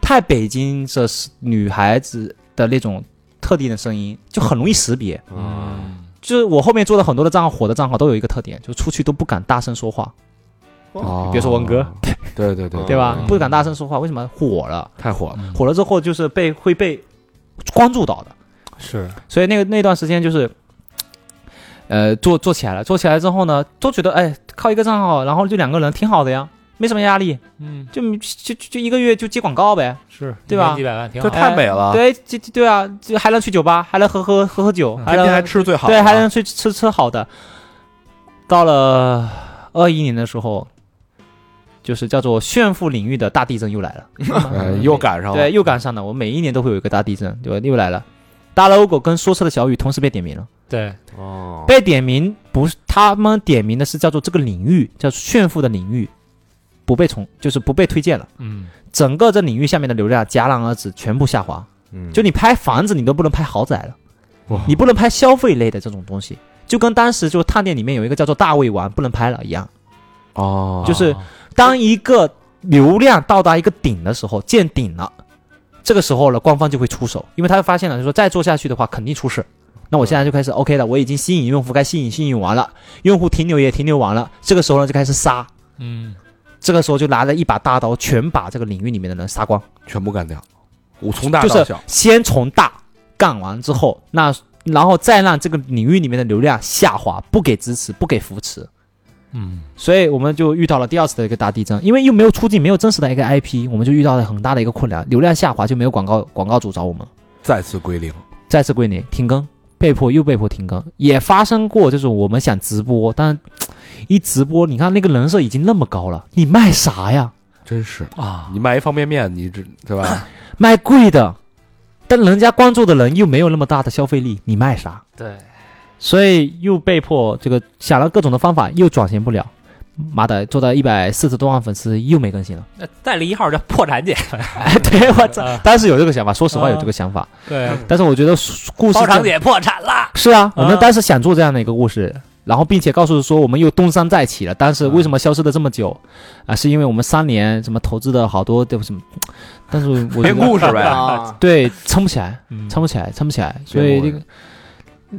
S5: 太北京这是女孩子的那种特定的声音，就很容易识别。
S1: 嗯，
S5: 就是我后面做的很多的账号，火的账号都有一个特点，就出去都不敢大声说话，
S4: 哦
S5: 比如说文革，
S4: 对对对
S5: 对吧？
S4: 嗯
S5: 不敢大声说话，为什么火了？
S4: 太火了，嗯
S5: 火了之后就是被会被关注到的，
S3: 是
S5: 所以那个那段时间就是，呃，做做起来了，做起来之后呢，都觉得哎，靠一个账号，然后就两个人挺好的呀，没什么压力，
S3: 嗯
S5: 就就就就一个月就接广告呗，
S3: 是，
S5: 对
S3: 一年
S5: 吧
S3: 几百万挺
S5: 就
S3: 好
S5: 他，太美
S4: 了，
S5: 对，这这对啊，就还能去酒吧，还能喝喝喝喝酒，
S4: 嗯
S5: 还能
S4: 吃最好啊
S5: 对，还能去吃吃好的。到了二一年的时候，就是叫做炫富领域的大地震又来了。
S4: <laughs> 呃又赶上了，
S5: 对，又赶上了。我每一年都会有一个大地震，对吧？又来了。大 logo 跟说车的小雨同时被点名了，
S3: 对，
S1: 哦，
S5: 被点名不是他们点名的是叫做这个领域叫炫富的领域，不被重就是不被推荐了。
S3: 嗯，
S5: 整个这领域下面的流量戛然而止，全部下滑。
S1: 嗯
S5: 就你拍房子，你都不能拍豪宅了，你不能拍消费类的这种东西，就跟当时就探店里面有一个叫做大胃王不能拍了一样。
S4: 哦，
S5: 就是当一个流量到达一个顶的时候，见顶了，这个时候呢，官方就会出手，因为他会发现了，就说再做下去的话肯定出事。那我现在就开始 OK 了，我已经吸引用户，该吸引吸引完了，用户停留也停留完了，这个时候呢就开始杀，
S3: 嗯，
S5: 这个时候就拿着一把大刀，全把这个领域里面的人杀光，
S4: 全部干掉，我从大
S5: 就
S4: 到
S5: 是
S4: 小，
S5: 先从大干完之后，那然后再让这个领域里面的流量下滑，不给支持，不给扶持，
S3: 嗯，
S5: 所以我们就遇到了第二次的一个大地震，因为又没有出镜，没有真实的一个 IP，我们就遇到了很大的一个困难，流量下滑就没有广告广告主找我们，
S4: 再次归零，
S5: 再次归零停更，被迫又被迫停更，也发生过就是我们想直播，但嘖一直播，你看那个人设已经那么高了，你卖啥呀？
S4: 真是
S3: 啊，
S4: 你卖一方便面，你这对吧？
S5: 卖贵的，但人家关注的人又没有那么大的消费力，你卖啥？
S3: 对，
S5: 所以又被迫这个想了各种的方法，又转型不了，妈的，做到一百四十多万粉丝又没更新了。 <laughs>
S3: 那再立一号叫破产姐，
S5: 哎，对我
S4: 嗯
S5: 操
S3: 啊，
S5: 当时有这个想法，说实话有这个想法，
S3: 对，
S5: 但是我觉得故事
S3: <laughs> 包场
S5: 这样
S3: 姐破产啦，
S5: 是啊，
S4: 嗯
S5: 我们
S3: 啊
S5: 当时想做这样的一个故事，然后并且告诉说我们又东山再起了，但是为什么消失的这么久
S4: 嗯
S5: 啊？是因为我们三年什么投资的好多对不什么，但是我觉
S4: 编
S5: 得
S4: 故事呗，
S1: 啊，
S5: 对撑不起来，
S3: 嗯
S5: 撑不起来，撑不起来，所以
S4: 编故
S5: 这
S4: 事
S5: 个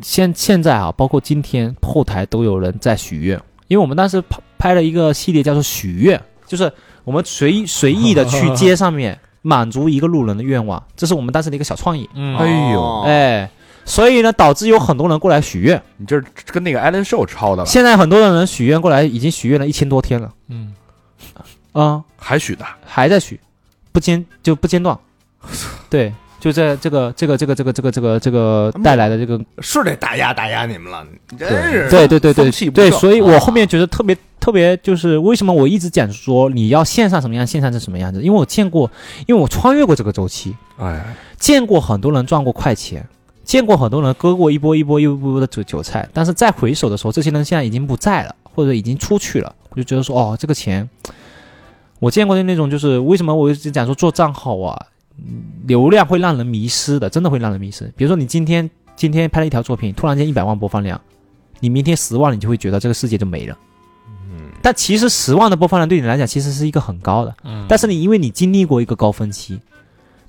S5: 现现在啊，包括今天后台都有人在许愿，因为我们当时拍拍了一个系列叫做许愿，就是我们随意随意的去街上面满足一个路人的愿望，这是我们当时的一个小创意，
S3: 嗯，
S4: 哎呦
S1: 哦，
S5: 哎，所以呢，导致有很多人过来许愿，
S4: 你这是跟那个 Allen Show 抄的了，
S5: 现在很多的人许愿过来已经许愿了一千多天了，
S3: 嗯，
S5: 啊、
S4: 还许的，
S5: 还在许，不间就不间断，对。就在这个这个这个这个这个这个这个带来的这个
S1: 是得打压打压你们了，你真是
S5: 对对对
S4: 哎风
S5: 对
S4: 气不
S5: 对，
S4: 正
S5: 所以我
S4: 啊
S5: 后面觉得特别特别，就是为什么我一直讲说你要线上什么样，线上是什么样子，因为我见过，因为我穿越过这个周期，嗯
S4: 哎，
S5: 见过很多人赚过快钱，见过很多人割过一波一波一波的韭韭菜，但是再回首的时候，这些人现在已经不在了，或者已经出去了，我就觉得说，哦，这个钱，我见过的那种，就是为什么我一直讲说做账号啊，嗯流量会让人迷失的，真的会让人迷失。比如说你今天今天拍了一条作品，突然间一百万播放量，你明天十万，你就会觉得这个世界就没了。
S1: 嗯
S5: 但其实十万的播放量对你来讲其实是一个很高的，
S3: 嗯
S5: 但是你因为你经历过一个高峰期，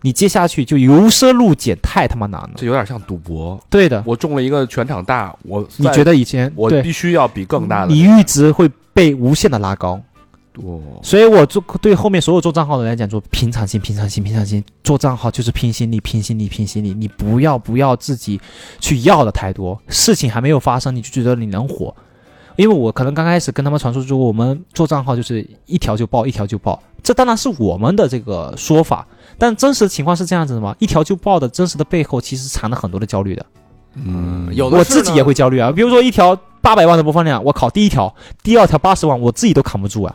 S5: 你接下去就由奢入俭，太他妈难了。
S4: 这有点像赌博，
S5: 对的，
S4: 我中了一个全场大，我
S5: 你
S4: 在
S5: 觉得以前
S4: 我
S5: 对
S4: 必须要比更大的
S5: 你阈值会被无限的拉高，
S4: 多，
S5: 所以我做对后面所有做账号的人来讲，做平常心、平常心、平常心，做账号就是拼心力、拼心力、拼心力，你不要不要自己去要的太多，事情还没有发生你就觉得你能火。因为我可能刚开始跟他们传输说，我们做账号就是一条就爆，一条就爆，这当然是我们的这个说法，但真实情况是这样子的吗？一条就爆的真实的背后，其实藏了很多的焦虑的。
S4: 嗯，
S1: 有的
S5: 我
S1: 是
S5: 自己
S1: 呢
S5: 也会焦虑啊。比如说一条八百万的播放量，我靠，第一条、第二条八十万，我自己都扛不住啊。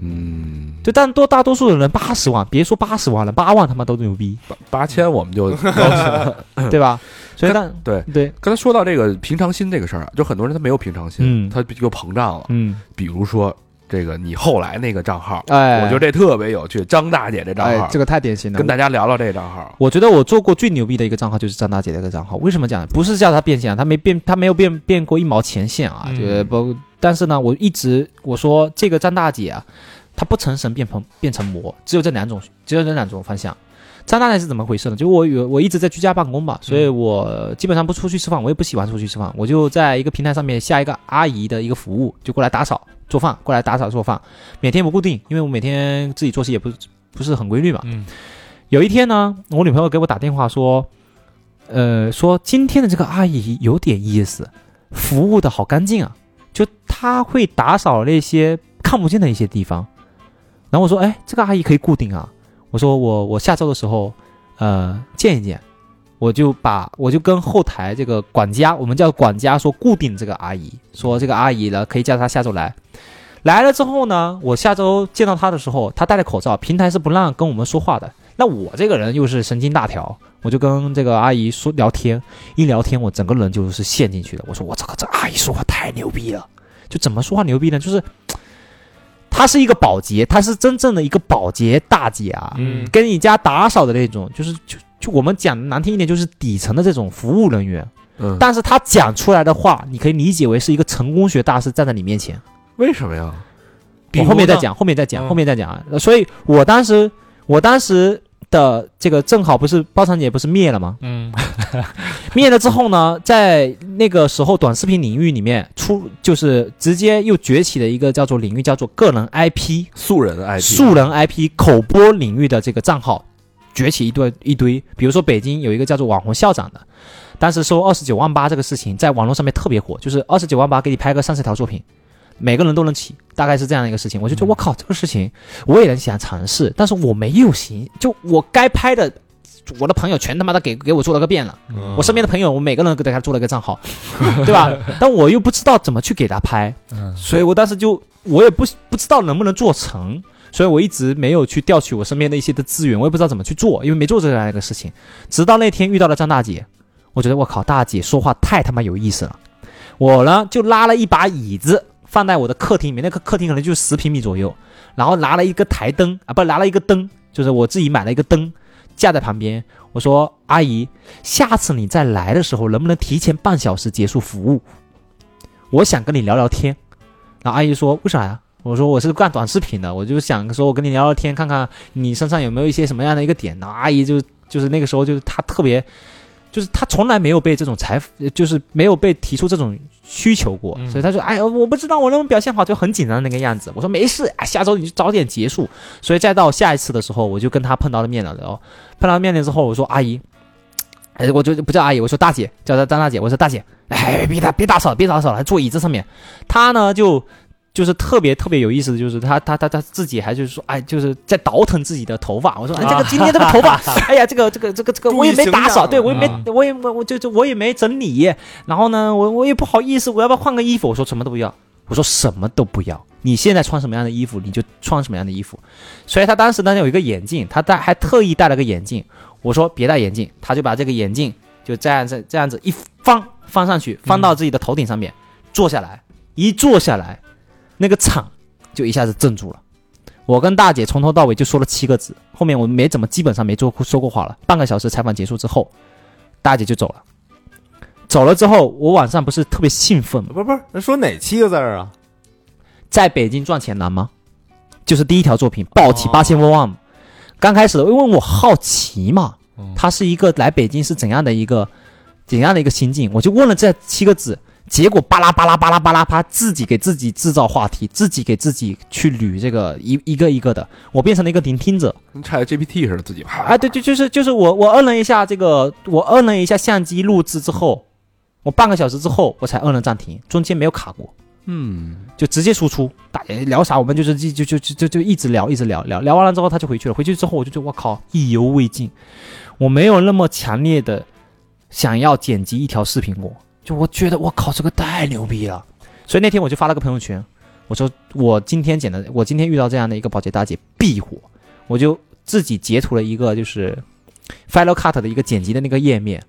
S4: 嗯，
S5: 对，但多大多数的人八十万，别说八十万了，八万他妈都牛
S4: <laughs>
S5: 逼，
S4: 八千我们就
S5: <laughs> 对吧？所以但
S4: 对。
S5: 对，
S4: 刚才说到这个平常心这个事儿啊，就很多人他没有平常心，
S5: 嗯
S4: 他就膨胀了。
S5: 嗯，
S4: 比如说这个你后来那个账号，
S5: 哎，
S4: 我觉得这特别有趣，张大姐这账号
S5: 哎，，这个太典型了。
S4: 跟大家聊聊这账号。
S5: 我觉得我做过最牛逼的一个账号就是张大姐的一个账号。为什么讲？不是叫她变现啊，她没变，她没有变变过一毛钱线啊。
S3: 嗯
S5: 就是不，但是呢，我一直我说这个张大姐啊，她不成神变成变成魔，只有这两种，只有这两种方向。张大概是怎么回事呢？就我有我一直在居家办公吧，所以我基本上不出去吃饭，我也不喜欢出去吃饭，我就在一个平台上面下一个阿姨的一个服务，就过来打扫做饭，过来打扫做饭，每天不固定，因为我每天自己作息也不不是很规律嘛。
S3: 嗯，
S5: 有一天呢，我女朋友给我打电话说，呃，说今天的这个阿姨有点意思，服务的好干净啊，就她会打扫那些看不见的一些地方。然后我说，哎，这个阿姨可以固定啊。我说我我下周的时候，呃，见一见。我就把我就跟后台这个管家，我们叫管家说固定这个阿姨，说这个阿姨呢可以叫她下周来。来了之后呢，我下周见到她的时候，她戴着口罩，平台是不让跟我们说话的。那我这个人又是神经大条，我就跟这个阿姨说聊天，一聊天我整个人就是陷进去的。我说我操，这阿姨说话太牛逼了，就怎么说话牛逼呢？就是她是一个保洁，她是真正的一个保洁大姐啊，
S3: 嗯
S5: 跟你家打扫的那种，就是就就我们讲难听一点，就是底层的这种服务人员。
S4: 嗯，
S5: 但是她讲出来的话，你可以理解为是一个成功学大师站在你面前。
S4: 为什么呀？
S5: 我哦后面再讲，后面再讲，
S3: 嗯
S5: 后面再讲啊。呃所以我当时，我当时的这个正好不是包长姐不是灭了吗？
S3: 嗯，
S5: 灭了之后呢，在那个时候短视频领域里面出，就是直接又崛起的一个叫做领域，叫做个人 IP。
S4: 素人 IP，
S5: 素人 IP 口播领域的这个账号崛起一堆一堆，比如说北京有一个叫做网红校长的，当时收二十九万八这个事情在网络上面特别火，就是二十九万八给你拍个三十条作品，每个人都能起，大概是这样的一个事情。我就觉得我靠，这个事情我也能想尝试，但是我没有行，就我该拍的。我的朋友全他妈的给给我做了个遍了，
S4: 嗯，
S5: 我身边的朋友，我每个人都给他做了个账号， <laughs> 对吧？但我又不知道怎么去给他拍，
S3: 嗯
S5: 所以我当时就我也不不知道能不能做成，所以我一直没有去调取我身边的一些的资源，我也不知道怎么去做，因为没做这样一个事情。直到那天遇到了张大姐，我觉得我靠，大姐说话太他妈有意思了。我呢就拉了一把椅子放在我的客厅里面，那个客厅可能就十平米左右，然后拿了一个台灯啊，不拿了一个灯，就是我自己买了一个灯架在旁边。我说阿姨，下次你再来的时候，能不能提前半小时结束服务？我想跟你聊聊天。然后阿姨说：“为啥呀？”我说：“我是干短视频的，我就想说，我跟你聊聊天，看看你身上有没有一些什么样的一个点。”然后阿姨就就是那个时候就是她特别，就是她从来没有被这种财，就是没有被提出这种需求过，
S3: 嗯
S5: 所以她说：“哎呀，我不知道我能不能表现好，就很紧张的那个样子。”我说：“没事，哎，下周你就早点结束。”所以再到下一次的时候，我就跟她碰到了面了，然后碰到面了之后，我说：“阿姨。”哎，我就不叫阿姨，我说大姐，叫她张大姐。我说大姐，哎，别打，别打扫了，别打扫了，还坐椅子上面。她呢就就是特别特别有意思的就是他他他他自己还就是说，哎，就是在倒腾自己的头发。我说，哎，这个今天这个
S1: <laughs>
S5: 头发，哎呀，这个这个这个这
S1: 啊
S5: 个，
S1: 注意
S5: 我也没打
S1: 形
S5: 扫，
S1: 象
S5: 对我也没、
S3: 啊
S5: 我也我我就就我也没整理。然后呢，我我也不好意思，我要不要换个衣服？我说什么都不要，我说什么都不要。你现在穿什么样的衣服，你就穿什么样的衣服。所以他当时呢有一个眼镜，他戴还特意戴了个眼镜。我说别戴眼镜，他就把这个眼镜就这样子这样子一放放上去，放到自己的头顶上面，坐下来，一坐下来，那个场就一下子镇住了。我跟大姐从头到尾就说了七个字，后面我没怎么基本上没做说过话了。半个小时采访结束之后，大姐就走了。走了之后，我晚上不是特别兴奋吗？
S1: 不是不是，那说哪七个字儿啊？
S5: 在北京赚钱难吗？就是第一条作品暴起八千多万，刚开始因为我好奇嘛，他是一个来北京是怎样的一个怎样的一个心境，我就问了这七个字，结果巴拉巴拉巴拉巴拉巴，自己给自己制造话题，自己给自己去捋这个一一个一个的，我变成了一个聆听者，
S4: 跟 Chat GPT 似的，自己
S5: 啊，
S4: 啪，
S5: 对，就就是就是我我摁了一下这个，我摁了一下相机录制之后，我半个小时之后我才摁了暂停，中间没有卡过。
S4: 嗯，
S5: 就直接输出，大家聊啥我们就是就就就就就一直聊，一直聊聊聊完了之后他就回去了，回去之后我就觉得我靠意犹未尽，我没有那么强烈的想要剪辑一条视频过，就我觉得我靠这个太牛逼了，所以那天我就发了个朋友圈，我说我今天剪的，我今天遇到这样的一个保洁大姐必火，我就自己截图了一个就是 Final Cut 的一个剪辑的那个页面。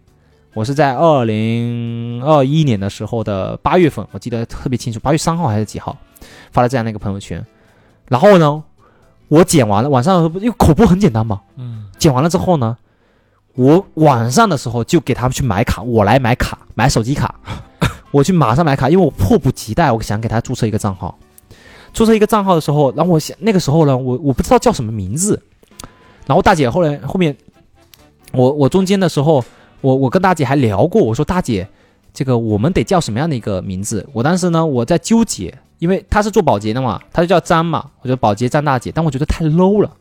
S5: 我是在二零二一年的时候的八月份，我记得特别清楚，八月三号还是几号，发了这样的一个朋友圈。然后呢，我剪完了，晚上因为口播很简单嘛，
S3: 嗯
S5: 剪完了之后呢，我晚上的时候就给他们去买卡，我来买卡，买手机卡，我去马上买卡，因为我迫不及待，我想给他注册一个账号。注册一个账号的时候，然后我想那个时候呢，我我不知道叫什么名字，然后大姐后来后面我我中间的时候，我我跟大姐还聊过，我说大姐，这个我们得叫什么样的一个名字？我当时呢我在纠结，因为她是做保洁的嘛，她就叫张嘛，我觉得保洁张大姐，但我觉得太 low 了，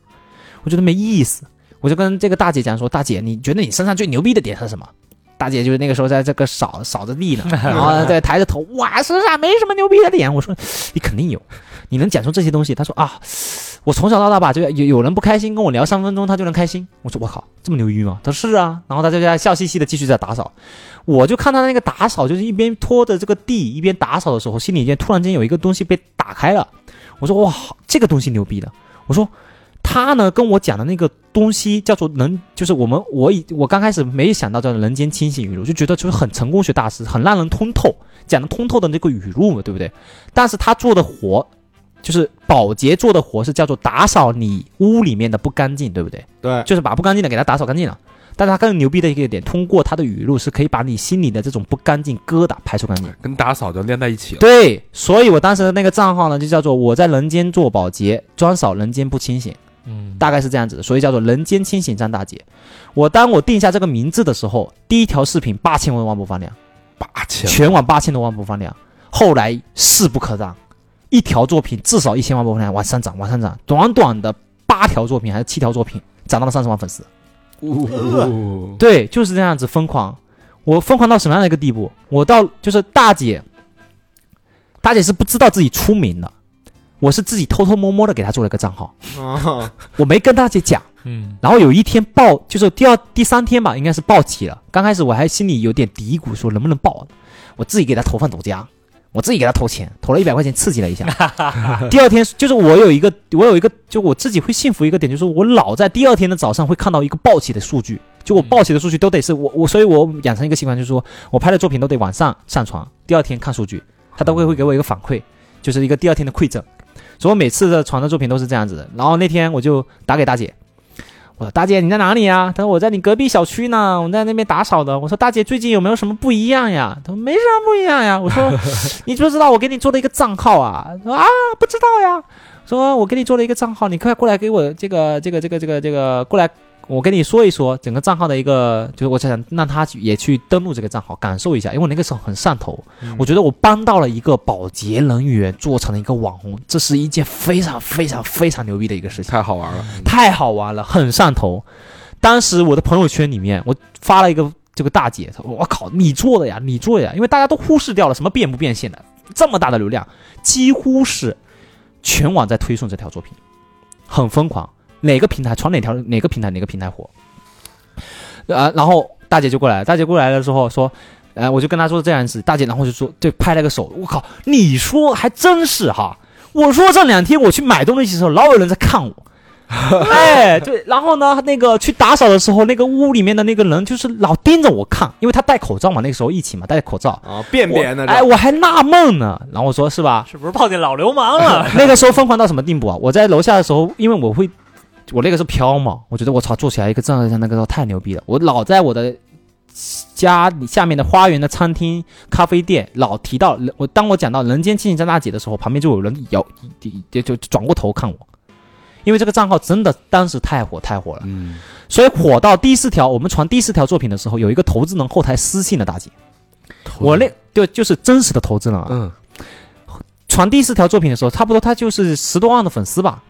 S5: 我觉得没意思，我就跟这个大姐讲说，大姐，你觉得你身上最牛逼的点是什么？大姐就是那个时候在这个扫扫着地呢，然后在抬着头，哇，身上没什么牛逼的点。我说你肯定有，你能讲出这些东西。她说啊，我从小到大吧，就有有人不开心跟我聊三分钟，他就能开心。我说我靠，这么牛逼吗？他说是啊，然后他就在笑嘻嘻的继续在打扫。我就看他那个打扫，就是一边拖着这个地一边打扫的时候，心里间突然间有一个东西被打开了。我说哇，这个东西牛逼的。我说他呢跟我讲的那个东西叫做能，就是我们我以我刚开始没想到叫人间清醒语录，就觉得就是很成功学大师，很让人通透，讲的通透的那个语录嘛，对不对？但是他做的活就是保洁做的活是叫做打扫你屋里面的不干净，对不对？
S1: 对，
S5: 就是把不干净的给它打扫干净了。但是它更牛逼的一个点，通过它的语录是可以把你心里的这种不干净疙瘩排除干净。
S4: 跟打扫就连在一起了。
S5: 对，所以我当时的那个账号呢，就叫做我在人间做保洁，专扫人间不清醒。
S3: 嗯，
S5: 大概是这样子的，所以叫做“人间清醒张大姐”。我当我定下这个名字的时候，第一条视频八千多万播放量，
S4: 八千
S5: 全网八千多万播放量，后来势不可挡，一条作品至少一千万播放量，往上涨，往上涨，短短的八条作品还是七条作品，涨到了三十万粉丝。
S4: 哦，
S5: 对，就是这样子疯狂。我疯狂到什么样的一个地步？我到就是大姐，大姐是不知道自己出名的，我是自己偷偷摸摸的给她做了一个账号，
S1: 啊，
S5: 我没跟大姐讲。
S3: 嗯，
S5: 然后有一天报，就是第二第三天吧，应该是报起了。刚开始我还心里有点嘀咕，说能不能报？我自己给他投放抖加，我自己给他投钱，投了一百块钱刺激了一下。第二天就是我有一个，我有一个，就我自己会幸福一个点，就是我老在第二天的早上会看到一个报起的数据，就我报起的数据都得是我我，所以我养成一个习惯，就是说我拍的作品都得晚上上传，第二天看数据，他都会会给我一个反馈，就是一个第二天的馈赠。所以我每次的传的作品都是这样子的。然后那天我就打给大姐，我说大姐你在哪里呀？她说我在你隔壁小区呢，我在那边打扫的。我说大姐最近有没有什么不一样呀？她说没啥不一样呀。我说 <laughs> 你知不知道我给你做了一个账号啊？她说啊不知道呀。说我给你做了一个账号，你快过来给我这个这个这个这个这个过来。我跟你说一说整个账号的一个，就是我想让他去也去登录这个账号，感受一下，因为我那个时候很上头， <laughs>
S1: 嗯
S5: 我觉得我帮到了一个保洁人员做成了一个网红，这是一件非常非常非常牛逼的一个事情。
S4: 太好玩了，
S5: 太好玩了，很上头。当时我的朋友圈里面，我发了一个这个大姐，她说：“我靠，你做的呀，你做的呀！”因为大家都忽视掉了什么变不变现的，这么大的流量，几乎是全网在推送这条作品，很疯狂。哪个平台传哪条，哪个平台哪个平台火。呃，然后大姐就过来了，大姐过来了之后说。呃，我就跟她说这样子，大姐，然后就说，对，拍了个手，我靠，你说还真是哈！我说这两天我去买东西的时候，老有人在看我，哎，对，然后呢，那个去打扫的时候，那个屋里面的那个人就是老盯着我看，因为他戴口罩嘛，那个时候疫情嘛，戴口罩。
S1: <laughs> 啊，辨别呢，
S5: 我哎，
S1: 这
S5: 我还纳闷呢，然后我说是吧？
S3: 是不是碰见老流氓了？
S5: 那个时候疯狂到什么地步啊？我在楼下的时候，因为我会，我那个时候飘嘛，我觉得我操，做起来一个这样的那个时候太牛逼了。我老在我的家里下面的花园的餐厅、咖啡店老提到我，当我讲到人间清醒张大姐的时候，旁边就有人摇，就就转过头看我，因为这个账号真的当时太火太火了。
S4: 嗯，
S5: 所以火到第四条，我们传第四条作品的时候，有一个投资人后台私信的大姐，我那就就是真实的投资人啊，
S4: 嗯，
S5: 传第四条作品的时候，差不多他就是十多万的粉丝吧。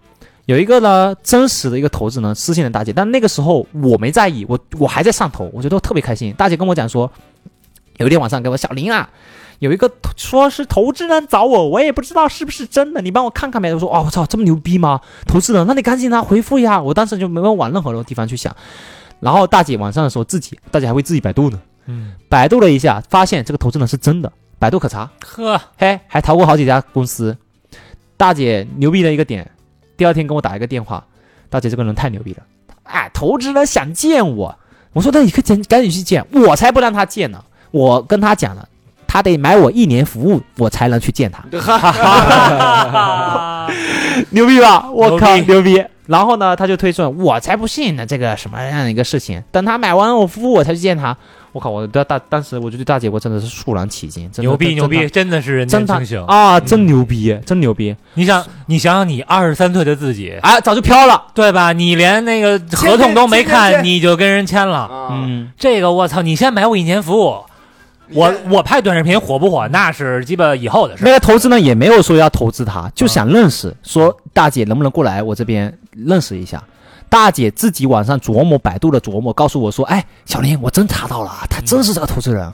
S5: 有一个呢，真实的一个投资人私信的大姐，但那个时候我没在意，我我还在上头，我觉得特别开心。大姐跟我讲说，有一天晚上跟我小林啊，有一个投说是投资人找我，我也不知道是不是真的，你帮我看看呗。我说哦，我操，这么牛逼吗？投资人，那你赶紧让他回复呀！我当时就没有往任何的地方去想。然后大姐晚上的时候自己，大姐还会自己百度呢，
S3: <laughs> 嗯，
S5: 百度了一下，发现这个投资人是真的，百度可查。
S3: 呵， <laughs>
S5: 嘿，哎还逃过好几家公司。大姐牛逼的一个点，第二天跟我打一个电话，大姐这个人太牛逼了，哎，投资人想见我，我说那你可以赶赶紧去见，我才不让他见呢，我跟他讲了，他得买我一年服务，哎我才能去见他。
S1: <laughs>
S5: <laughs> 牛逼吧？我靠，
S3: 牛
S5: 牛逼！然后呢，他就推算，我才不信呢，这个什么样的一个事情？等他买完我服务，我才去见他。我靠，我大大当时我就对大姐我真的是肃然起敬，真的
S3: 牛逼
S5: 真
S3: 牛逼，真的是人
S5: 真
S3: 间
S5: 他
S3: 清醒。
S5: 啊，真牛逼，真牛逼！
S3: 你想，你想想，你二十三岁的自己，
S5: 哎，早就飘了，
S3: 对吧？你连那个合同都没
S1: 签签
S3: 看，你就跟人签了。
S1: 啊，
S5: 嗯，
S3: 这个我操，你先买我一年服务，我我拍短视频火不火，那是鸡巴以后的事儿。
S5: 那个投资呢也没有说要投资她，就想认识，说大姐能不能过来我这边认识一下。大姐自己晚上琢磨，百度的琢磨，告诉我说：“哎，小林，我真查到了，啊他真是这个投资人。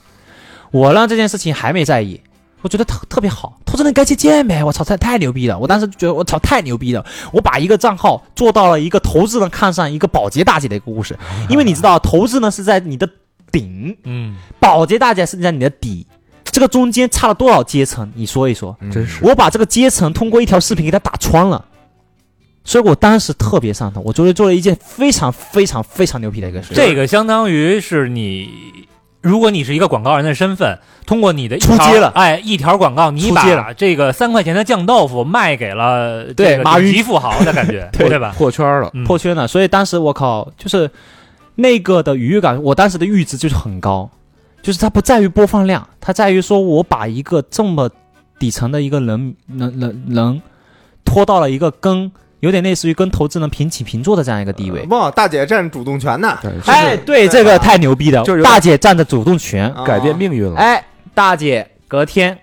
S5: 我让这件事情还没在意，我觉得特特别好，投资人该去见呗！我操，太太牛逼了！我当时就觉得我操太牛逼了，我把一个账号做到了一个投资人看上一个保洁大姐的一个故事，因为你知道，投资呢是在你的顶，
S3: 嗯，
S5: 保洁大姐是在你的底，这个中间差了多少阶层？你说一说。
S4: 真是
S5: 我把这个阶层通过一条视频给它打穿了，所以我当时特别上头。我觉得做了一件非常非常非常牛逼的一个事。
S3: 这个相当于是你，如果你是一个广告人的身份，通过你的一
S5: 出街
S3: 条
S5: 了
S3: 哎，一条广告，你
S5: 出街了
S3: 把这个三块钱的酱豆腐卖给了这
S5: 对
S3: 个
S5: 马云
S3: 顶级富豪的
S5: <laughs>
S3: 感觉，
S4: 破
S3: 对吧？
S4: 破圈了，
S3: 嗯
S5: 破圈了，所以当时我靠，就是那个的愉悦感，我当时的阈值就是很高，就是它不在于播放量，它在于说我把一个这么底层的一个人人人人拖到了一个跟有点类似于跟投资人平起平坐的这样一个地位。
S1: 嗯不，大姐占主动权呢，
S4: 对，就是
S5: 哎，对，
S1: 对
S5: 这
S1: 啊
S5: 个太牛逼了
S4: 就是，有
S5: 大姐占着主动权，
S1: 啊
S4: 改变命运了。
S5: 哎，大姐，隔天，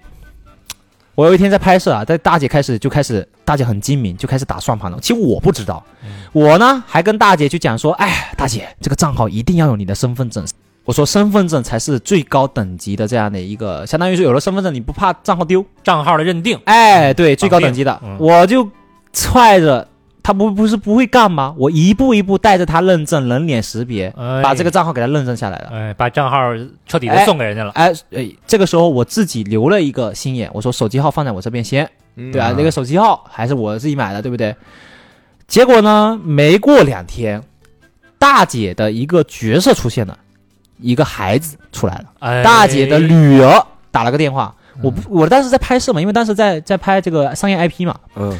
S5: 我有一天在拍摄啊，在大姐开始就开始，大姐很精明，就开始打算盘了。其实我不知道，
S4: 嗯
S5: 我呢还跟大姐去讲说，哎，大姐，这个账号一定要有你的身份证。我说身份证才是最高等级的这样的一个，相当于是有了身份证，你不怕账号丢。
S3: 账号的认定，
S5: 哎，对，最
S3: 绑
S5: 高
S3: 定
S5: 等级的，
S3: 嗯
S5: 我就揣着。他不不是不会干吗？我一步一步带着他认证人脸识别，
S3: 哎
S5: 把这个账号给他认证下来了。
S3: 哎，把账号彻底的
S5: 哎
S3: 送给人家了。
S5: 哎，哎，这个时候我自己留了一个心眼，我说手机号放在我这边先，
S1: 嗯
S5: 对吧、啊那个手机号还是我自己买的，对不对？结果呢，没过两天，大姐的一个角色出现了，一个孩子出来了，
S3: 哎，
S5: 大姐的女儿打了个电话。我不，我当时在拍摄嘛，因为当时在在拍这个商业 IP 嘛。
S4: 嗯，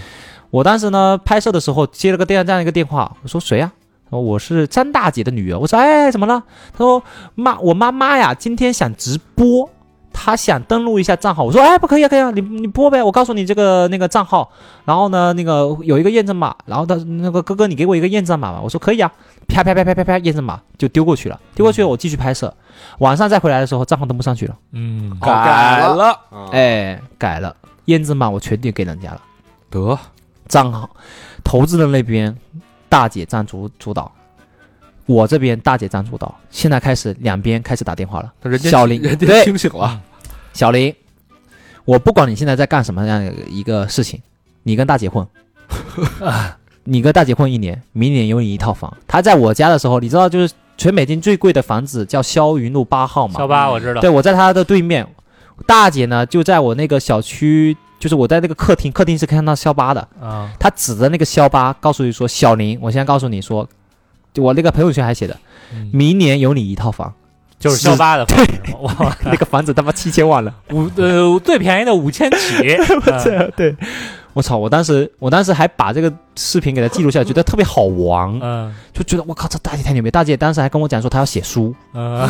S5: 我当时呢拍摄的时候接了个电这样一个电话，我说谁呀、他说我是张大姐的女儿。我说哎，怎么了？他说妈，我妈妈呀，今天想直播，她想登录一下账号。我说哎，不可以啊，可以啊，你你播呗，我告诉你这个那个账号，然后呢那个有一个验证码，然后他那个哥哥你给我一个验证码吧。我说可以啊，啪啪啪啪啪啪，验证码就丢过去了，丢过去了我继续拍摄，晚上再回来的时候账号登不上去了，
S3: 嗯，
S1: 哦改了
S4: 了，
S1: 啊
S5: 哎，改了，验证码我全点给人家了。
S4: 得
S5: 账号，投资人那边大姐占主主导，我这边大姐占主导。现在开始两边开始打电话了，
S4: 人家
S5: 小林
S4: 人家
S5: 对嗯
S4: 清醒了，
S5: 小林，我不管你现在在干什么样的一个事情，你跟大姐混，你跟大姐混一年，明年有你一套房。她在我家的时候，你知道就是全北京最贵的房子叫霄云路八号嘛，
S3: 小八我知道，
S5: 对，我在她的对面，大姐呢就在我那个小区，就是我在那个客厅，客厅是看到肖八的。
S3: 啊，
S5: 他指着那个肖八，告诉你说：“小林，我现在告诉你说，就我那个朋友圈还写的，
S3: 嗯
S5: 明年有你一套
S3: <laughs>
S5: 房，
S3: 就是
S5: 是
S3: 小八的房子，我
S5: 那个房子他妈七千万
S3: <laughs>
S5: 了。
S3: 五呃最便宜的五千起，
S5: <laughs>
S3: 嗯
S5: 对，我操！我当时我当时还把这个视频给他记录下来，觉得特别好玩，
S3: 嗯
S5: 就觉得我靠，这大姐太牛逼！大姐当时还跟我讲说，她要写书，
S3: <laughs> 嗯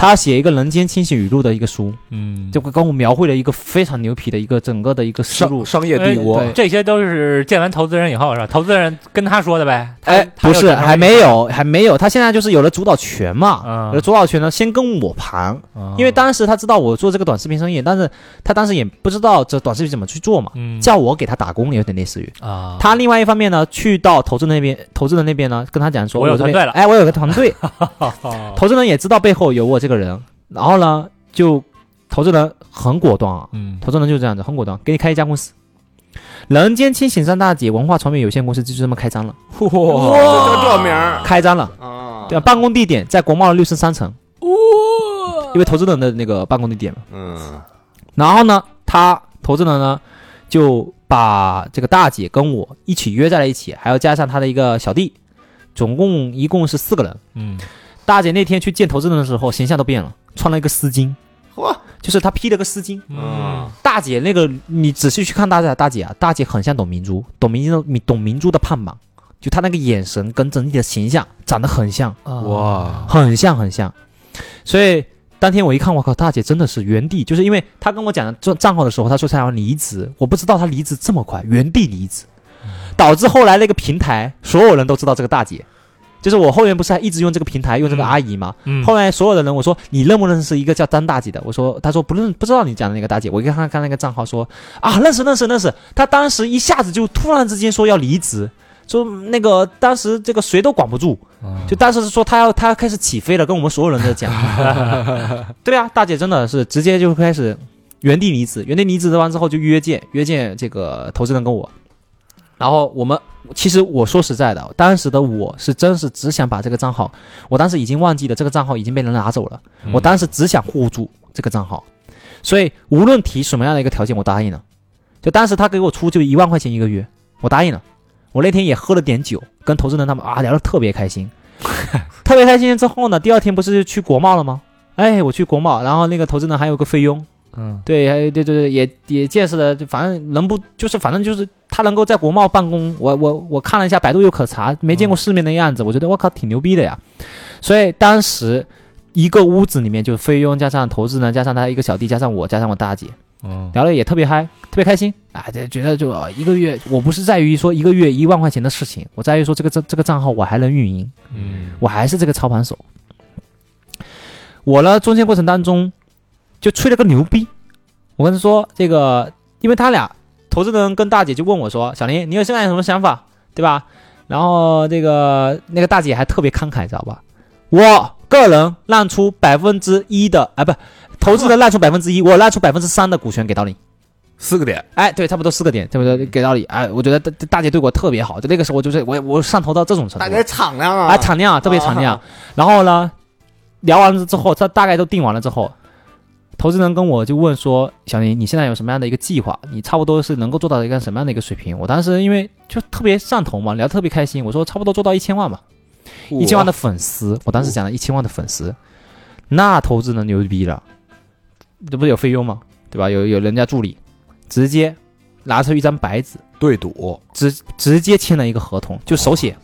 S5: 她要写一个《人间清醒语录》的一个书，
S3: 嗯，
S5: 就跟我描绘了一个非常牛皮的一个整个的一个思路
S4: 商。商业帝国
S5: 哎对
S3: 这些都是见完投资人以后是吧？投资人跟他说的呗。他
S5: 哎，
S3: 他
S5: 不
S3: 又
S5: 是，
S3: 整成
S5: 还没有，还没有，她现在就是有了主导权嘛
S3: 嗯，
S5: 有了主导权呢，先跟我盘，
S3: 嗯
S5: 因为当时他知道我做这个短视频生意，但是他当时也不知道这短视频怎么去做嘛，
S3: 嗯
S5: 叫我给他打工，有点类似于。
S3: 啊，
S5: 他另外一方面呢，去到投资人那边，投资人那边呢，跟他讲说，
S3: 我有
S5: 这边
S3: 团队了
S5: 哎，我有个团队，
S3: <laughs> 哦
S5: 投资人也知道背后有我这个人，然后呢，就投资人很果断啊，
S3: 嗯
S5: 投资人就这样子，很果断，给你开一家公司，人间清醒三大姐文化传媒有限公司就这么开张了，
S1: 哇，就啊这名儿
S5: 开张了，
S1: 啊，
S5: 对吧？办公地点在国贸的六十三层，因为投资人的那个办公地点嘛。
S1: 嗯，
S5: 然后呢，他投资人呢就把这个大姐跟我一起约在了一起，还要加上他的一个小弟，总共一共是四个人。
S3: 嗯
S5: 大姐那天去见投资人的时候，形象都变了，穿了一个丝巾，
S1: 嚯，
S5: 就是她披了个丝巾。
S1: 嗯
S3: 嗯，
S5: 大姐那个，你仔细去看大姐，大姐啊，大姐很像董明珠，董明珠的董明珠的胖版，
S4: 啊
S5: 就她那个眼神跟整体的形象长得很像，
S4: 哇，
S5: 很像很像。所以当天我一看，我靠，大姐真的是原地，就是因为她跟我讲账账号的时候，她说她要离职，我不知道她离职这么快，原地离职，导致后来那个平台所有人都知道这个大姐，就是我后面不是还一直用这个平台用这个
S3: 嗯
S5: 阿姨吗？
S3: 嗯，
S5: 后来所有的人，我说你认不认识一个叫张大姐的？我说，他说不认，不知道你讲的那个大姐。我一看他看那个账号说啊，认识认识认识。他当时一下子就突然之间说要离职，说那个当时这个谁都管不住，就当时是说他要他开始起飞了，跟我们所有人都在讲。对啊，大姐真的是直接就开始原地离职，原地离职完之后就约见约见这个投资人跟我，然后我们其实我说实在的，当时的我是真是只想把这个账号，我当时已经忘记了这个账号已经被人拿走了，
S3: 嗯
S5: 我当时只想护住这个账号，所以无论提什么样的一个条件，我答应了。就当时他给我出就一万块钱一个月，我答应了。我那天也喝了点酒，跟投资人他们啊聊得特别开
S3: <laughs>
S5: 心，特别开心之后呢，第二天不是去国贸了吗？哎，我去国贸，然后那个投资人还有个菲佣，
S3: 嗯
S5: 对，还有对对对，也也见识了，反正能不就是反正就是他能够在国贸办公，我我我看了一下百度又可查，没
S3: 嗯
S5: 见过世面的样子，我觉得我靠挺牛逼的呀。所以当时一个屋子里面就菲佣加上投资人加上他一个小弟加上我加上我大姐，
S3: 嗯
S5: 聊的也特别嗨，特别开心啊，就觉得就呃一个月，我不是在于说一个月一万块钱的事情，我在于说这个这这个账号我还能运营，
S3: 嗯
S5: 我还是这个操盘手。我呢，中间过程当中就吹了个牛逼，我跟他说这个，因为他俩投资人跟大姐就问我说：“小林，你有现在有什么想法，对吧？”然后这个那个大姐还特别慷慨，知道吧？我个人让出百分之一的，啊，不，投资人让出百分之一，我让出百分之三的股权给到你。
S4: 四个点，
S5: 哎，对，差不多四个点，对不对？给到你，哎，我觉得大大姐对我特别好，就那个时候就是我我上头到这种程度。
S1: 大姐敞亮啊！
S5: 啊，敞亮，特别敞亮
S1: 啊。
S5: 然后呢，聊完了之后，他大概都定完了之后，投资人跟我就问说：“小林，你现在有什么样的一个计划？你差不多是能够做到一个什么样的一个水平？”我当时因为就特别上头嘛，聊得特别开心，我说差不多做到一千万吧，一千万的粉丝，我当时讲了一千万的粉丝，那投资人牛逼了，这不是有费用吗？对吧？有有人家助理，直接拿出一张白纸，
S4: 对赌，
S5: 直直接签了一个合同，就手写，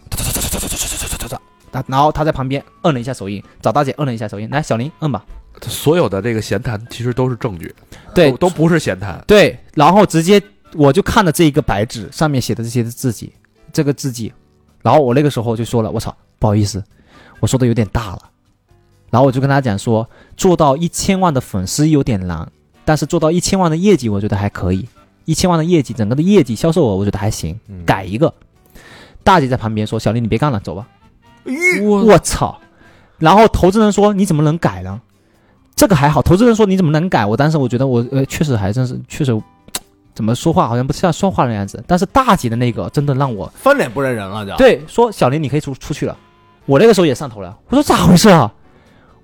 S5: 他然后他在旁边摁了一下手印，找大姐摁了一下手印，来小林摁吧，
S4: 所有的这个闲谈其实都是证据，
S5: 对
S4: 哦都都不是闲谈，
S5: 对，然后直接我就看了这一个白纸上面写的这些字迹，这个字迹，然后我那个时候就说了，我操，不好意思，我说的有点大了，然后我就跟他讲说，做到一千万的粉丝有点难，但是做到一千万的业绩，我觉得还可以，一千万的业绩，整个的业绩销售额，我觉得还行，
S1: 嗯
S5: 改一个。大姐在旁边说：“小林，你别干了，走吧。”
S4: 我
S5: 我操！然后投资人说：“你怎么能改呢？”这个还好，投资人说：“你怎么能改？”我当时我觉得我呃，确实还真是确实，怎么说话好像不像说话的样子。但是大姐的那个真的让我
S1: 翻脸不认人了就。，
S5: 对说：“小林，你可以出出去了。”我那个时候也上头了，我说咋回事啊？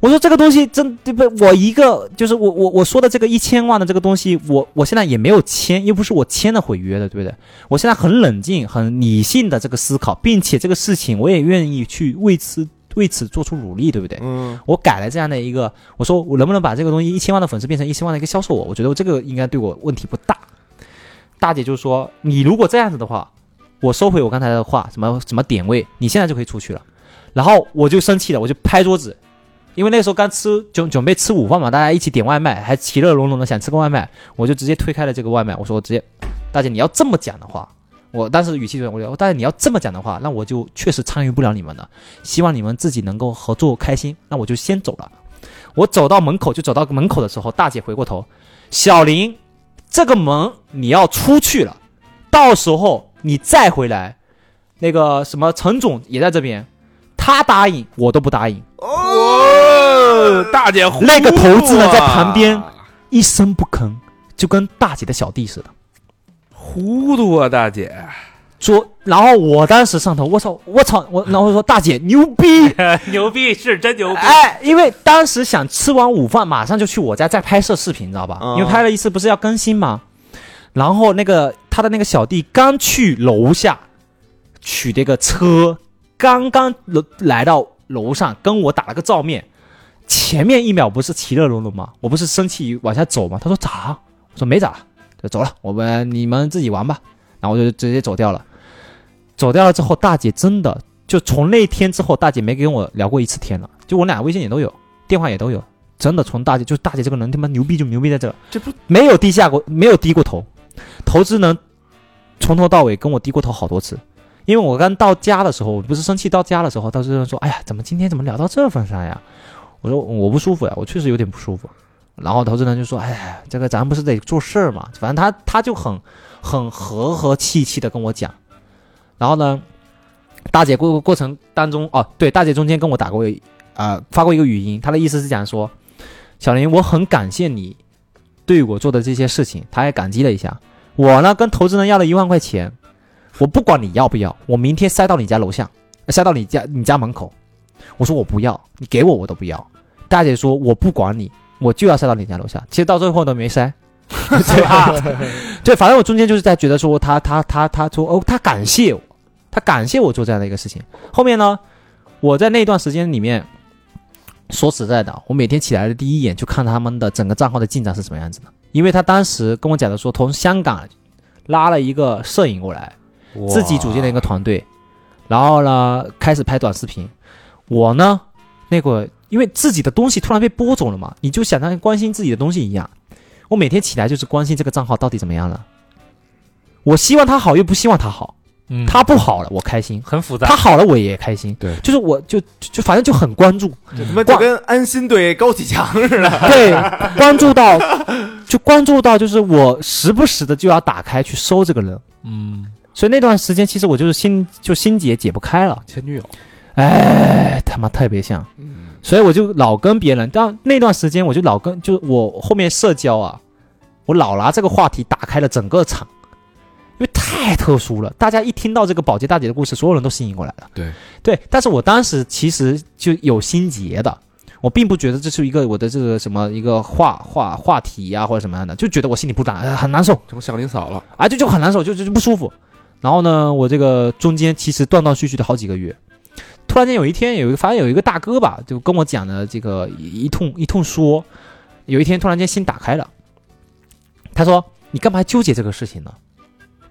S5: 我说这个东西真对不？我一个就是我我我说的这个一千万的这个东西，我我现在也没有签，又不是我签了毁约的，对不对？我现在很冷静、很理性的这个思考，并且这个事情我也愿意去为此为此做出努力，对不对？
S1: 嗯，
S5: 我改了这样的一个，我说我能不能把这个东西一千万的粉丝变成一千万的一个销售额？我觉得我这个应该对我问题不大。大姐就说：“你如果这样子的话，我收回我刚才的话，什么什么点位，你现在就可以出去了。”然后我就生气了，我就拍桌子，因为那时候刚吃准准备吃午饭嘛，大家一起点外卖，还其乐融融的想吃个外卖，我就直接推开了这个外卖，我说：“我直接，大姐你要这么讲的话。”我当时语气就我说，大姐你要这么讲的话，那我就确实参与不了你们了。希望你们自己能够合作开心。那我就先走了。我走到门口，就走到门口的时候，大姐回过头，小林，这个门你要出去了，到时候你再回来，那个什么陈总也在这边，他答应我都不答应，
S4: 我大姐糊
S5: 那个投资人在
S4: 啊
S5: 旁边一声不吭，就跟大姐的小弟似的。
S4: 糊涂啊，大姐，
S5: 说，然后我当时上头，我操，我操，我，然后我说大姐牛逼，
S3: 牛逼是真牛逼，
S5: 哎，因为当时想吃完午饭马上就去我家再拍摄视频，你知道吧？
S1: 嗯
S5: 因为拍了一次不是要更新吗？然后那个他的那个小弟刚去楼下取这个车，刚刚楼来到楼上跟我打了个照面，前面一秒不是其乐融融吗？我不是生气往下走吗？他说咋了？我说没咋了，就走了，我们你们自己玩吧。然后我就直接走掉了。走掉了之后，大姐真的就从那天之后，大姐没跟我聊过一次天了，就我俩微信也都有，电话也都有。真的从大姐，就是大姐这个人他妈牛逼就牛逼在这，
S4: 这不
S5: 没有低下过，没有低过头，投资能从头到尾跟我低过头好多次。因为我刚到家的时候，我不是生气到家的时候，当时说：“哎呀，怎么今天怎么聊到这份上呀？”我说：“我不舒服呀，我确实有点不舒服。”然后投资人就说：“哎呀，这个咱不是得做事儿嘛，反正他他就很很和和气气的跟我讲。然后呢，大姐过过程当中，哦，对，大姐中间跟我打过一呃发过一个语音，她的意思是讲说，小林，我很感谢你对我做的这些事情，她也感激了一下。我呢跟投资人要了一万块钱，我不管你要不要，我明天塞到你家楼下，呃塞到你家你家门口。我说我不要，你给我我都不要。大姐说我不管你，我就要塞到你家楼下。其实到最后都没塞， <laughs> 对吧？ <laughs> 对，反正我中间就是在觉得说他他他他说哦，他感谢我，他感谢我做这样的一个事情。后面呢，我在那段时间里面，说实在的，我每天起来的第一眼就看他们的整个账号的进展是什么样子的，因为他当时跟我讲的说，从香港拉了一个摄影过来，自己组建了一个团队，然后呢开始拍短视频。我呢，那会儿因为自己的东西突然被播走了嘛，你就想像关心自己的东西一样。我每天起来就是关心这个账号到底怎么样了。我希望他好，又不希望他好。
S3: 嗯
S5: 他不好了，我开心；
S3: 很复杂，
S5: 他好了，我也开心。
S4: 对
S5: 就是我就就就反正就很关注，
S1: 这他妈就跟安心对高启强似的。
S5: 对，关注到就关注到，就是我时不时的就要打开去搜这个人。
S3: 嗯，
S5: 所以那段时间，其实我就是心就心结解不开了。
S4: 前女友，
S5: 哎，他妈特别像，所以我就老跟别人，但那段时间我就老跟，就我后面社交啊，我老拿这个话题打开了整个场，因为太特殊了，大家一听到这个保洁大姐的故事，所有人都吸引过来了。
S4: 对
S5: 对，但是我当时其实就有心结的，我并不觉得这是一个我的这个什么一个话话话题啊或者什么样的，就觉得我心里不打、呃很难受，
S4: 成祥林嫂了，
S5: 啊，就就很难受，就就就不舒服。然后呢，我这个中间其实断断续续的好几个月，突然间有一天有一个，反正有一个大哥吧，就跟我讲的这个一一通一通说，有一天突然间心打开了，他说：“你干嘛纠结这个事情呢？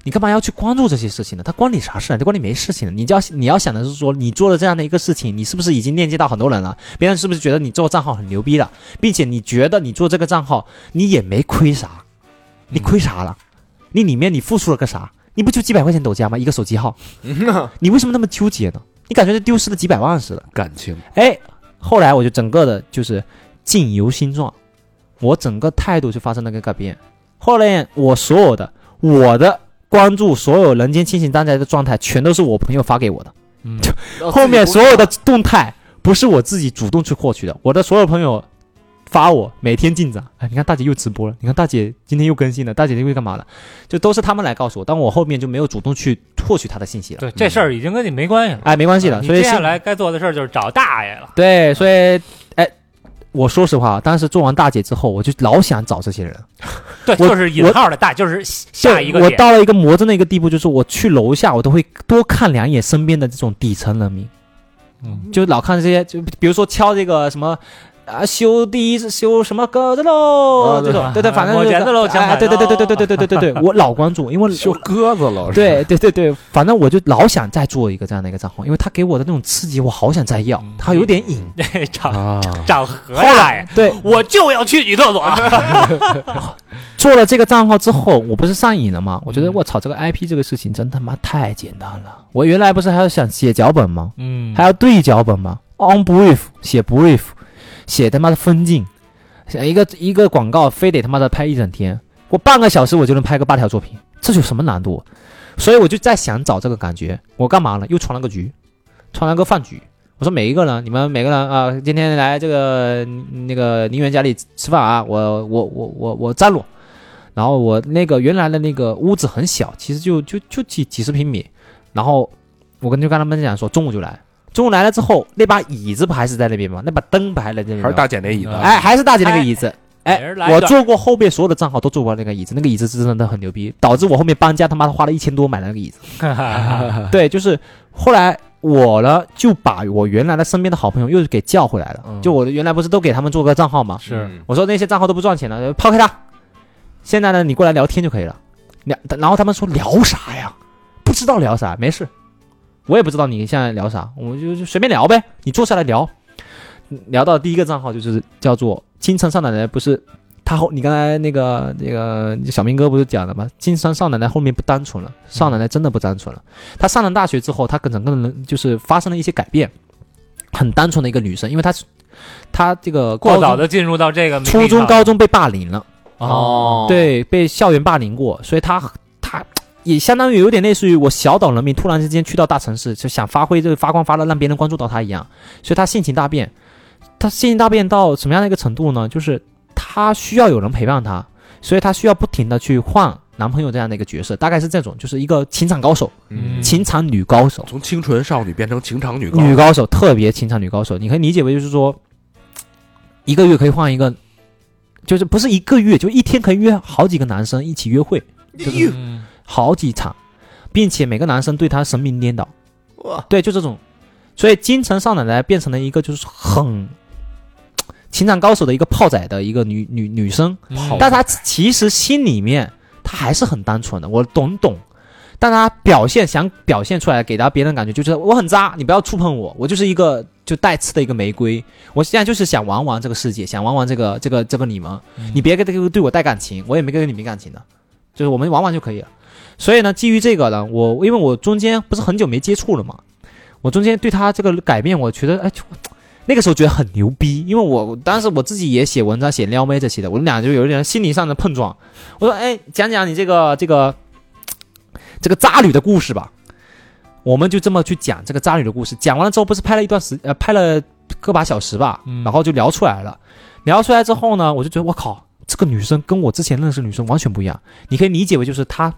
S5: 你干嘛要去关注这些事情呢？他关你啥事啊？他关你没事情呢。你就要你要想的是说，你做了这样的一个事情，你是不是已经链接到很多人了？别人是不是觉得你做账号很牛逼了，并且你觉得你做这个账号你也没亏啥，你亏啥了？你里面你付出了个啥？你不就几百块钱抖加吗？一个手机号，
S1: 嗯
S5: 你为什么那么纠结呢？你感觉是丢失了几百万似的。
S4: 感情
S5: 哎，后来我就整个的就是境由心状，我整个态度就发生了一个改变。后来我所有的我的关注，所有人间清醒当下的状态，全都是我朋友发给我的。
S3: 嗯
S5: <laughs> 后面所有的动态不是我自己主动去获取的，我的所有朋友发我每天进展。哎，你看大姐又直播了，你看大姐今天又更新了，大姐又干嘛了？就都是他们来告诉我，但我后面就没有主动去获取她的信息了。
S3: 对，这事儿已经跟你没关系了，啊
S5: 哎，没关系的，
S3: 你
S5: 所以
S3: 接下
S5: 现
S3: 来该做的事儿就是找大爷了。
S5: 对，所以哎，我说实话，当时做完大姐之后，我就老想找这些人。
S3: 对，
S5: 我
S3: 就是引号的大，就是下一个
S5: 我
S3: 点。
S5: 到了一个魔怔的一个地步，就是我去楼下，我都会多看两眼身边的这种底层人民，
S3: 嗯
S5: 就老看这些，就比如说敲这个什么。啊，修第一次修什么鸽子喽？
S3: 哦
S1: 啊
S5: 这
S1: 对
S5: 种对对，反正
S3: 抹
S5: 就是
S3: 剪子喽墙
S5: 哎，
S3: 板
S5: 对对对对对
S3: 喽
S5: 对对对对对对，我老关注，因
S3: <laughs>
S5: 为
S4: 修鸽子了，是
S5: 对对对对，反正我就老想再做一个这样的一个账号，因为他给我的那种刺激，我好想再
S3: 嗯
S5: 要，他有点瘾。
S3: 这找
S4: 啊，
S3: 找何
S5: 后啊
S3: 大爷，
S5: 对，
S3: 我就要去女厕所。
S5: 做了这个账号之后，我不是上瘾了吗？我觉得我操，这个 IP 这个事情真他妈太简单了。我原来不是还要想写脚本吗？
S3: 嗯
S5: 还要对脚本吗？On brief 写 brief，写他妈的分镜，写一个一个广告非得他妈的拍一整天，我半个小时我就能拍个八条作品，这有什么难度？所以我就在想找这个感觉，我干嘛呢？又传了个局，传了个饭局。我说每一个人，你们每个人啊、今天来这个嗯那个宁远家里吃饭啊，我我我我我张罗。然后我那个原来的那个屋子很小，其实就就就几几十平米。然后我跟就跟他们讲说，中午就来。中午来了之后，那把椅子不还是在那边吗？那把灯不还在那边吗？
S4: 还是大姐那椅子，
S3: 嗯
S5: 哎，还是大姐那个椅子。哎
S3: 每人来一
S5: 我
S3: 段
S5: 做过后面所有的账号都做过那个椅子，那个椅子是真的很牛逼，导致我后面搬家他妈的花了一千多买了那个椅子。 <laughs> 对，就是后来我呢就把我原来的身边的好朋友又给叫回来了，
S4: 嗯
S5: 就我的原来不是都给他们做个账号
S1: 嗯
S5: 吗？
S3: 是
S5: 我说那些账号都不赚钱了，抛开它。现在呢，你过来聊天就可以了。聊，然后他们说聊啥呀？不知道聊啥，没事，我也不知道你现在聊啥，我们就就随便聊呗。你坐下来聊，聊到第一个账号就是叫做京城少奶奶，不是他后你刚才那个那个小明哥不是讲了吗？金山少奶奶后面不单纯了，少奶奶真的不单纯了。她上了大学之后，她跟整个人就是发生了一些改变，很单纯的一个女生，因为她是她这个高
S3: 过
S5: 中
S3: 早的进入到这个啊
S5: 初中、高中被霸凌了。
S3: 哦，，
S5: 对，被校园霸凌过，所以他他也相当于有点类似于我小岛人民突然之间去到大城市，就想发挥这个发光发热，让别人关注到他一样，所以他性情大变。他性情大变到什么样的一个程度呢？就是他需要有人陪伴他，所以他需要不停的去换男朋友这样的一个角色，大概是这种，就是一个情场高手、
S3: 嗯
S5: 情场女高手、
S4: 从清纯少女变成情场女高，嗯
S5: 女高手，特别情场女高手。你可以理解为就是说，一个月可以换一个，就是不是一个月，就一天可以约好几个男生一起约会。
S1: 哟
S5: 好几场，并且每个男生对她神明颠倒，
S1: 哇，
S5: 对，就这种，所以京城少奶奶变成了一个就是很情场高手的一个炮仔的一个女女女生，
S3: 好
S5: 但她其实心里面她还是很单纯的，我懂懂，但她表现想表现出来给到别人的感觉就是我很渣，你不要触碰我，我就是一个就带刺的一个玫瑰，我现在就是想玩玩这个世界，想玩玩这个这个这个你们，
S3: 嗯
S5: 你别跟这个对我带感情，我也没跟你没感情的，就是我们玩玩就可以了。所以呢，基于这个呢，我因为我中间不是很久没接触了嘛，我中间对他这个改变，我觉得哎，就那个时候觉得很牛逼，因为我我当时我自己也写文章写撩妹这些的，我们俩就有一点心理上的碰撞。我说哎，讲讲你这个这个这个渣女的故事吧，我们就这么去讲这个渣女的故事。讲完了之后，不是拍了一段时呃拍了个把小时吧
S3: 嗯，
S5: 然后就聊出来了。聊出来之后呢，我就觉得我靠，这个女生跟我之前认识的女生完全不一样。你可以理解为就是她，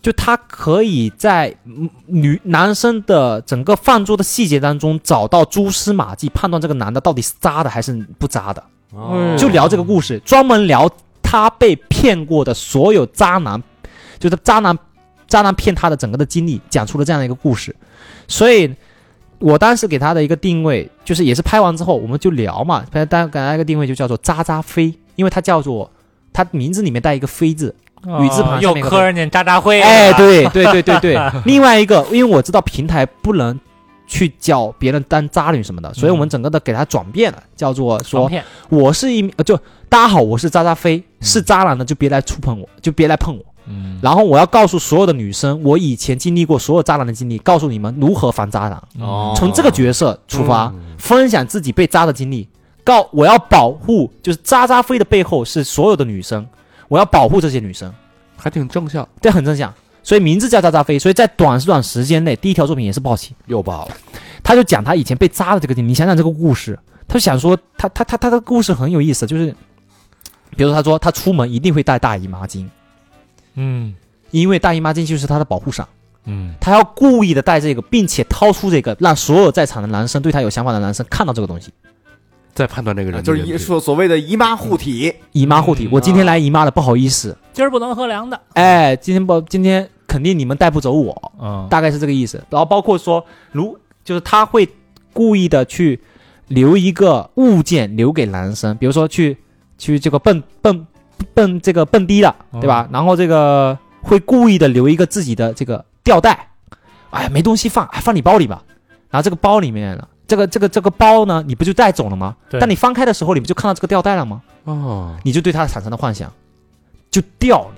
S5: 就她可以在嗯女男生的整个饭桌的细节当中找到蛛丝马迹，判断这个男的到底是渣的还是不渣的。
S1: 哦
S3: 嗯
S5: 就聊这个故事，专门聊她被骗过的所有渣男，就是渣男渣男骗她的整个的经历，讲出了这样的一个故事。所以，我当时给她的一个定位，就是也是拍完之后我们就聊嘛，拍当给她一个定位就叫做“渣渣飞”，因为她叫做她名字里面带一个“飞”字。雨字旁下
S3: 又
S5: 面一个
S3: 磕人家渣渣灰，
S5: 哦哎，，对对对对对。另外一个，因为我知道平台不能。去叫别人当渣女什么的，所以我们整个的给她转变了，叫做说
S3: 爽片
S5: 我是一名，呃就大家好，我是渣渣飞，是渣男的就别来触碰我，就别来碰我。
S3: 嗯，
S5: 然后我要告诉所有的女生，我以前经历过所有渣男的经历，告诉你们如何防渣男。
S1: 哦
S5: 从这个角色出发，
S4: 嗯
S5: 分享自己被渣的经历，告我要保护，就是渣渣飞的背后是所有的女生，我要保护这些女生，
S4: 还挺正向，
S5: 这很正向。所以名字叫渣渣飞，所以在短短时间内，第一条作品也是暴起。
S4: 又爆了。
S5: 他就讲他以前被扎的这个经历。你想想这个故事，他就想说他他他他的故事很有意思，就是比如说他说他出门一定会带大姨妈巾，
S3: 嗯
S5: 因为大姨妈巾就是他的保护伞，
S3: 嗯，
S5: 他要故意的带这个，并且掏出这个，让所有在场的男生对他有想法的男生看到这个东西。
S4: 再判断这个人的
S1: 啊就是
S4: 人
S1: 一
S4: 品
S1: 说所谓的姨妈护体，
S5: 姨妈护体，
S3: 嗯
S5: 我今天来姨妈了，不好意思，
S3: 今儿不能喝凉的，
S5: 哎，今天不今天肯定你们带不走我，
S3: 嗯，
S5: 大概是这个意思。然后包括说，如就是他会故意的去留一个物件留给男生，比如说去去这个蹦蹦蹦这个蹦迪的，对吧？然后这个会故意的留一个自己的这个吊带，哎呀，没东西放，哎放你包里吧。然后这个包里面了，这个这个这个包呢，你不就带走了吗？
S3: 对
S5: 但你翻开的时候，你不就看到这个吊带了吗？
S4: 哦，
S5: 你就对它产生了幻想，就掉了。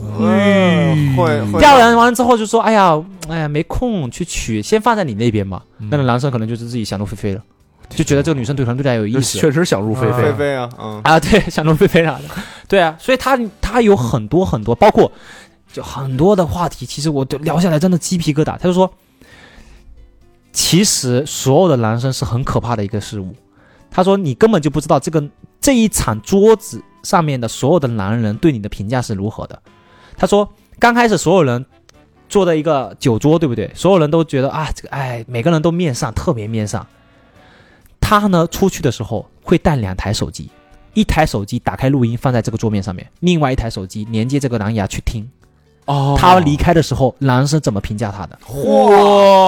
S5: 嗯
S1: 会会
S5: 调研完之后就说：“哎呀，哎呀，没空去取，先放在你那边吧。
S3: 嗯
S5: 那个男生可能就是自己想入非非了，就觉得这个女生对可能对他有意思
S4: 确实想入非
S3: 啊
S4: 非
S1: 菲菲啊，嗯，
S5: 啊，对，想入非非啥的，对啊，所以他他有很多很多，包括就很多的话题，其实我就聊下来真的鸡皮疙瘩。他就说，其实所有的男生是很可怕的一个事物。他说你根本就不知道这个这一场桌子上面的所有的男人对你的评价是如何的。他说刚开始所有人坐的一个酒桌，对不对？所有人都觉得啊，这个哎，每个人都面上，特别面上。他呢出去的时候会带两台手机，一台手机打开录音放在这个桌面上面，另外一台手机连接这个蓝牙去听。
S4: 哦
S5: 他离开的时候，男生怎么评价他的？
S4: 哇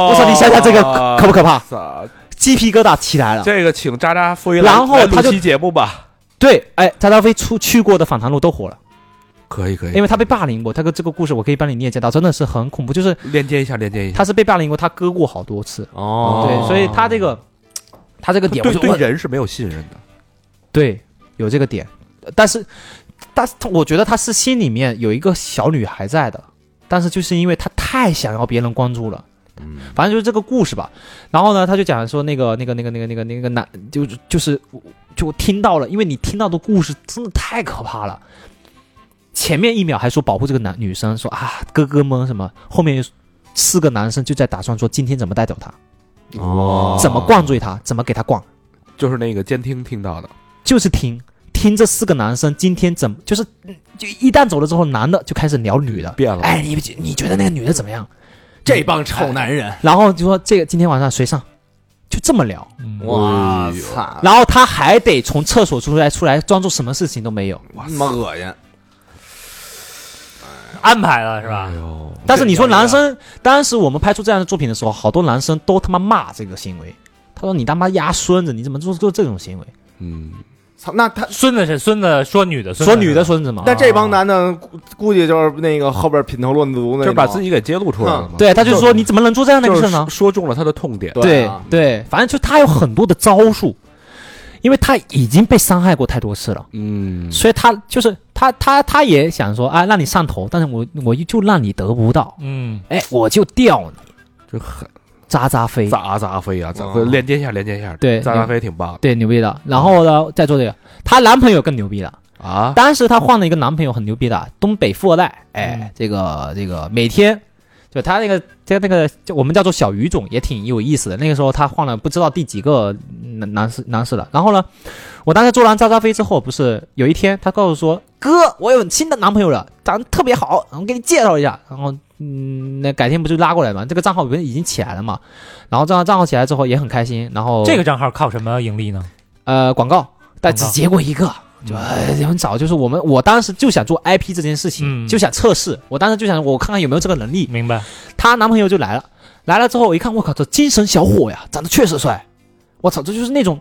S5: 我操，你想想这个可不可怕？
S4: 操
S5: 哦 <laughs> 鸡皮疙瘩起来了。
S4: 这个请渣渣飞
S5: 然后他就
S4: 期节目吧，
S5: 对，哎，扎达菲出去过的访谈录都火了，
S4: 可以可以
S5: 因，为他被霸凌过。他个这个故事我可以帮你链接到，真的是很恐怖，就是
S4: 链接一下链接一下，
S5: 他是被霸凌过，他割过好多次。
S1: 哦
S5: 对，所以他这个他这个点
S4: 对
S5: 我就
S4: 对
S5: 我
S4: 人是没有信任的。
S5: 对，有这个点，但是，但是他我觉得他是心里面有一个小女孩在的，但是就是因为他太想要别人关注了，
S1: 嗯
S5: 反正就是这个故事吧。然后呢，他就讲说那个那个那个那个那个那个男，就就是就我听到了，因为你听到的故事真的太可怕了。前面一秒还说保护这个男女生，说啊哥哥们什么，后面四个男生就在打算说今天怎么带走他，
S1: 哦
S5: 怎么灌醉他，怎么给他逛。
S4: 就是那个监听听到的，
S5: 就是听听这四个男生今天怎么，就是嗯就一旦走了之后，男的就开始聊女的，
S4: 变了
S5: 哎，你你觉得那个女的怎么样？
S1: 这哎帮臭男人，
S5: 然后就说这个今天晚上谁上，就这么聊。
S1: 我操，
S5: 然后他还得从厕所出来，出来装作什么事情都没有。
S4: 嗯
S1: 他妈恶心！
S3: 安排了是
S5: 嗯
S3: 吧？
S4: 呦，
S5: 但是你说男生，当时我们拍出这样的作品的时候，好多男生都他妈骂这个行为。他说：“你他妈丫孙子，你怎么做做这种行为
S4: 嗯，
S1: 操，那他
S3: 孙子是孙子，说女的，？”孙子
S5: 说女的孙子嘛，
S1: 那这帮男的估估计就是那个后边品头论足那种，
S4: 就是把自己给揭露出来了嘛。
S5: 啊对，他就说：“你怎么能做这样的
S4: 就
S5: 事
S4: 是
S5: 呢？”
S4: 说说中了他的痛点。
S1: 对啊
S5: 对，反正就他有很多的招数，因为他已经被伤害过太多次了，
S4: 嗯，
S5: 所以他就是他他他也想说啊，让你上头，但是我我就让你得不到，
S3: 嗯，
S5: 哎，我就吊你，
S4: 就很
S5: 渣渣飞，
S4: 咋咋飞啊，咋
S1: 哇
S4: 飞连接一下，连接一下，
S5: 对
S4: 咋咋飞挺棒
S5: 对，牛逼的。然后呢，再做这个，她男朋友更牛逼了，
S4: 的啊。
S5: 当时她换了一个男朋友，很牛逼的，东北富二代，
S3: 嗯
S5: 哎，这个这个每天。就他那个，他那个，就我们叫做小语种，也挺有意思的。那个时候他换了不知道第几个男男士男士了。然后呢，我当时做完渣渣飞之后，不是有一天他告诉说，哥，我有新的男朋友了，长得特别好，我给你介绍一下。然后，嗯，那改天不就拉过来嘛？这个账号不是已经起来了嘛？然后账号账号起来之后也很开心。然后
S3: 这个账号靠什么盈利呢？
S5: 呃广告，但只
S3: 广告嗯
S5: 结过一个，就、哎很早。就是我们我当时就想做 IP 这件事情，
S3: 嗯
S5: 就想测试，我当时就想我看看有没有这个能力。
S3: 明白？
S5: 她男朋友就来了，来了之后我一看，我靠，这精神小伙呀，长得确实帅，我操，这就是那种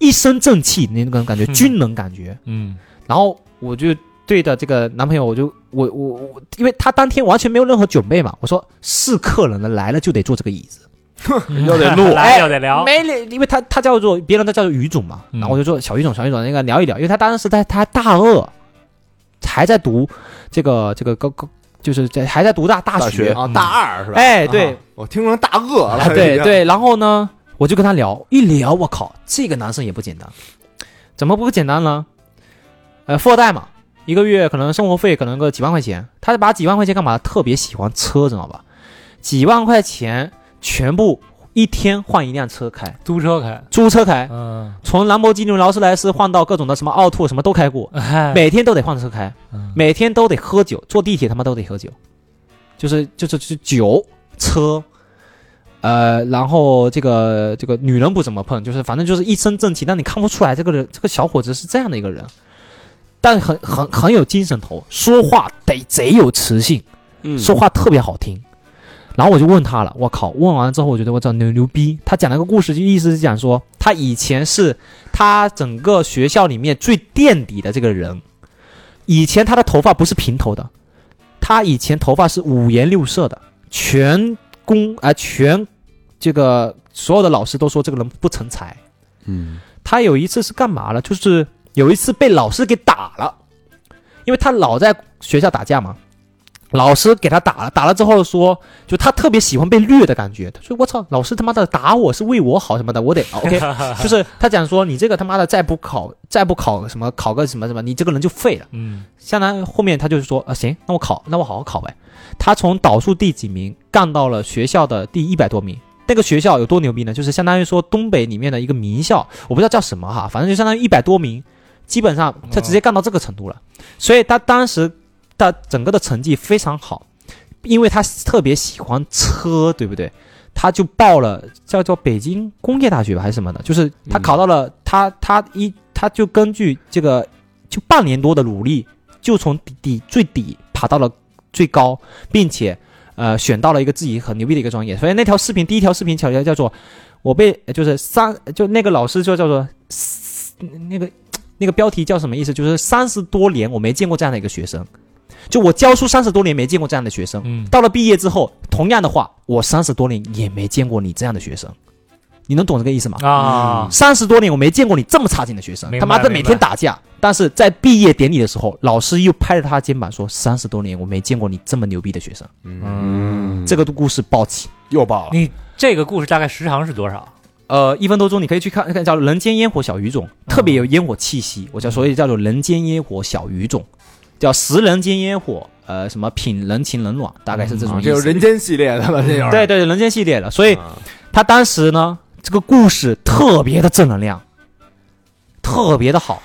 S5: 一身正气那种感觉，
S3: 嗯
S5: 军人感觉。
S3: 嗯，
S5: 然后我就对着这个男朋友，我就我我我，因为他当天完全没有任何准备嘛，我说是客人了，来了就得坐这个椅子。
S3: <laughs> 又得录，哎来又得聊，
S5: 没理，因为他他叫做别人都叫做语种嘛，
S3: 嗯
S5: 然后我就说小语种小语种那个聊一聊，因为他当时在他大二，还在读这个这个高高，就是在还在读大大
S4: 大学
S1: 啊，大二是吧？
S5: 哎
S1: 啊
S5: 对，
S1: 我听成大恶了
S5: 啊，
S1: 已
S5: 对
S1: 经，
S5: 对，然后呢，我就跟他聊一聊，我靠，这个男生也不简单，怎么不简单呢？呃，富二代嘛，一个月可能生活费可能个几万块钱，他把几万块钱干嘛？特别喜欢车，知道吧？几万块钱全部一天换一辆车开，
S3: 租车开，
S5: 租车开，
S3: 嗯， <laughs>
S5: 从兰博基尼、劳斯莱斯换到各种的什么奥拓，什么都开过，
S3: 哎
S5: 每天都得换车开，
S3: 嗯
S5: 每天都得喝酒，坐地铁他妈都得喝酒，就是就是就是酒车，呃，然后这个这个女人不怎么碰，就是反正就是一身正气，但你看不出来这个人这个小伙子是这样的一个人，但很很很有精神头，说话得贼有磁性，
S4: 嗯
S5: 说话特别好听。然后我就问他了，我靠！问完之后，我觉得我操牛牛逼。他讲了个故事，就意思是讲说，他以前是他整个学校里面最垫底的这个人。以前他的头发不是平头的，他以前头发是五颜六色的，全公啊、全这个所有的老师都说这个人不成才。
S4: 嗯，
S5: 他有一次是干嘛了？就是有一次被老师给打了，因为他老在学校打架嘛。老师给他打了，打了之后说，就他特别喜欢被虐的感觉。他说：“我操，老师他妈的打我是为我好什么的，我得 OK。”就是他讲说，你这个他妈的再不考，再不考什么考个什么什么，你这个人就废了。
S3: <laughs> 嗯，
S5: 相当于后面他就是说，啊行，那我考，那我好好考呗。他从导数第几名干到了学校的第一百多名。那个学校有多牛逼呢？就是相当于说东北里面的一个名校，我不知道叫什么哈，反正就相当于一百多名，基本上他直接干到这个程度了。所以他当时的整个的成绩非常好，因为他特别喜欢车，对不对？他就报了叫做北京工业大学吧还是什么的，就是他考到了，他他一他就根据这个就半年多的努力，就从底底最底爬到了最高，并且呃选到了一个自己很牛逼的一个专业。所以那条视频第一条视频条条叫做我被就是三就呃那个老师就叫做那个那个标题叫什么意思？就是三十多年我没见过这样的一个学生，就我教书三十多年没见过这样的学生。
S3: 嗯，
S5: 到了毕业之后，同样的话，我三十多年也没见过你这样的学生，你能懂这个意思吗？
S3: 啊，
S5: 三十多年我没见过你这么差劲的学生，
S3: 明
S5: 他
S3: 白
S5: 妈的每
S3: 明白
S5: 天打架。但是在毕业典礼的时候，老师又拍着他肩膀说：“三十多年我没见过你这么牛逼的学生。
S4: 嗯，
S5: 这个故事暴起，
S4: 又爆了。
S3: 你这个故事大概时长是多少？
S5: 呃，一分多钟你可以去看看叫《人间烟火小语种》，特别有烟火气息，我叫所以叫做《人间烟火小语种》，叫食人间烟火，呃，什么品人情冷暖，大概是这种
S1: 啊
S5: 意思。
S1: 这就是人间系列的了，这就是
S5: 对对，人间系列了，所以
S1: 啊
S5: 他当时呢，这个故事特别的正能量，特别的好，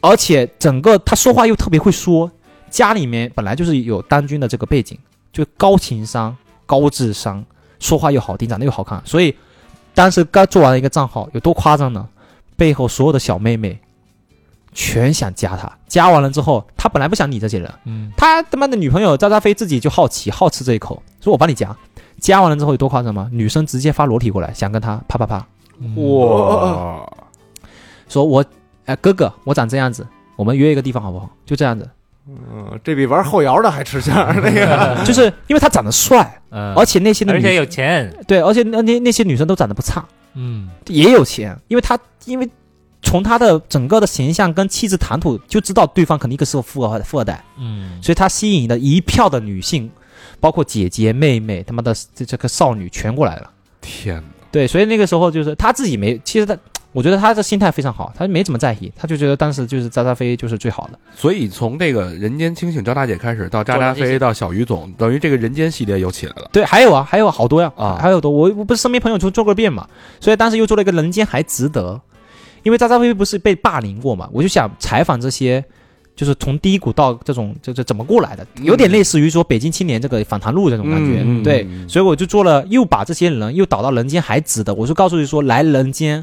S5: 而且整个他说话又特别会说，家里面本来就是有当军的这个背景，就高情商、高智商，说话又好听，长得又好看，所以当时刚做完一个账号有多夸张呢？背后所有的小妹妹全想加他，加完了之后，他本来不想理这些人，
S3: 嗯，
S5: 他他妈的女朋友渣渣飞自己就好奇好吃这一口，说我帮你夹，夹完了之后有多夸张吗？女生直接发裸体过来，想跟他啪啪啪，
S3: 嗯 <laughs>
S4: 哦哇，
S5: 说我哎哥哥，我长这样子，我们约一个地方好不好？就这样子，
S1: 嗯，这比玩后摇的还吃香儿，那个
S5: 就是因为他长得帅，
S3: 嗯
S5: 而且那些的
S3: 而
S5: 女
S3: 且有钱，
S5: 对，而且那那那些女生都长得不差，
S3: 嗯，
S5: 也有钱，因为他因为从他的整个的形象跟气质谈吐就知道对方肯定一个是个富二富二代，
S3: 嗯，
S5: 所以他吸引的一票的女性，包括姐姐妹妹他妈的这这个少女全过来了。
S4: 天哪！
S5: 对，所以那个时候就是他自己没，其实他，我觉得他的心态非常好，他没怎么在意，他就觉得当时就是渣渣飞就是最好的。
S4: 所以从这个《人间清醒》张大姐开始，到渣渣
S5: 做人
S4: 飞，到小鱼总，等于这个人间系列又起来了。
S5: 对，还有啊，还有好多呀，
S4: 啊
S5: 还有多，我我不是身边朋友就做过遍嘛，所以当时又做了一个人间还值得，因为渣渣飞不是被霸凌过嘛，我就想采访这些。就是从低谷到这种，就是怎么过来的，有点类似于说北京青年这个访谈录这种感觉，
S4: 嗯嗯嗯
S5: 对
S4: 嗯，
S5: 所以我就做了，又把这些人又导到人间还值得，我就告诉你说来人间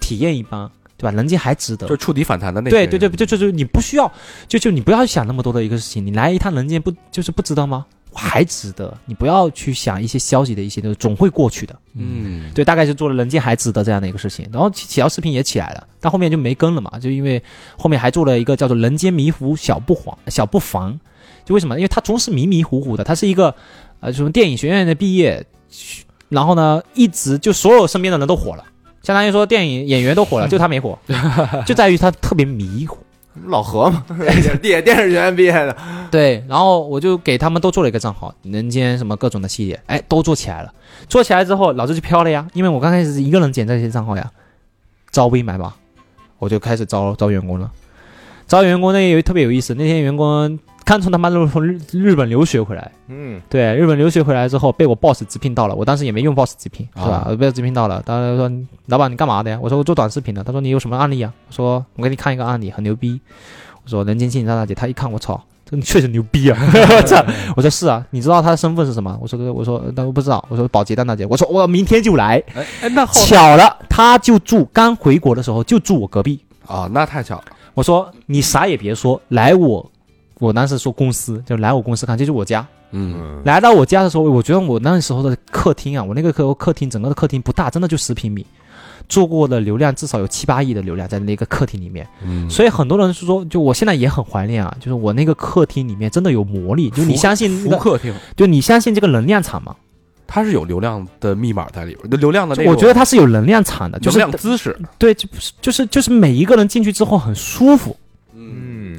S5: 体验一番，对吧？人间还值得，
S4: 就是触底反弹的那
S5: 对
S4: 些
S5: 对对，就就就你不需要，就就你不要想那么多的一个事情，你来一趟人间不就是不值得吗？还值得，你不要去想一些消极的一些，就是总会过去的。
S4: 嗯，
S5: 对，大概就做了人间还值得这样的一个事情，然后起起条视频也起来了，但后面就没跟了嘛，就因为后面还做了一个叫做《人间迷糊小不黄小不防》，就为什么？因为他总是迷迷糊糊的，他是一个呃什么电影学院的毕业，然后呢一直就所有身边的人都火了，相当于说电影演员都火了，就他没火，就在于他特别迷糊。
S1: 老何嘛，也电视学院毕业的，
S5: 对，然后我就给他们都做了一个账号，人间什么各种的系列，哎，都做起来了。做起来之后，老子就飘了呀，因为我刚开始是一个人剪这些账号呀，招兵买马，我就开始招招员工了。招员工那也特别有意思，那些员工刚从他妈的从日日本留学回来，
S1: 嗯，
S5: 对，日本留学回来之后被我 boss 直聘到了，我当时也没用 boss 直聘，是吧
S4: 啊？
S5: 我被直聘到了，当时说老板你干嘛的呀？我说我做短视频的。他说你有什么案例啊？我说我给你看一个案例，很牛逼。我说人间清醒大大姐，她一看我操，这个确实牛
S4: <laughs>
S5: 逼啊！我操！我说是啊，你知道她的身份是什么？我说我说但我不知道。我说保洁大大姐，我说我明天就来。
S4: 哎哎，那后
S5: 巧了，她就住刚回国的时候就住我隔壁。
S4: 啊，那太巧了，
S5: 我说你啥也别说，来我，我当时说公司就来我公司看，这就是我家。
S4: 嗯，
S5: 来到我家的时候，我觉得我那时候的客厅啊，我那个客客厅整个的客厅不大，真的就十平米，做过的流量至少有七八亿的流量在那个客厅里面，
S4: 嗯
S5: 所以很多人是说，就我现在也很怀念啊，就是我那个客厅里面真的有魔力，就你相信那
S4: 福
S5: 个，
S4: 客厅，
S5: 就你相信这个能量场吗？
S4: 它是有流量的密码在里边，流量的那
S5: 就
S4: 种
S5: 我觉得它是有能量场的，就
S4: 能
S5: 是
S4: 量姿势，
S5: 对，就就是就是每一个人进去之后很舒服，
S1: 嗯，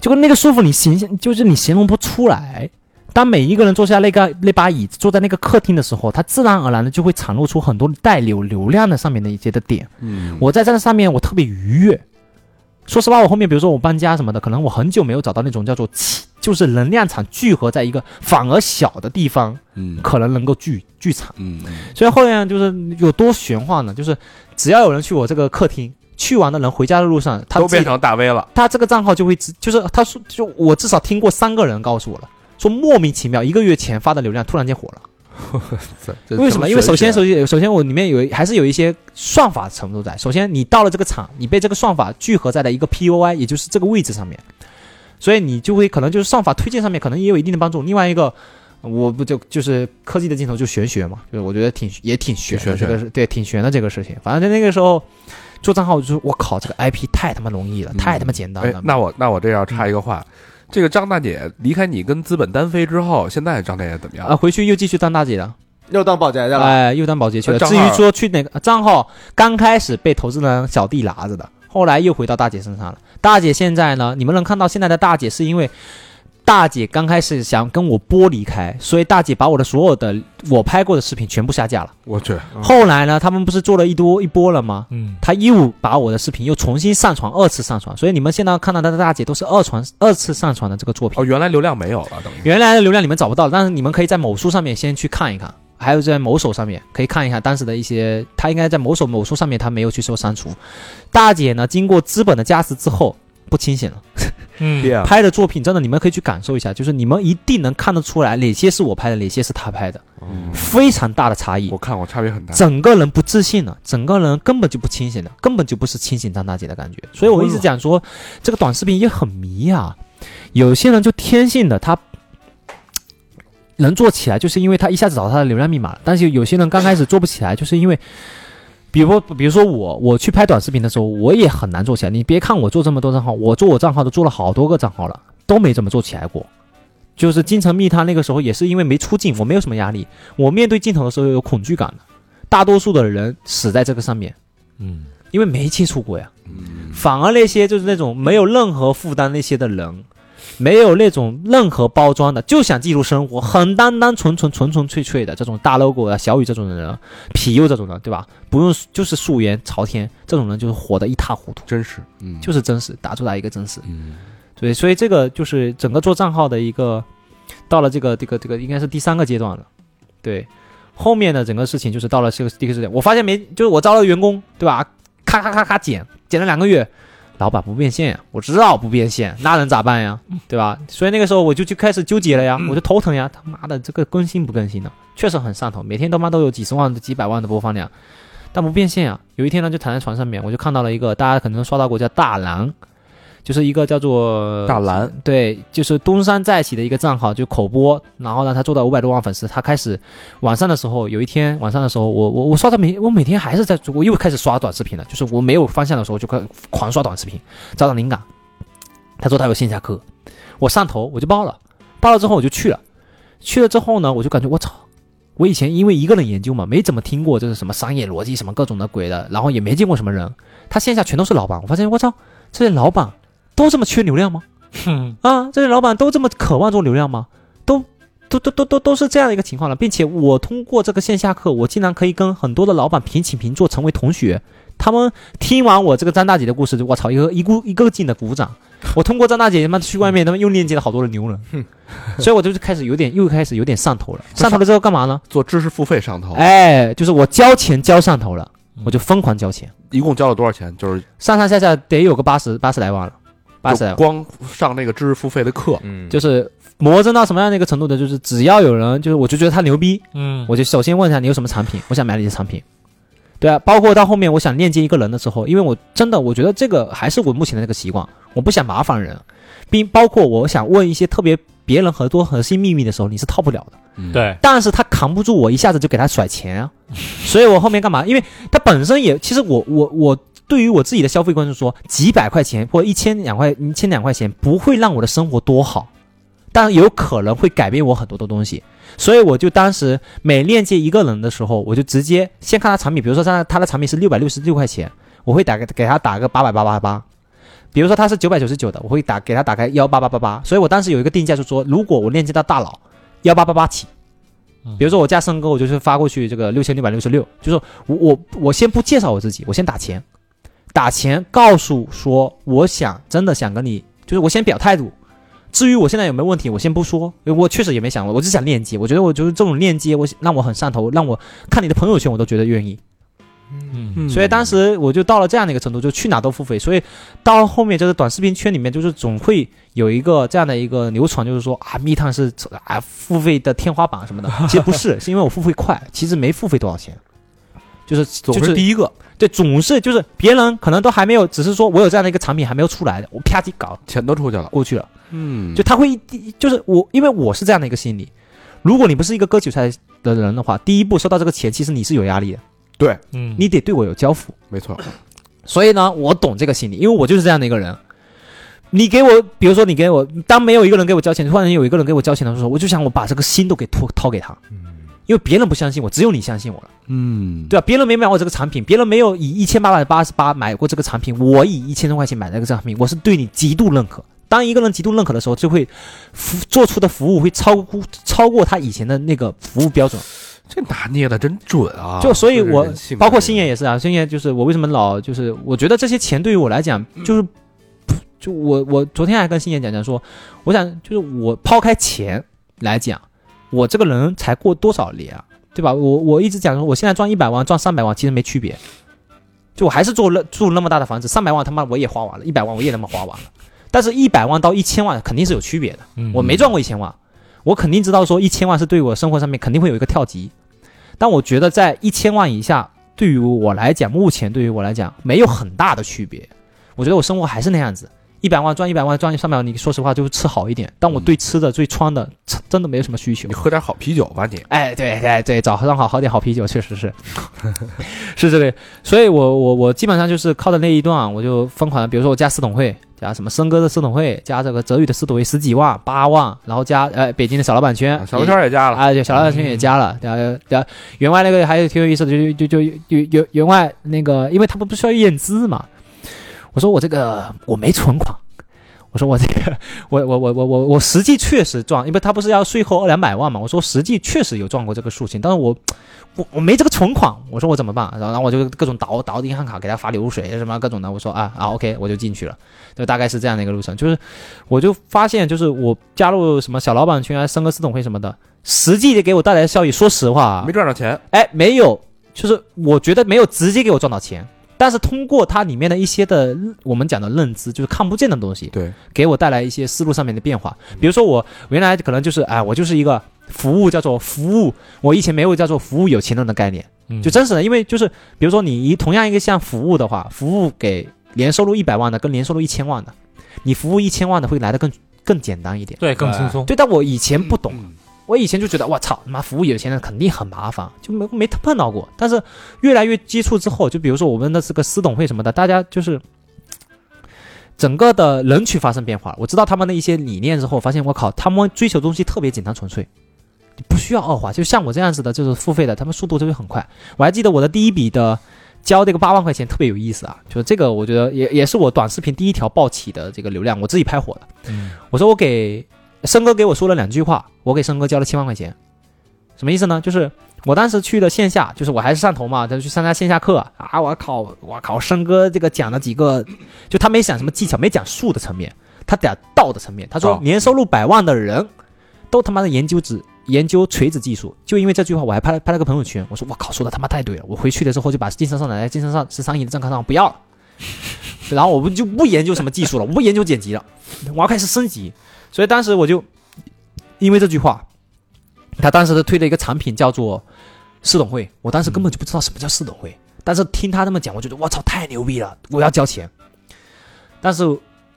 S5: 就跟那个舒服你形象就是你形容不出来。当每一个人坐下那个那把椅子，坐在那个客厅的时候，他自然而然的就会袒露出很多带有流量的上面的一些的点。
S4: 嗯
S5: 我在这上面我特别愉悦。说实话，我后面比如说我搬家什么的，可能我很久没有找到那种叫做气，就是能量场聚合在一个反而小的地方，
S4: 嗯
S5: 可能能够聚聚场。
S4: 嗯
S5: 所以后面就是有多玄幻呢？就是只要有人去我这个客厅，去完的人回家的路上，他
S4: 都
S5: 自己
S4: 变成大 V 了，
S5: 他这个账号就会直，就是他说，就我至少听过三个人告诉我了，说莫名其妙一个月前发的流量突然间火了，
S4: 这
S5: 为什么？因为首先，
S4: 这
S5: 首先，首先我里面有还是有一些算法程度在。首先，你到了这个场，你被这个算法聚合在了一个 POI，也就是这个位置上面，所以你就会可能就是算法推荐上面可能也有一定的帮助。另外一个，我不就就是科技的镜头就玄学嘛，就是我觉得挺也挺玄的，
S4: 挺玄学
S5: 这个是对挺玄的这个事情。反正在那个时候做账号，我就说我靠，这个 IP 太他妈容易了，
S4: 嗯
S5: 太他妈简单
S4: 哎
S5: 了。，
S4: 那我那我这要插一个话，
S5: 嗯
S4: 这个张大姐离开你跟资本单飞之后，现在张大姐怎么样
S5: 哦啊，？回去又继续当大姐了。
S1: 又当保洁去了，
S5: 哎，又当保洁去了。
S4: 账
S5: 至
S4: 号
S5: 于说去哪个账号，刚开始被投资人小弟拿着的，后来又回到大姐身上了。大姐现在呢，你们能看到现在的大姐，是因为大姐刚开始想跟我剥离开，所以大姐把我的所有的我拍过的视频全部下架了。
S4: 我去，
S1: 嗯
S5: 后来呢，他们不是做了一多一波了吗？
S3: 嗯，
S5: 他又把我的视频又重新上传，二次上传，所以你们现在看到的大姐都是二传二次上传的这个作品。
S4: 哦，原来流量没有了，等于
S5: 原来的流量你们找不到，但是你们可以在某书上面先去看一看，还有在某手上面可以看一下当时的一些，他应该在某手某书上面他没有去做删除。大姐呢，经过资本的加持之后。不清醒了，
S3: 嗯，
S4: 变了
S5: 拍的作品真的你们可以去感受一下，就是你们一定能看得出来哪些是我拍的，哪些是他拍的，
S4: 嗯
S5: 非常大的差异
S4: 我。看我差别很大，
S5: 整个人不自信了，整个人根本就不清醒了，根本就不是清醒张大姐的感觉。所以我一直讲说，这个短视频也很迷啊。有些人就天性的他能做起来，就是因为他一下子找到他的流量密码了。但是有些人刚开始做不起来，就是因为。比如，比如说我，我去拍短视频的时候，我也很难做起来。你别看我做这么多账号，我做我账号都做了好多个账号了，都没怎么做起来过。就是京城密探那个时候，也是因为没出镜，我没有什么压力，我面对镜头的时候有恐惧感的。大多数的人死在这个上面，
S3: 嗯，
S5: 因为没接触过呀。
S4: 嗯
S5: 反而那些就是那种没有任何负担那些的人，没有那种任何包装的，就想记录生活，很单单纯纯纯纯粹粹的这种大 logo 啊，小雨这种人，皮尤这种人，对吧？不用就是素颜朝天，这种人就是活得一塌糊涂，
S4: 真实，嗯，
S5: 就是真实，打出来一个真实。
S4: 嗯，
S5: 对，所以这个就是整个做账号的一个，到了这个这个这个应该是第三个阶段了，对，后面的整个事情就是到了这个第一个阶段，我发现没，就是我招了员工，对吧？咔咔咔咔减，减了两个月，老板不变现呀，我知道不变现，那能咋办呀？对吧？所以那个时候我就就开始纠结了呀，我就头疼呀，他妈的这个更新不更新呢？确实很上头，每天他妈都有几十万、几百万的播放量，但不变现啊。有一天呢，就躺在床上面，我就看到了一个大家可能刷到过叫大蓝，就是一个叫做
S4: 大蓝
S5: 对，就是东山再起的一个账号，就口播，然后呢，他做到五百多万粉丝，他开始晚上的时候，有一天晚上的时候，我我我刷到每我每天还是在，我又开始刷短视频了，就是我没有方向的时候就开始狂刷短视频，找到灵感。他说他有线下课，我上头我就报了，报了之后我就去了，去了之后呢，我就感觉我操，我以前因为一个人研究嘛，没怎么听过这是什么商业逻辑什么各种的鬼的，然后也没见过什么人，他线下全都是老板，我发现我操，这些老板都这么缺流量吗？
S3: 哼
S5: 啊，这些老板都这么渴望做流量吗？都都都都都都是这样的一个情况了，并且我通过这个线下课，我竟然可以跟很多的老板平起平坐，成为同学。他们听完我这个张大姐的故事，我操，一个一股一个劲的鼓掌。我通过张大姐他妈去外面，他们又链接了好多的牛人，所以我就开始有点又开始有点上头了。上头了之后干嘛呢？
S4: 做知识付费上头，
S5: 哎，就是我交钱交上头了，我就疯狂交钱，
S4: 一共交了多少钱？就是
S5: 上上下下得有个八十八十来万了，八十来
S4: 就
S5: 万。
S4: 光上那个知识付费的课，
S1: 嗯，
S5: 就是魔怔到什么样的一个程度的，就是只要有人，就是我就觉得他牛逼，
S3: 嗯，
S5: 我就首先问一下你有什么产品，我想买你的产品。对啊，包括到后面我想链接一个人的时候，因为我真的我觉得这个还是我目前的这个习惯，我不想麻烦人，并包括我想问一些特别别人很多核心秘密的时候，你是套不了的。
S3: 对，
S5: 但是他扛不住我一下子就给他甩钱啊， <laughs> 所以我后面干嘛？因为他本身也，其实我我我对于我自己的消费观是说，几百块钱或一千两块一千两块钱不会让我的生活多好，但有可能会改变我很多的东西。所以我就当时每链接一个人的时候，我就直接先看他产品，比如说他他的产品是六百六十六块钱，我会打给给他打个八百八八八。比如说他是九百九十九的，我会打给他打开幺八八八八，所以我当时有一个定价，就说如果我链接到大佬幺八八八起，比如说我加申购，我就是发过去这个六千六百六十六，就是我我我先不介绍我自己，我先打钱，打钱告诉说我想真的想跟你，就是我先表态度。至于我现在有没有问题，我先不说，我确实也没想过，我只想链接。我觉得我就是这种链接，我让我很上头，让我看你的朋友圈我都觉得愿意。
S3: 嗯
S5: 所以当时我就到了这样的一个程度，就去哪都付费。所以到后面就是短视频圈里面，就是总会有一个这样的一个流传，就是说啊，密探是 <laughs> 啊付费的天花板什么的。其实不是，是因为我付费快，其实没付费多少钱，就是
S4: 总
S5: 就是
S4: 是第一个
S5: 对，总是就是别人可能都还没有，只是说我有这样的一个产品还没有出来的，我啪叽搞
S4: 钱都出去了，
S5: 过去了。
S4: 嗯
S5: 就他会就是我，因为我是这样的一个心理，如果你不是一个割韭菜的人的话，第一步收到这个钱，其实你是有压力的，
S3: 嗯，
S5: 你得对我有交付。
S4: 没错，
S5: 所以呢，我懂这个心理，因为我就是这样的一个人。你给我，比如说你给我，当没有一个人给我交钱，突然有一个人给我交钱的时候，我就想我把这个心都给掏掏给他，因为别人不相信我，只有你相信我了，
S2: 嗯，
S5: 对吧、啊别人没买过这个产品，别人没有以一千八百八十八买过这个产品，我以一千多块钱买这个产品，我是对你极度认可。当一个人极度认可的时候，就会服做出的服务会超乎超过他以前的那个服务标准。
S4: 这拿捏的真准啊！
S5: 就所以
S4: 这是
S5: 我
S4: 人性的
S5: 包括
S4: 这
S5: 星
S4: 个
S5: 爷也是啊，星爷就是我为什么老就是，我觉得这些钱对于我来讲就是不，就我我昨天还跟星爷讲讲说，我想就是我抛开钱来讲，我这个人才过多少年啊，对吧？我我一直讲说，我现在赚一百万赚三百万其实没区别，就我还是住了住那么大的房子，三百万他妈我也花完了，一百万我也他妈花完了，但是一百万到一千万肯定是有区别的。
S3: 嗯
S5: 我没赚过一千万，我肯定知道说一千万是对我生活上面肯定会有一个跳级，但我觉得在一千万以下，对于我来讲，目前对于我来讲没有很大的区别。我觉得我生活还是那样子，一百万赚一百万赚三百万，你说实话就是吃好一点，但
S3: 嗯
S5: 我对吃的、对穿的吃真的没有什么需求
S4: 你。喝点好啤酒吧，你
S5: 哎，对对对，早上好喝点好啤酒，确实是， <laughs> 是这类。所以我我我基本上就是靠着那一段，我就疯狂的，比如说我加私董会，加什么森哥的私董会，加这个泽宇的私董会十几万、八万，然后加呃北京的小老板圈，
S4: 小圈也加了，嗯
S5: 啊，对，小辣椒圈也加了，啊然后然后员外那个还有挺有意思的，就就就就员员外那个，因为他们不需要验资嘛，我说我这个我没存款，我说我这个我我我我我我实际确实赚，因为他不是要税后两百万嘛，我说实际确实有赚过这个数钱，但是我我我没这个存款，我说我怎么办？然后然后我就各种倒倒银行卡给他发流水什么各种的，我说啊啊 OK 我就进去了，就大概是这样的一个路程，就是我就发现就是我加入什么小老板群啊、升个私董会什么的。实际的给我带来的效益，说实话啊
S4: 没，赚着钱，
S5: 哎，没有，就是我觉得没有直接给我赚到钱，但是通过它里面的一些的我们讲的认知，就是看不见的东西，
S4: 对，
S5: 给我带来一些思路上面的变化。比如说我原来可能就是哎，我就是一个服务叫做服务，我以前没有叫做服务有钱人的概念，
S3: 嗯
S5: 就真实的，因为就是比如说你一同样一个项服务的话，服务给年收入一百万的跟年收入一千万的，你服务一千万的会来的更更简单一点。
S3: 对更轻松，
S5: 对，但我以前不懂，我以前就觉得我操，他妈服务有钱人肯定很麻烦，就没没碰到过。但是越来越接触之后，就比如说我们的这个私董会什么的，大家就是整个的人群发生变化了。我知道他们的一些理念之后，发现我靠，他们追求的东西特别简单纯粹。你不需要二话，就像我这样子的，就是付费的，他们速度就会很快。我还记得我的第一笔的交这个八万块钱特别有意思啊，就是这个我觉得也也是我短视频第一条爆起的这个流量，我自己拍火的。
S3: 嗯
S5: 我说我给森哥给我说了两句话，我给森哥交了七万块钱，什么意思呢？就是我当时去了线下，就是我还是上头嘛，他就去参加线下课啊，我靠，我靠，森哥这个讲了几个，就他没讲什么技巧，没讲术的层面，他讲道的层面。他说
S4: 道
S5: 年收入百万的人都他妈的研究只研究锤子技术，就因为这句话，我还拍了拍了个朋友圈，我说我靠，说的他妈太对了，我回去的时候就把晋升上奶奶、晋升上十三亿的正康上不要了。然后我们就不研究什么技术了，我不研究剪辑了，我要开始升级。所以当时我就因为这句话，他当时推了一个产品叫做私董会，我当时根本就不知道什么叫私董会，但是听他那么讲，我觉得我操太牛逼了，我要交钱。但是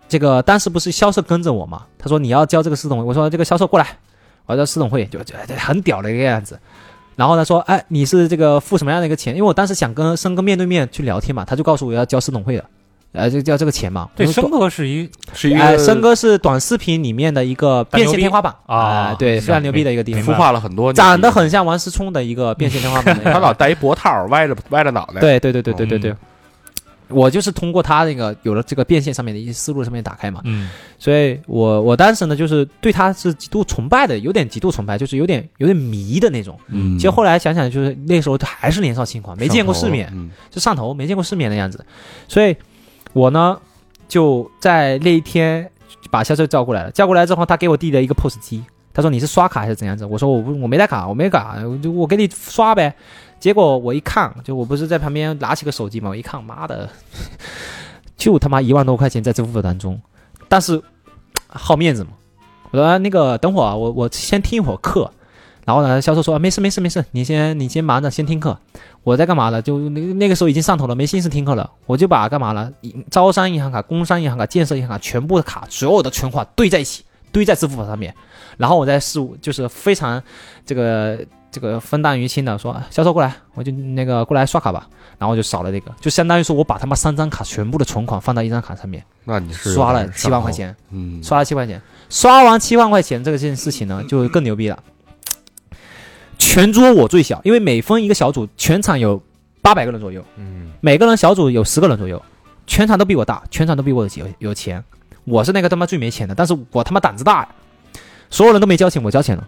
S5: 这个当时不是销售跟着我嘛，他说你要交这个私董会，我说这个销售过来，我要交私董会，就就就很屌的一个样子。然后他说：“哎，你是这个付什么样的一个钱？因为我当时想跟森哥面对面去聊天嘛，他就告诉我要交私董会了，呃，就交这个钱嘛。
S3: 对
S5: 我说
S3: 生哥是一
S4: 是一
S5: 哎，
S4: 个
S5: 森哥是短视频里面的一个变现天花板
S3: 啊
S5: 哎对，
S3: 明白
S5: 非常牛逼的一个地
S3: 明
S5: 方
S4: 孵
S3: 白，
S4: 化了很多，
S5: 长得，很像王思聪的一个变现天花板的一个。
S4: 他老戴一脖套，歪着歪着脑袋，，
S5: 对对对对对对
S3: 嗯
S5: 对，我就是通过他那个有了这个变现上面的一些思路上面打开嘛，
S3: 嗯
S5: 所以我我当时呢就是对他是极度崇拜的，有点极度崇拜，就是有点有点迷的那种。
S4: 嗯
S5: 其实后来想想，就是那时候还是年少轻狂，没见过世面，
S4: 嗯
S5: 就上头没见过世面的样子，所以我呢就在那一天把销售叫过来了，叫过来之后，他给我递了一个 POS 机，他说你是刷卡还是怎样子？我说我不我没带卡，我没卡，我就我给你刷呗。结果我一看，就我不是在旁边拿起个手机嘛，我一看，妈的， <laughs> 就他妈一万多块钱在支付宝当中，但是好面子嘛，我说、啊那个等会儿啊我我先听一会儿课。然后呢，销售说啊，没事没事没事，你先你先忙着，先听课。我在干嘛了？就那那个时候已经上头了，没心思听课了。我就把干嘛了？银招商银行卡、工商银行卡、建设银行卡全部的卡，所有的存款堆在一起，堆在支付宝上面。然后我在事务就是非常这个这个分淡于轻的说，哎销售过来，我就那个过来刷卡吧。然后就少了那个，就相当于说我把他妈三张卡全部的存款放到一张卡上面，
S4: 那你是
S5: 刷了七万块，钱。
S4: 嗯，
S5: 刷了七万块钱，刷完七万块钱这个件事情呢，就更牛逼了。全桌我最小，因为每分一个小组，全场有八百个人左右，
S1: 嗯，
S5: 每个人小组有十个人左右，全场都比我大，全场都比我有有钱，我是那个他妈最没钱的，但是我他妈胆子大呀，所有人都没交钱，我交钱了，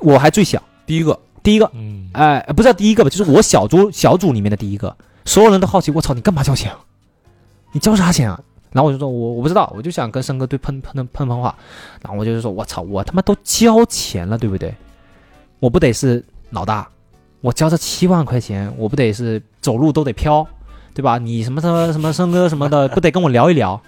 S5: 我还最小，
S4: 第一个
S5: 第一个，
S3: 嗯，
S5: 哎、不是第一个吧，就是我小组小组里面的第一个，所有人都好奇，我操，你干嘛交钱啊？你交啥钱啊？然后我就说，我我不知道，我就想跟森哥对喷喷喷喷话，然后我就是说，我操，我他妈都交钱了，对不对？我不得是老大，我交这七万块钱，我不得是走路都得飘，对吧？你什么什么什么森哥什么的，不得跟我聊一聊？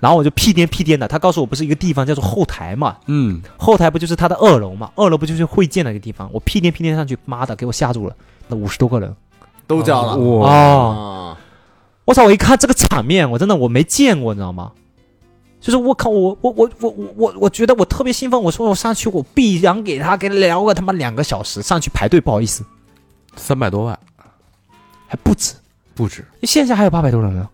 S5: 然后我就屁颠屁颠的，他告诉我不是一个地方叫做后台嘛，
S4: 嗯，
S5: 后台不就是他的二楼嘛？二楼不就是会见那个地方？我屁颠屁颠上去，妈的，给我吓住了，那五十多个人
S1: 都交了
S2: 哇，
S5: 哦！
S1: 啊，
S5: 我操！我一看这个场面，我真的我没见过，你知道吗？就是我靠，我我我我我我我觉得我特别兴奋，我说我上去我必然给他给他聊个他妈两个小时，上去排队不好意思，
S4: 三百多万
S5: 还不止，
S4: 不止，
S5: 线下还有八百多人呢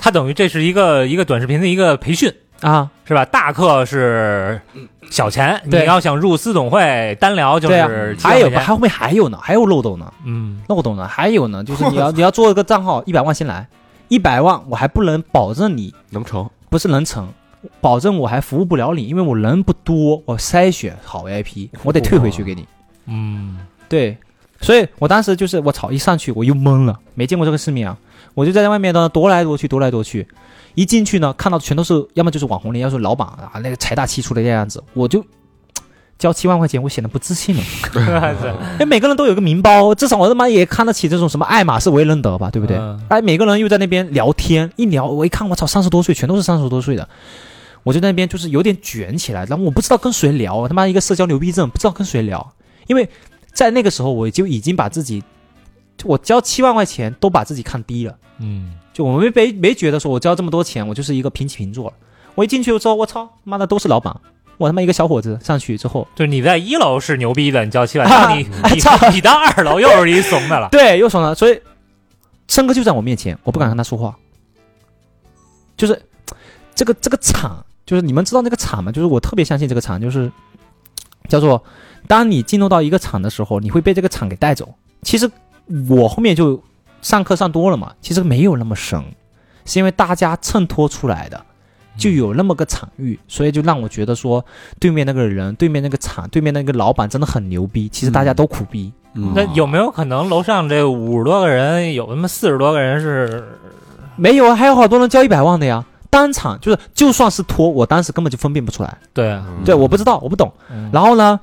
S3: 他等于这是一个一个短视频的一个培训。
S5: 啊！
S3: 是吧？大课是小钱，你
S5: 对
S3: 要想入私董会单聊就
S5: 对啊
S3: 是700
S5: 还有吧，
S3: 块钱
S5: 还后面还有呢，还有漏斗呢，
S3: 嗯，
S5: 漏斗呢，还有呢，就是你要你要做一个账号，一百万先来，一百万我还不能保证你
S4: 能成，
S5: 不是能成，保证我还服务不了你，因为我人不多，我筛选好 VIP，我得退回去给你。
S3: 嗯，
S5: 对，所以我当时就是我操，一上去我又懵了，没见过这个世面啊，我就在外面呢踱来踱去，踱来踱去，一进去呢看到全都是要么就是网红脸，要是老板啊那个财大气粗的样子，我就。交七万块钱，我显得不自信了。哎，每个人都有个名包，至少我他妈也看得起这种什么爱马仕、维伦德吧，对
S3: 对
S5: 不对？
S3: 嗯
S5: 哎，每个人又在那边聊天，一聊我一看，我操，三十多岁，全都是三十多岁的，我就在那边就是有点卷起来，然后我不知道跟谁聊，他妈一个社交牛逼症，不知道跟谁聊，因为在那个时候我就已经把自己，我交七万块钱都把自己看低了，
S3: 嗯，
S5: 就我没没没觉得说我交这么多钱，我就是一个平起平坐了。我一进去之后，我操，妈的都是老板，我他妈一个小伙子上去之后，
S3: 就是你在一楼是牛逼的，你交七万，
S5: 啊
S3: 那你
S5: 哎
S3: 你
S5: 操，
S3: 你当二楼又是一怂的了
S5: <laughs> 对，又爽了。所以森哥就在我面前，我不敢跟他说话。就是这个这个场，就是你们知道那个场吗？就是我特别相信这个场，就是叫做当你进入到一个场的时候，你会被这个场给带走。其实我后面就上课上多了嘛，其实没有那么深，是因为大家衬托出来的。就有那么个场域，所以就让我觉得说，对面那个人、对面那个场、对面那个老板真的很牛逼。其实大家都苦逼，
S4: 嗯
S5: 哦
S3: 那有没有可能楼上这五十多个人有他妈四十多个人是
S5: 没有啊，还有好多人交一百万的呀。当场就是，就算是拖，我当时根本就分辨不出来。
S3: 对啊，
S5: 对，我不知道，我不懂。
S3: 嗯
S5: 然后呢，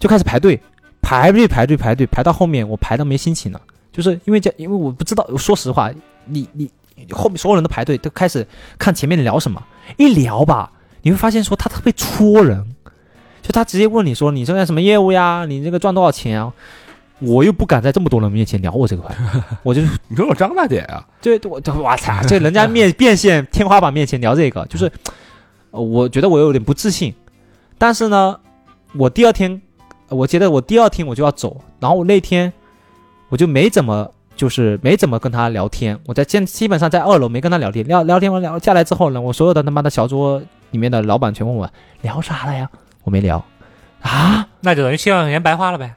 S5: 就开始排队，排队，排队，排队，排到后面我排到没心情了，就是因为这，因为我不知道。说实话，你你后面所有人都排队，都开始看前面聊什么，一聊吧，你会发现说他特别戳人，就他直接问你说你现在什么业务呀？你这个赚多少钱啊？我又不敢在这么多人面前聊我这块，我就
S4: 你说我张大姐啊，
S5: 对，我就哇操，这人家面变现天花板面前聊这个，就是呃我觉得我有点不自信，但是呢，我第二天，呃我觉得我第二天我就要走，然后我那天我就没怎么。就是没怎么跟他聊天，我在基基本上在二楼没跟他聊天，聊聊天完聊下来之后呢，我所有的他妈的小桌里面的老板全问我聊啥了呀，我没聊啊，
S3: 那就等于七万块钱白花了呗，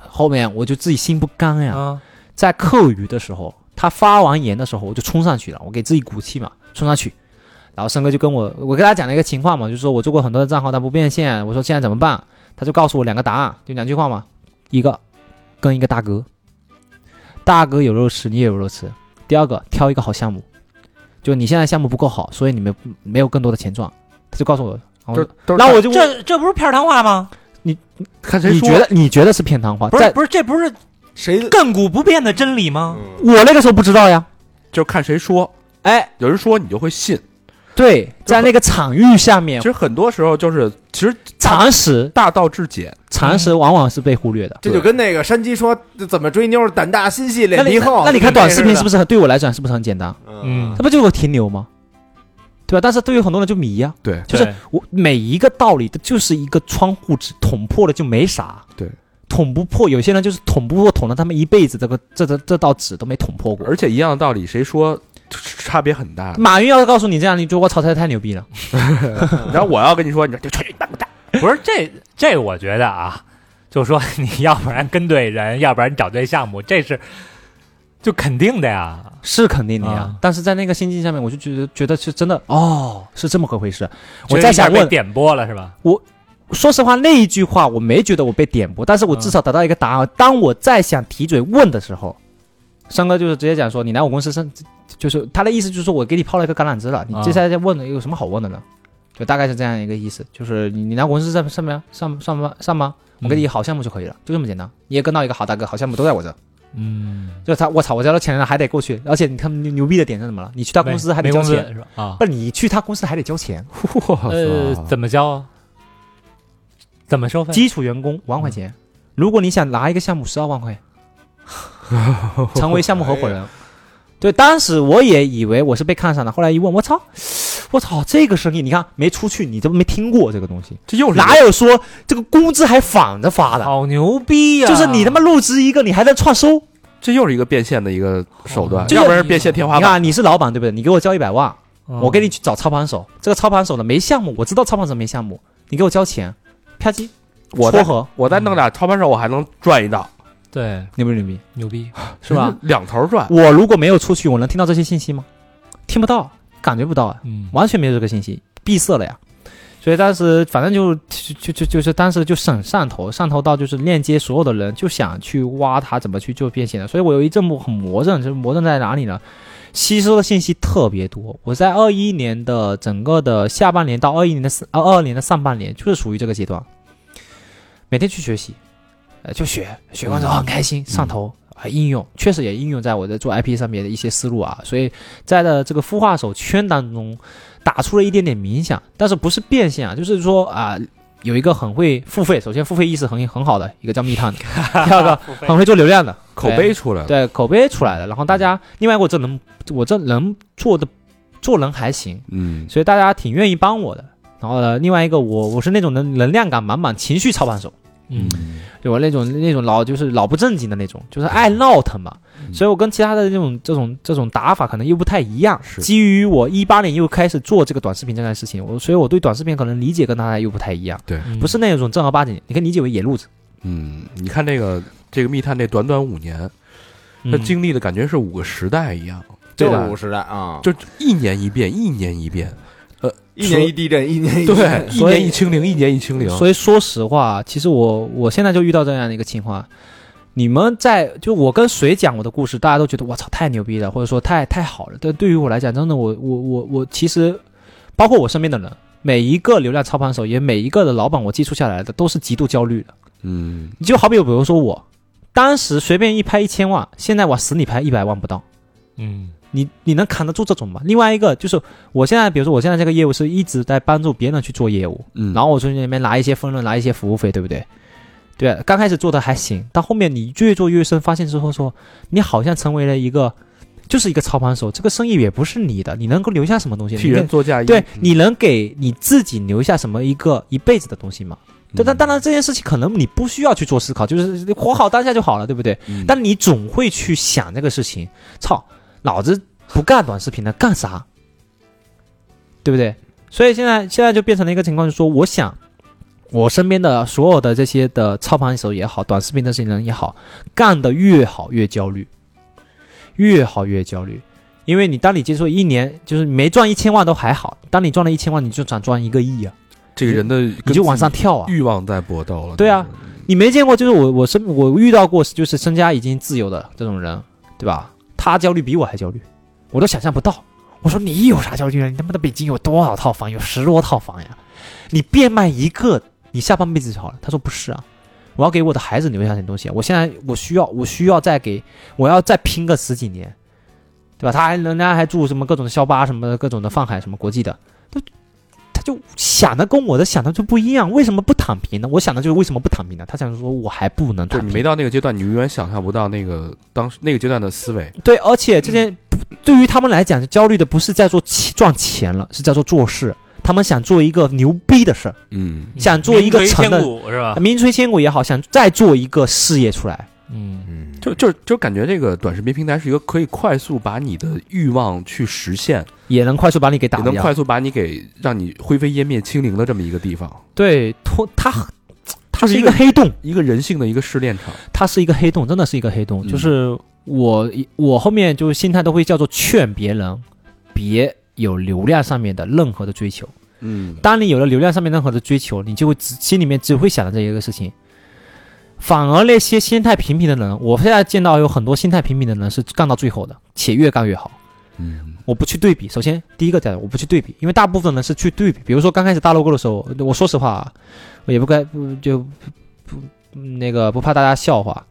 S5: 后面我就自己心不甘呀，
S3: 啊，
S5: 在课余的时候，他发完言的时候，我就冲上去了，我给自己鼓气嘛，冲上去。然后森哥就跟我，我跟他讲了一个情况嘛，就是说我做过很多的账号，但不变现，我说现在怎么办？他就告诉我两个答案，就两句话嘛，一个跟一个大哥，大哥有肉吃，你也有肉吃。第二个挑一个好项目，就你现在项目不够好，所以你们没有更多的钱赚。他就告诉我，然后
S4: 都都
S5: 哦那我就问
S3: 这这不是片儿糖话吗？
S4: 看谁
S5: 你
S4: 说
S5: 觉得你觉得是片糖话？
S3: 不是
S5: 在
S3: 不是，这不是
S1: 谁
S3: 亘古不变的真理吗？
S1: 嗯
S5: 我那个时候不知道呀，
S4: 就是看谁说，
S5: 哎，
S4: 有人说你就会信。
S5: 对，在那个场域下面
S4: 其，实很多时候就是，其实
S5: 常识
S4: 大道至简，
S5: 常识往往是被忽略的。
S1: 这就跟那个山鸡说怎么追妞，胆大心细
S5: 那
S1: 脸
S5: 你
S1: 皮厚。
S5: 那你看短视频是不
S1: 是？
S5: 是很对我来讲是不是很简单？
S3: 嗯
S5: 那不就是个停留吗？对吧？但是对于很多人就迷啊呀、
S4: 对
S5: 就是
S3: 对
S5: 我每一个道理，它就是一个窗户纸，捅破了就没啥。
S4: 对，
S5: 捅不破，有些人就是捅不破，捅了他们一辈子，这个这这这道纸都没捅破过。
S4: 而且一样的道理，谁说差别很大。
S5: 马云要是告诉你这样，你觉得我操，他太牛逼了。
S3: <laughs>
S4: 然后我要跟你说，你说就去你大
S3: 不是这这，我觉得啊，就就说你要不然跟对人，要不然你找对项目，这是就肯定的呀。
S5: 是肯定的呀。
S3: 啊
S5: 但是在那个心境下面，我就觉得觉得是真的哦，是这么个回事。我
S3: 觉得
S5: 在
S3: 一下
S5: 想
S3: 被
S5: 问，
S3: 点播了是吧？
S5: 说实话那一句话我没觉得我被点拨，但是我至少得到一个答案。当我再想提嘴问的时候，三哥就是直接讲说：“你来我公司上，就是他的意思就是说我给你抛了一个橄榄枝了，你
S3: 啊
S5: 接下来再问的有什么好问的呢？”就大概是这样一个意思，就是你你来我公司上上班上上班上吗？我给你一个好项目就可以了，就这么简单。你也跟到一个好大哥，好项目都在我这。
S3: 嗯，
S5: 就他，我操，我交了钱了还得过去，而且你看牛牛逼的点是什么了？你去他公司还得
S3: 没
S5: 交
S3: 工资
S5: 钱，
S3: 是吧？啊
S5: 不，是你去他公司还得交钱，
S3: 呃，怎么交啊？怎么收费？
S5: 基础员工五万块钱，如果你想拿一个项目十二万块， <laughs> 成为项目合伙人。对，当时我也以为我是被看上的，后来一问，我操，我操，这个生意你看没出去，你都没听过这个东西，
S4: 这又
S5: 哪有说这个工资还反着发的？
S3: 好牛哦逼呀！
S5: 就是你他妈入职一个，你还能创收？
S4: 这又是一个变现的一个手段，
S5: 哦这
S4: 要
S5: 又
S4: 不然变现天花
S5: 你
S4: 板。
S5: 看你是老板对不对？你给我交一百万，
S3: 嗯，
S5: 我给你去找操盘手，这个操盘手呢没项目，我知道操盘手没项目，你给我交钱，啪叽，
S4: 我
S5: 撮
S4: 再
S5: 合，
S4: 我再弄俩操盘手，我还能赚一道，
S3: 对
S5: 牛不牛逼？
S3: 牛
S5: <laughs>
S3: 逼，
S5: 是吧？？
S4: 两头赚，
S5: 我如果没有出去，我能听到这些信息吗？听不到，感觉不到啊，
S3: 嗯，
S5: 完全没有这个信息，闭塞了呀。所以当时反正就就就就是当时就省上头，上头到就是链接所有的人，就想去挖他怎么去做变现的。所以我有一阵魔很魔怔，就是魔怔在哪里呢？吸收的信息特别多。我在二一年的整个的下半年到二一年的二二年的上半年，就是属于这个阶段，每天去学习，呃，就学学完之后很开心，上头啊、应用确实也应用在我的做 IP 上面的一些思路啊。所以在的这个孵化手圈当中，打出了一点点冥想，但是不是变现啊，就是说啊。有一个很会付费，首先付费意识很很好的一个叫密探的，第二个很会做流量的，
S4: 口碑出来了。
S5: 对，口碑出来了。然后大家，另外我这能，我这能做的，做人还行，
S4: 嗯，
S5: 所以大家挺愿意帮我的。然后呢，另外一个我我是那种能能量感满满、情绪操盘手，
S3: 嗯，
S5: 对吧？那种那种老就是老不正经的那种，就是爱闹腾嘛。所以我跟其他的这种这种这种打法可能又不太一样。
S4: 是
S5: 基于我一八年又开始做这个短视频这件事情，我所以我对短视频可能理解跟大家又不太一样，
S3: 嗯
S5: 不是那种正儿八经，你可以理解为野路子。
S4: 嗯，你看这个这个密探这短短五年，他
S5: 嗯哦
S4: 经历的感觉是五个时代一样，
S1: 这
S4: 对
S1: 个
S4: 吧
S1: 五？时代啊，
S4: 就一年一变，一年一变，
S1: 一年一地震，一年一
S4: 对，一
S5: 所以
S4: 年一清零，一年一清零。
S5: 所以说实话，其实我我现在就遇到这样的一个情况，你们在就我跟谁讲我的故事，大家都觉得我操太牛逼了，或者说太太好了。但对于我来讲，真的我我我我其实包括我身边的人，每一个流量操盘手，也每一个的老板，我接触下来的都是极度焦虑的。
S4: 嗯，
S5: 你就好比比如说我，当时随便一拍一千万，现在往死里拍一百万不到。
S3: 嗯
S5: 你你能扛得住这种吗？另外一个就是，我现在比如说我现在这个业务是一直在帮助别人去做业务，
S4: 嗯
S5: 然后我从里面拿一些分润，拿一些服务费，对不对？对，啊刚开始做的还行，到后面你越做越深，发现之后说，你好像成为了一个，就是一个操盘手，这个生意也不是你的，你能够留下什么东西？
S4: 替
S5: 你
S4: 人
S5: 能
S4: 做嫁衣，
S5: 对，
S4: 嗯
S5: 你能给你自己留下什么一个一辈子的东西吗？
S4: 嗯
S5: 对，但当然这件事情可能你不需要去做思考，就是活好当下就好了，对不对？
S4: 嗯
S5: 但你总会去想这个事情，操，老子不干短视频了，干啥？对不对？所以现在现在就变成了一个情况，就是说，我想我身边的所有的这些的操盘手也好，短视频的这些人也好，干得越好越焦虑，越好越焦虑。因为你当你接触一年，就是没赚一千万都还好，当你赚了一千万，你就想赚一个亿啊，
S4: 这个人的
S5: 你
S4: 跟
S5: 就往上
S4: 自
S5: 跳啊
S4: 己，欲望在搏斗了。
S5: 对啊，你没见过，就是我我身我遇到过，就是身家已经自由的这种人，对吧？他焦虑比我还焦虑，我都想象不到。我说你有啥焦虑啊？你他妈的北京有多少套房？有十多套房呀！你变卖一个，你下半辈子就好了。他说不是啊，我要给我的孩子留下点东西啊。我现在我需要，我需要再给，我要再拼个十几年，对吧？他还人家还住什么各种的校巴什么的各种的泛海什么国际的，都他就想的跟我的想的就不一样。为什么不躺平呢？我想的就是为什么不躺平呢？他想说我还不能
S4: 就
S5: 躺
S4: 是
S5: 平，
S4: 你没到那个阶段，你永远想象不到那个当时那个阶段的思维。
S5: 对，而且这件不对于他们来讲，焦虑的不是在做钱赚钱了，是在做做事。他们想做一个牛逼的事儿，
S4: 嗯，
S5: 想做一个
S3: 名垂
S5: 成
S3: 千
S5: 的
S3: 古是吧？
S5: 名垂千古也好，想再做一个事业出来。
S3: 嗯
S4: 就就就感觉这个短视频平台是一个可以快速把你的欲望去实现，
S5: 也能快速把你给打
S4: 也能
S5: 掉。
S4: 快速把你给让你灰飞烟灭、清零的这么一个地方。
S5: 对，脱他，它
S4: 就是是
S5: 一
S4: 一
S5: 个
S4: 个
S5: 黑洞，
S4: 一个人性的一个试炼场。
S5: 它是一个黑洞，真的是一个黑洞。
S4: 嗯
S5: 就是我我后面就是心态都会叫做劝别人别有流量上面的任何的追求。
S4: 嗯，
S5: 当你有了流量上面任何的追求，你就会只心里面只会想着这一个事情。反而那些心态平平的人，我现在见到有很多心态平平的人是干到最后的，且越干越好。
S4: 嗯，
S5: 我不去对比，首先第一个点我不去对比，因为大部分人是去对比。比如说刚开始大漏购的时候，我说实话啊，我也不该不就不那个不怕大家笑话，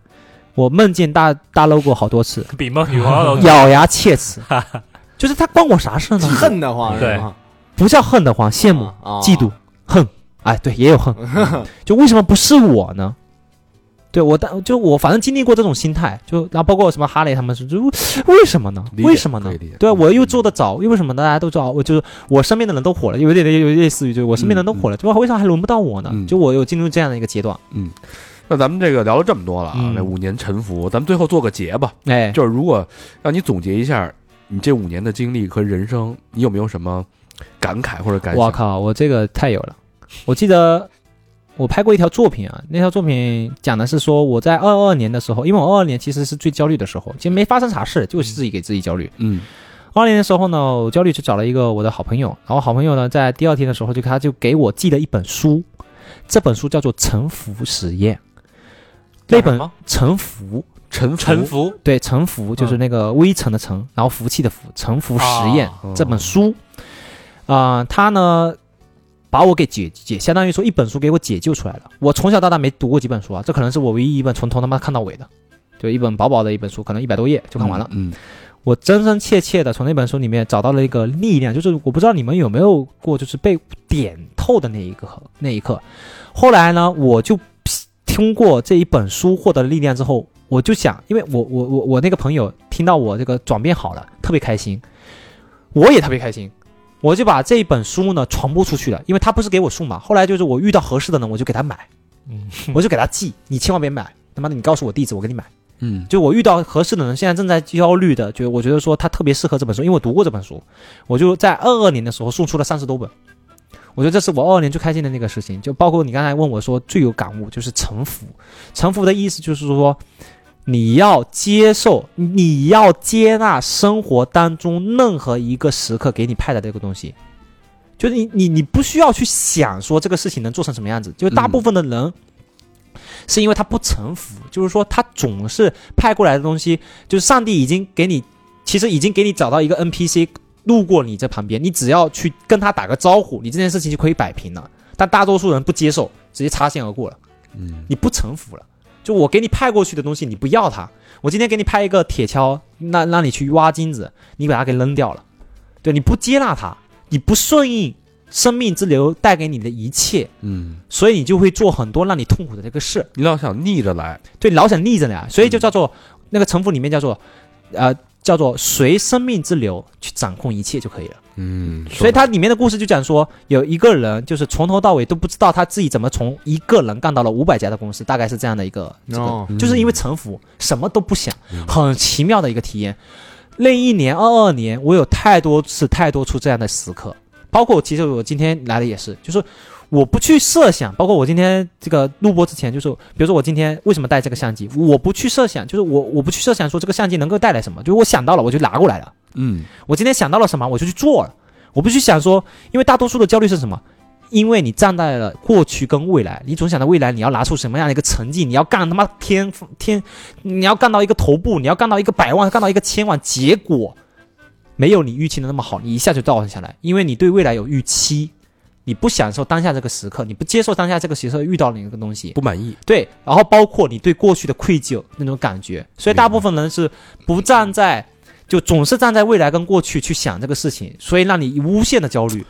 S5: 我梦见大大漏购好多次，
S3: 比梦
S5: <laughs>
S3: 与王都
S5: 咬牙切齿， <laughs> 就是他关我啥事呢？
S1: 恨得慌是吗？
S5: 不叫恨得慌，羡慕、
S4: 哦
S1: 啊
S5: 嫉妒、恨，哎，对，也有
S4: <laughs>
S5: 恨，就为什么不是我呢？对我当就我反正经历过这种心态，就然后包括什么哈雷他们是就为什么呢？
S4: 理解
S5: 为什么呢
S4: 可以理解？嗯
S5: 对啊我又做得早，因为什么呢？大家都知道，我就是我身边的人都火了，有点有点类似于就是我身边的人都火了，就为啥还轮不到我呢？
S4: 嗯
S5: 就我有进入这样的一个阶段，
S4: 那咱们这个聊了这么多了啊
S5: 嗯，
S4: 这五年沉浮，咱们最后做个结吧。
S5: 哎，
S4: 就是如果让你总结一下你这五年的经历和人生，你有没有什么感慨或者感
S5: 我
S4: 想？
S5: 靠，我这个太有了！我记得我拍过一条作品啊，那条作品讲的是说我在二二年的时候，因为我二二年其实是最焦虑的时候，其实没发生啥事，就是自己给自己焦虑。
S4: 嗯
S5: 二二年的时候呢，我焦虑去找了一个我的好朋友，然后好朋友呢在第二天的时候就他就给我寄了一本书，这本书叫做《沉浮实验》，那本《沉浮》。
S4: 沉浮
S3: 沉浮
S5: 对，沉浮就是那个微尘的尘，然后福气的福，沉浮实
S3: 哦
S5: 验、
S4: 啊
S5: 这本书，啊、他呢把我给解解，相当于说一本书给我解救出来了。我从小到大没读过几本书啊，这可能是我唯一一本从头他妈看到尾的，就一本薄薄的一本书，可能一百多页就看完了。
S4: 嗯，
S5: 我真真切切的从那本书里面找到了一个力量，就是我不知道你们有没有过，就是被点透的那一刻那一刻。后来呢，我就通过这一本书获得了力量之后，我就想，因为我我我我那个朋友听到我这个转变好了，特别开心，我也特别开心。我就把这一本书呢传播出去了，因为他不是给我送嘛。后来就是我遇到合适的呢，我就给他买，
S3: 嗯
S5: 我就给他寄。你千万别买，他妈的，你告诉我地址，我给你买。
S4: 嗯
S5: 就我遇到合适的人，现在正在焦虑的，就我觉得说他特别适合这本书，因为我读过这本书，我就在二二年的时候送出了三十多本。我觉得这是我二二年最开心的那个事情，就包括你刚才问我说最有感悟就是臣服。臣服的意思就是说，你要接受，你要接纳生活当中任何一个时刻给你派的这个东西，就是你你你不需要去想说这个事情能做成什么样子，就是大部分的人。是因为他不臣服，就是说他总是派过来的东西，就是上帝已经给你，其实已经给你找到一个 NPC 路过你这旁边，你只要去跟他打个招呼，你这件事情就可以摆平了。但大多数人不接受，直接擦肩而过了。
S4: 嗯，
S5: 你不臣服了。就我给你派过去的东西，你不要它。我今天给你派一个铁锹，那让你去挖金子，你把它给扔掉了。对，你不接纳它，你不顺应生命之流带给你的一切，
S4: 嗯，
S5: 所以你就会做很多让你痛苦的这个事。
S4: 你老想逆着来，
S5: 对，老想逆着来，啊所以就叫做、那个城府里面叫做，呃，叫做随生命之流去掌控一切就可以了。
S4: 嗯，
S5: 所以它里面的故事就讲说，有一个人就是从头到尾都不知道他自己怎么从一个人干到了五百家的公司，大概是这样的一个，这个
S1: 哦
S5: 就是因为臣服，什么都不想
S4: 嗯，
S5: 很奇妙的一个体验。那一年二二年，我有太多次太多处这样的时刻，包括其实我今天来的也是，就是我不去设想，包括我今天这个录播之前，就是比如说我今天为什么带这个相机，我不去设想，就是我我不去设想说这个相机能够带来什么，就是我想到了我就拿过来了。
S4: 嗯
S5: 我今天想到了什么，我就去做了。我不去想说，因为大多数的焦虑是什么？因为你站在了过去跟未来，你总想着未来你要拿出什么样的一个成绩，你要干他妈天天，你要干到一个头部，你要干到一个百万，干到一个千万，结果没有你预期的那么好，你一下就倒下来，因为你对未来有预期，你不享受当下这个时刻，你不接受当下这个时刻遇到的一个东西，
S4: 不满意，
S5: 对，然后包括你对过去的愧疚那种感觉，所以大部分人是不站在，就总是站在未来跟过去去想这个事情，所以让你无限的焦虑，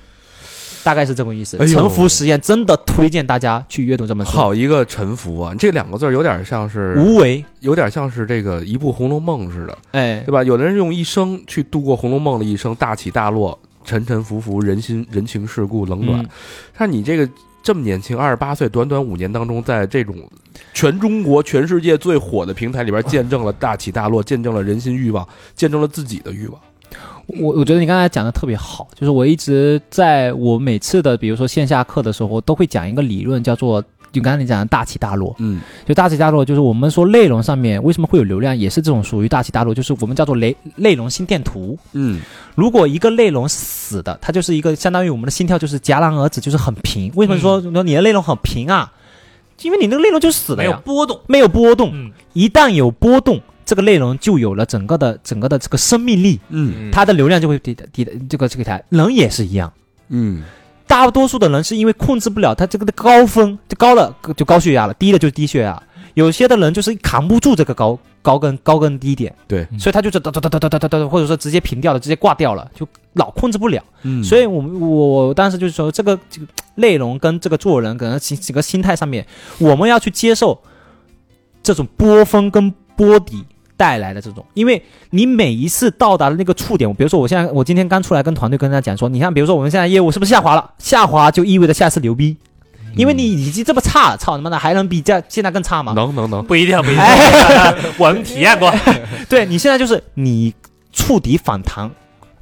S5: 大概是这个意思。
S4: 哎呦
S5: 沉浮实验真的推荐大家去阅读这本书，
S4: 好一个沉浮啊！这两个字儿有点像是，
S5: 无为，
S4: 有点像是这个一部《红楼梦》似的，
S5: 哎
S4: 对，吧？有的人用一生去度过《红楼梦》的一生，大起大落，沉沉浮浮，人心人情世故冷暖。
S5: 嗯
S4: 但你这个这么年轻，二十八岁，短短五年当中，在这种全中国、全世界最火的平台里边，见证了大起大落，见证了人心欲望，见证了自己的欲望。
S5: 我我觉得你刚才讲的特别好，就是我一直在我每次的比如说线下课的时候，都会讲一个理论，叫做就刚才你讲的大起大落，
S4: 嗯
S5: 就大起大落，就是我们说内容上面为什么会有流量，也是这种属于大起大落，就是我们叫做雷内容心电图。
S4: 嗯
S5: 如果一个内容死的，它就是一个相当于我们的心跳就是戛然而止，就是很平。为什么说你的内容很平啊？因为你那个内容就死了
S3: 没有
S5: 呀，
S3: 波动，
S5: 没有波动。
S3: 嗯，
S5: 一旦有波动，这个内容就有了整个的整个的这个生命力，
S4: 嗯
S5: 它的流量就会低低的这个这个台人也是一样。
S4: 嗯
S5: 大多数的人是因为控制不了他这个的高峰，就高了就高血压了，低了就是低血压。有些的人就是扛不住这个高高跟高跟低点，
S4: 对
S3: 嗯
S5: 所以他就是哒哒哒哒哒哒哒哒，或者说直接平掉了，直接挂掉了，就老控制不了。
S4: 嗯，
S5: 所以我们我我当时就是说，这个这个内容跟这个做人，可能整整个心态上面，我们要去接受这种波峰跟波底带来的这种，因为你每一次到达的那个触点，比如说我现在我今天刚出来跟团队跟大家讲说，你看，比如说我们现在业务是不是下滑了？下滑就意味着下次牛逼，因为你已经这么差了，操他妈的还能比这现在更差吗？
S4: 能能能，
S3: 不一定，不一定， <laughs> 我们体验过，
S5: <laughs> 对你现在就是你触底反弹，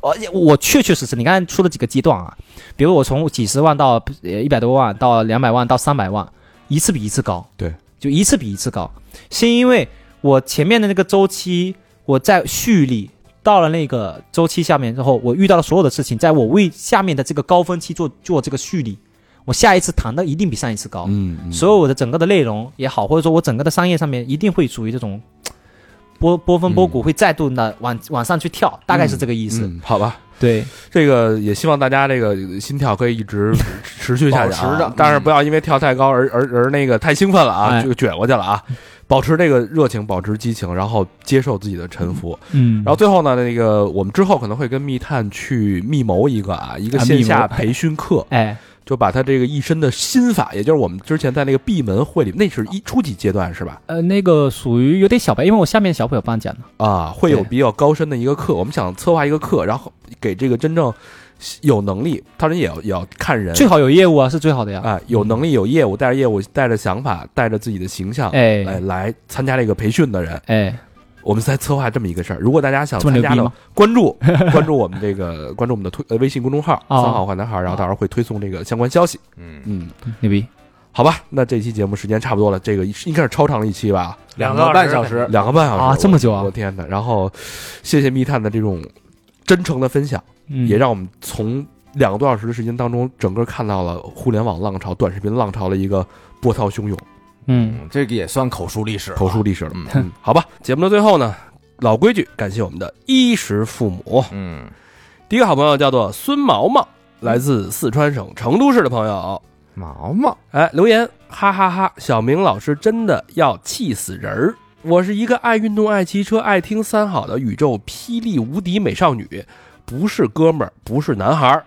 S5: 而且我确确实实，你刚才说的几个阶段啊，比如我从几十万到呃一百多万，到两百万，到三百万，一次比一次高，
S4: 对，
S5: 就一次比一次高，是因为我前面的那个周期我在蓄力。到了那个周期下面之后，我遇到了所有的事情，在我为下面的这个高峰期做做这个蓄力，我下一次弹的一定比上一次高。
S4: 嗯，
S5: 所有我的整个的内容也好，或者说我整个的商业上面一定会属于这种波波峰波谷，会再度的往往上去跳，大概是这个意
S4: 意
S5: 思。
S4: 嗯好吧。
S5: 对，
S4: 这个也希望大家这个心跳可以一直
S5: <laughs>
S4: 持续下去、啊，
S1: 保持着
S4: 但是不要因为跳太高而而而那个太兴奋了啊，
S5: 嗯哎
S4: 就卷过去了啊。保持这个热情，保持激情，然后接受自己的沉浮。
S5: 嗯
S4: 然后最后呢，那个我们之后可能会跟密探去密谋一个啊，一个
S5: 啊
S4: 线
S5: 密
S4: 下
S5: 谋
S4: 培训课，
S5: 哎，
S4: 就把他这个一身的心法，也就是我们之前在那个闭门会里，那是一初级阶段是吧？
S5: 呃，那个属于有点小白，因为我下面小伙伴讲的，
S4: 啊，会有
S5: 对
S4: 比较高深的一个课。我们想策划一个课，然后给这个真正有能力，当然也要也要看人，
S5: 最好有业务啊，是最好的呀。
S4: 哎啊，有能力、有业务、带着业务、带着想法、带着自己的形象，来
S5: 哎
S4: 来参加这个培训的人，
S5: 哎，
S4: 我们在策划这么一个事儿。如果大家想
S5: 这么
S4: 参
S5: 牛
S4: 加
S5: 逼
S4: 的
S5: 吗，？
S4: 关注
S5: <laughs>
S4: 关注我们这个关注我们的推呃微信公众号“
S5: 哦
S4: 三好坏男孩”，然后到时候会推送这个相关消息。
S1: 嗯，
S4: 嗯，
S5: 牛逼！
S4: 好吧，那这期节目时间差不多了，这个应该是超长了一期吧，
S3: 两
S1: 个
S3: 个
S1: 半
S3: 小
S1: 小时，
S4: 两个半小时
S5: 啊
S4: 我
S5: 这么久啊
S4: 我天哪！然后谢谢密探的这种真诚的分享，
S5: 嗯
S4: 也让我们从两个多小时的时间当中，整个看到了互联网浪潮、短视频浪潮的一个波涛汹涌。
S5: 嗯，
S1: 嗯，这个也算口述历史了，
S4: 口述历史了。
S1: 嗯
S4: 嗯，好吧，节目的最后呢，老规矩，感谢我们的衣食父母。
S1: 嗯，
S4: 第一个好朋友叫做孙毛毛，来自四川省成都市的朋友，
S1: 毛毛，
S4: 哎，留言哈哈哈小明老师真的要气死人儿。我是一个爱运动、爱骑车、爱听三好的宇宙霹雳无敌美少女，不是哥们儿，不是男孩儿。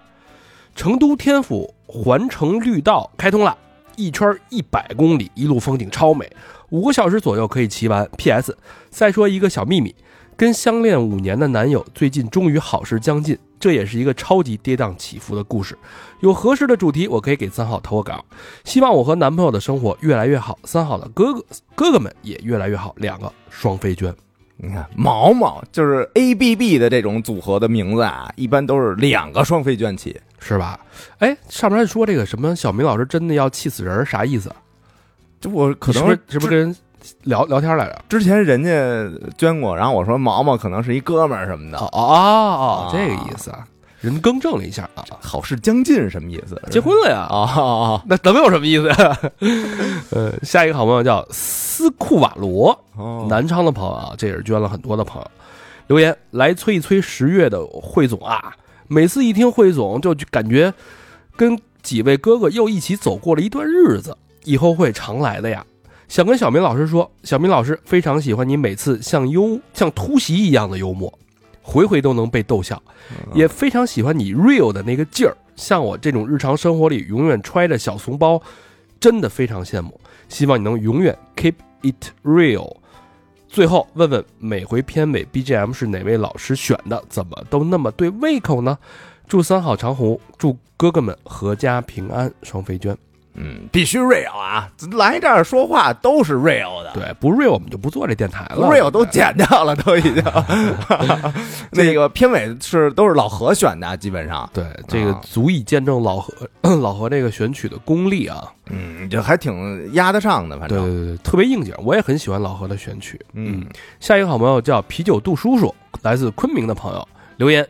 S4: 成都天府环城绿道开通了，一圈一百公里，一路风景超美，五个小时左右可以骑完。P.S. 再说一个小秘密，跟相恋五年的男友最近终于好事将近，这也是一个超级跌宕起伏的故事。有合适的主题，我可以给三好投个稿。希望我和男朋友的生活越来越好，三好的哥哥哥哥们也越来越好，两个双飞娟。
S1: 你看毛毛就是 A B B 的这种组合的名字啊，一般都是两个双飞卷起，
S4: 是吧？哎，上面还说这个什么小明老师真的要气死人儿，啥意思啊？
S1: 这我可
S4: 是
S1: 能
S4: 不是是不是跟人聊聊天来着？
S1: 之前人家捐过，然后我说毛毛可能是一哥们儿什么的，
S4: 哦哦，这个意思啊，人更正了一下啊，
S1: 好事将近什么意思？
S4: 结婚了呀？
S1: 啊、哦
S4: 那能有什么意思呀？呃，下一个好朋友叫斯库瓦罗，
S1: 哦，
S4: 南昌的朋友啊，这也是捐了很多的朋友留言来催一催十月的汇总啊。每次一听汇总，就感觉跟几位哥哥又一起走过了一段日子，以后会常来的呀。想跟小明老师说，小明老师非常喜欢你每次像幽像突袭一样的幽默，回回都能被逗笑，也非常喜欢你 real 的那个劲儿。像我这种日常生活里永远揣着小怂包，真的非常羡慕。希望你能永远 keep it real。最后问问，每回片尾 BGM 是哪位老师选的？怎么都那么对胃口呢？祝三好长虹，祝哥哥们阖家平安，双飞娟。
S1: 嗯，必须 real 啊！来这儿说话都是 real 的
S4: 对，不 real 我们就不做这电台了。
S1: ，real 都剪掉了，都已
S4: <laughs>
S1: 经。那个片尾是都是老何选的啊，基本上，
S4: 对，这个
S1: 啊
S4: 足以见证老何 <coughs> 老何这个选曲的功力啊。
S1: 嗯，就还挺压得上的，反
S4: 对
S1: 正，
S4: 对对对，特别应景，我也很喜欢老何的选曲。
S1: 嗯，
S4: 下一个好朋友叫啤酒杜叔叔，来自昆明的朋友留言。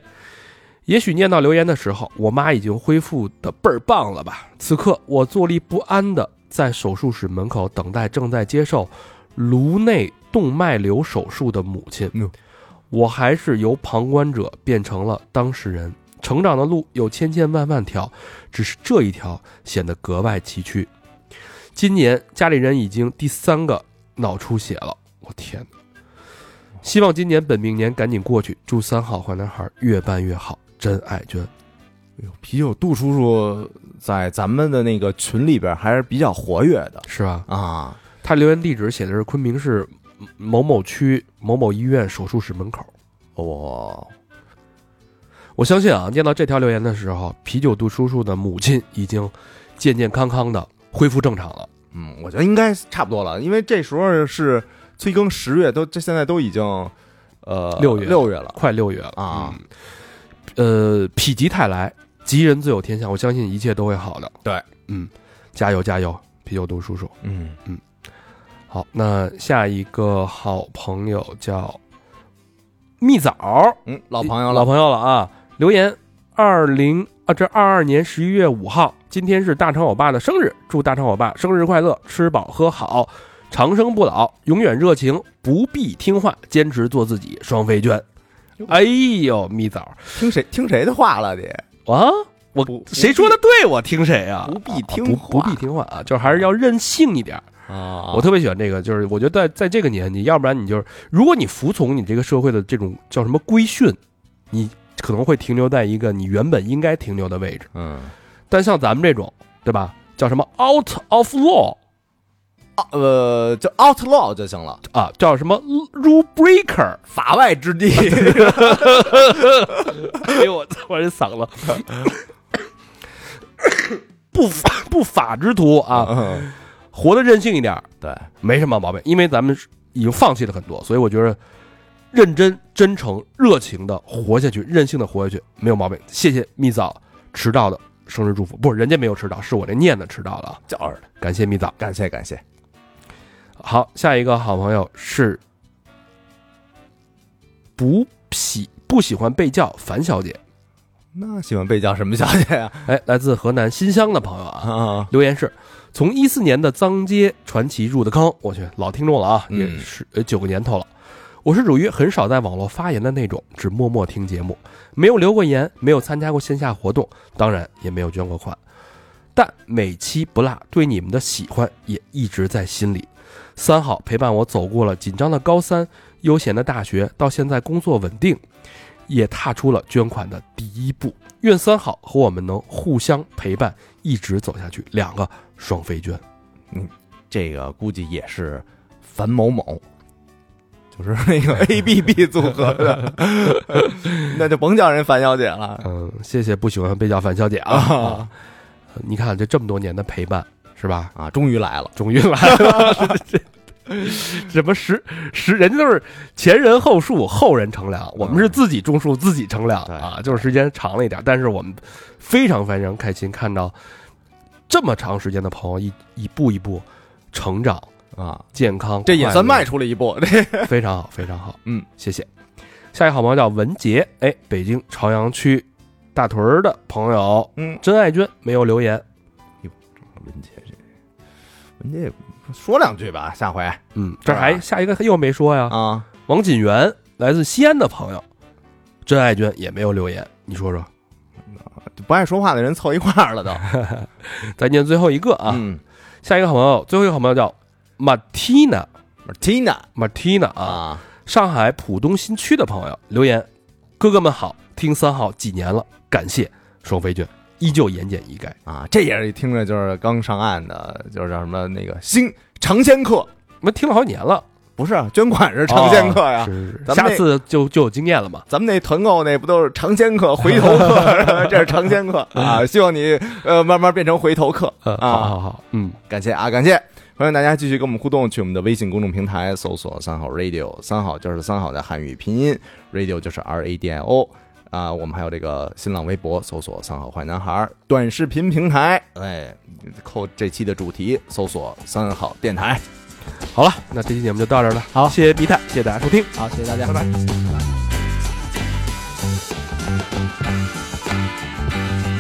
S4: 也许念到留言的时候，我妈已经恢复的倍儿棒了吧？此刻我坐立不安的在手术室门口等待正在接受颅内动脉瘤手术的母亲
S1: 嗯，
S4: 我还是由旁观者变成了当事人。成长的路有千千万万条，只是这一条显得格外崎岖。今年家里人已经第三个脑出血了，我天哪！希望今年本命年赶紧过去，祝三好坏男孩越办越好，真爱娟。
S1: 啤酒杜叔叔在咱们的那个群里边还是比较活跃的
S4: 是吧？
S1: 啊，
S4: 他留言地址写的是昆明市某某区某某医院手术室门口。
S1: 哦，
S4: 我相信啊，念到这条留言的时候，啤酒肚叔叔的母亲已经健健康康的恢复正常了。
S1: 嗯，我觉得应该差不多了，因为这时候是催更十月，都这现在都已经呃
S4: 六月
S1: 六月了，
S4: 快六月了
S1: 啊、
S4: 嗯呃，否极泰来，吉人自有天相，我相信一切都会好的。
S1: 对，
S4: 嗯，加油加油，啤酒肚叔叔。
S1: 嗯，
S4: 好，那下一个好朋友叫蜜枣，
S1: 嗯，老朋友
S4: 老
S1: 了，
S4: 朋友了啊！留言二零啊，这二二年十一月五号，今天是大昌我爸的生日，祝大昌我爸生日快乐，吃饱喝好，长生不老，永远热情，不必听话，坚持做自己，双飞娟。哎呦，蜜枣
S1: 听谁听谁的话了你？
S4: 啊！我
S1: 不
S4: 谁说的对，我听谁啊？
S1: 不必
S4: 啊
S1: 听
S4: 不不
S1: 话
S4: 必听话啊，就是还是要任性一点儿。
S1: 啊
S4: 我特别喜欢这个，就是我觉得在在这个年纪，要不然你就是，如果你服从你这个社会的这种叫什么规训，你可能会停留在一个你原本应该停留的位置。
S1: 嗯
S4: 但像咱们这种，对吧？叫什么 out of law
S1: 啊呃，就 outlaw 就行了，
S4: 啊，叫什么 rule breaker？
S1: 法外之地。
S4: 哎呦，我操，我这嗓子， <coughs> 不法不法之徒啊，
S1: 嗯
S4: 活得任性一点儿，
S1: 对，
S4: 没什么毛病，因为咱们是已经放弃了很多，所以我觉得认真、真诚、热情的活下去，任性的活下去没有毛病。谢谢蜜枣迟到的生日祝福，不是人家没有迟到，是我这念的迟到了啊，
S1: 叫着的，
S4: 感谢蜜枣。
S1: 感谢感谢。
S4: 好，下一个好朋友是不喜不喜欢被叫樊小姐，
S1: 那喜欢被叫什么小姐啊呀？
S4: 哎，来自河南新乡的朋友啊，
S1: 啊，
S4: 留言是：从一四年的《脏街传奇》入的坑，我去老听众了啊，
S1: 嗯
S4: 也是呃九个年头了。我是属于很少在网络发言的那种，只默默听节目，没有留过言，没有参加过线下活动，当然也没有捐过款。但每期不落，对你们的喜欢也一直在心里。三好陪伴我走过了紧张的高三、悠闲的大学，到现在工作稳定，也踏出了捐款的第一步。愿三好和我们能互相陪伴，一直走下去。两个双飞娟，
S1: 这个估计也是樊某某， <laughs> 就是那个 <laughs> A B B 组合的， <laughs> 那就甭叫人樊小姐了。
S4: 嗯，谢谢不喜欢被叫樊小姐啊。啊你看这这么多年的陪伴，是吧？
S1: 啊，终于来了，
S4: 终于来了，这这什么十十，人家都是前人后树，后人乘凉，我们是自己种树，自己乘凉
S1: 对
S4: 啊，就是时间长了一点，但是我们非常非常开心，看到这么长时间的朋友一一步一步成长、
S1: 啊，
S4: 健康，
S1: 这也算
S4: 快乐
S1: 迈出了一步。这
S4: 非常好，非常好，
S1: 嗯，
S4: 谢谢。下一个好朋友叫文杰，哎，北京朝阳区大屯儿的朋友，
S1: 嗯，
S4: 真爱娟没有留言，
S1: 文杰这文杰也不说两句吧，下回
S4: 嗯，这
S1: 是吧
S4: 还下一个他又没说呀。
S1: 啊，
S4: 王锦源来自西安的朋友，真爱娟也没有留言，你说说，
S1: 不爱说话的人凑一块儿了都啊
S4: 再念最后一个啊，
S1: 嗯
S4: 下一个好朋友，最后一个好朋友叫马蒂娜，
S1: ，Martina
S4: 马蒂娜啊，
S1: 啊，
S4: 上海浦东新区的朋友留言：“哥哥们好，听三好几年了，感谢双飞娟，依旧言简意赅。”
S1: 啊，这也是一听着就是刚上岸的，就是叫什么那个新尝鲜客哦
S4: 我们听了好几年了，
S1: 不是啊捐款 <laughs> 是尝鲜课呀，
S4: 哦是是是，
S1: 咱们
S4: 下
S1: 那
S4: 次就就有经验了嘛。
S1: 咱们那团购那不都是尝鲜课、回头客？这是尝鲜课啊！希望你呃慢慢变成回头客
S4: 嗯，好
S1: 啊！
S4: 好好，嗯，
S1: 感谢啊，感谢！欢迎大家继续跟我们互动，去我们的微信公众平台搜索“三好 radio”，三好就是三好的汉语拼音，radio 就是 R A D I O 啊。我们还有这个新浪微博搜索“三好坏男孩”，短视频平台，哎，扣这期的主题搜索“三好电台”。
S4: 好了，那这期节目就到这儿了。
S5: 好
S4: 谢谢逼太，谢谢大家收听。
S5: 好，谢谢大家，
S4: 拜拜。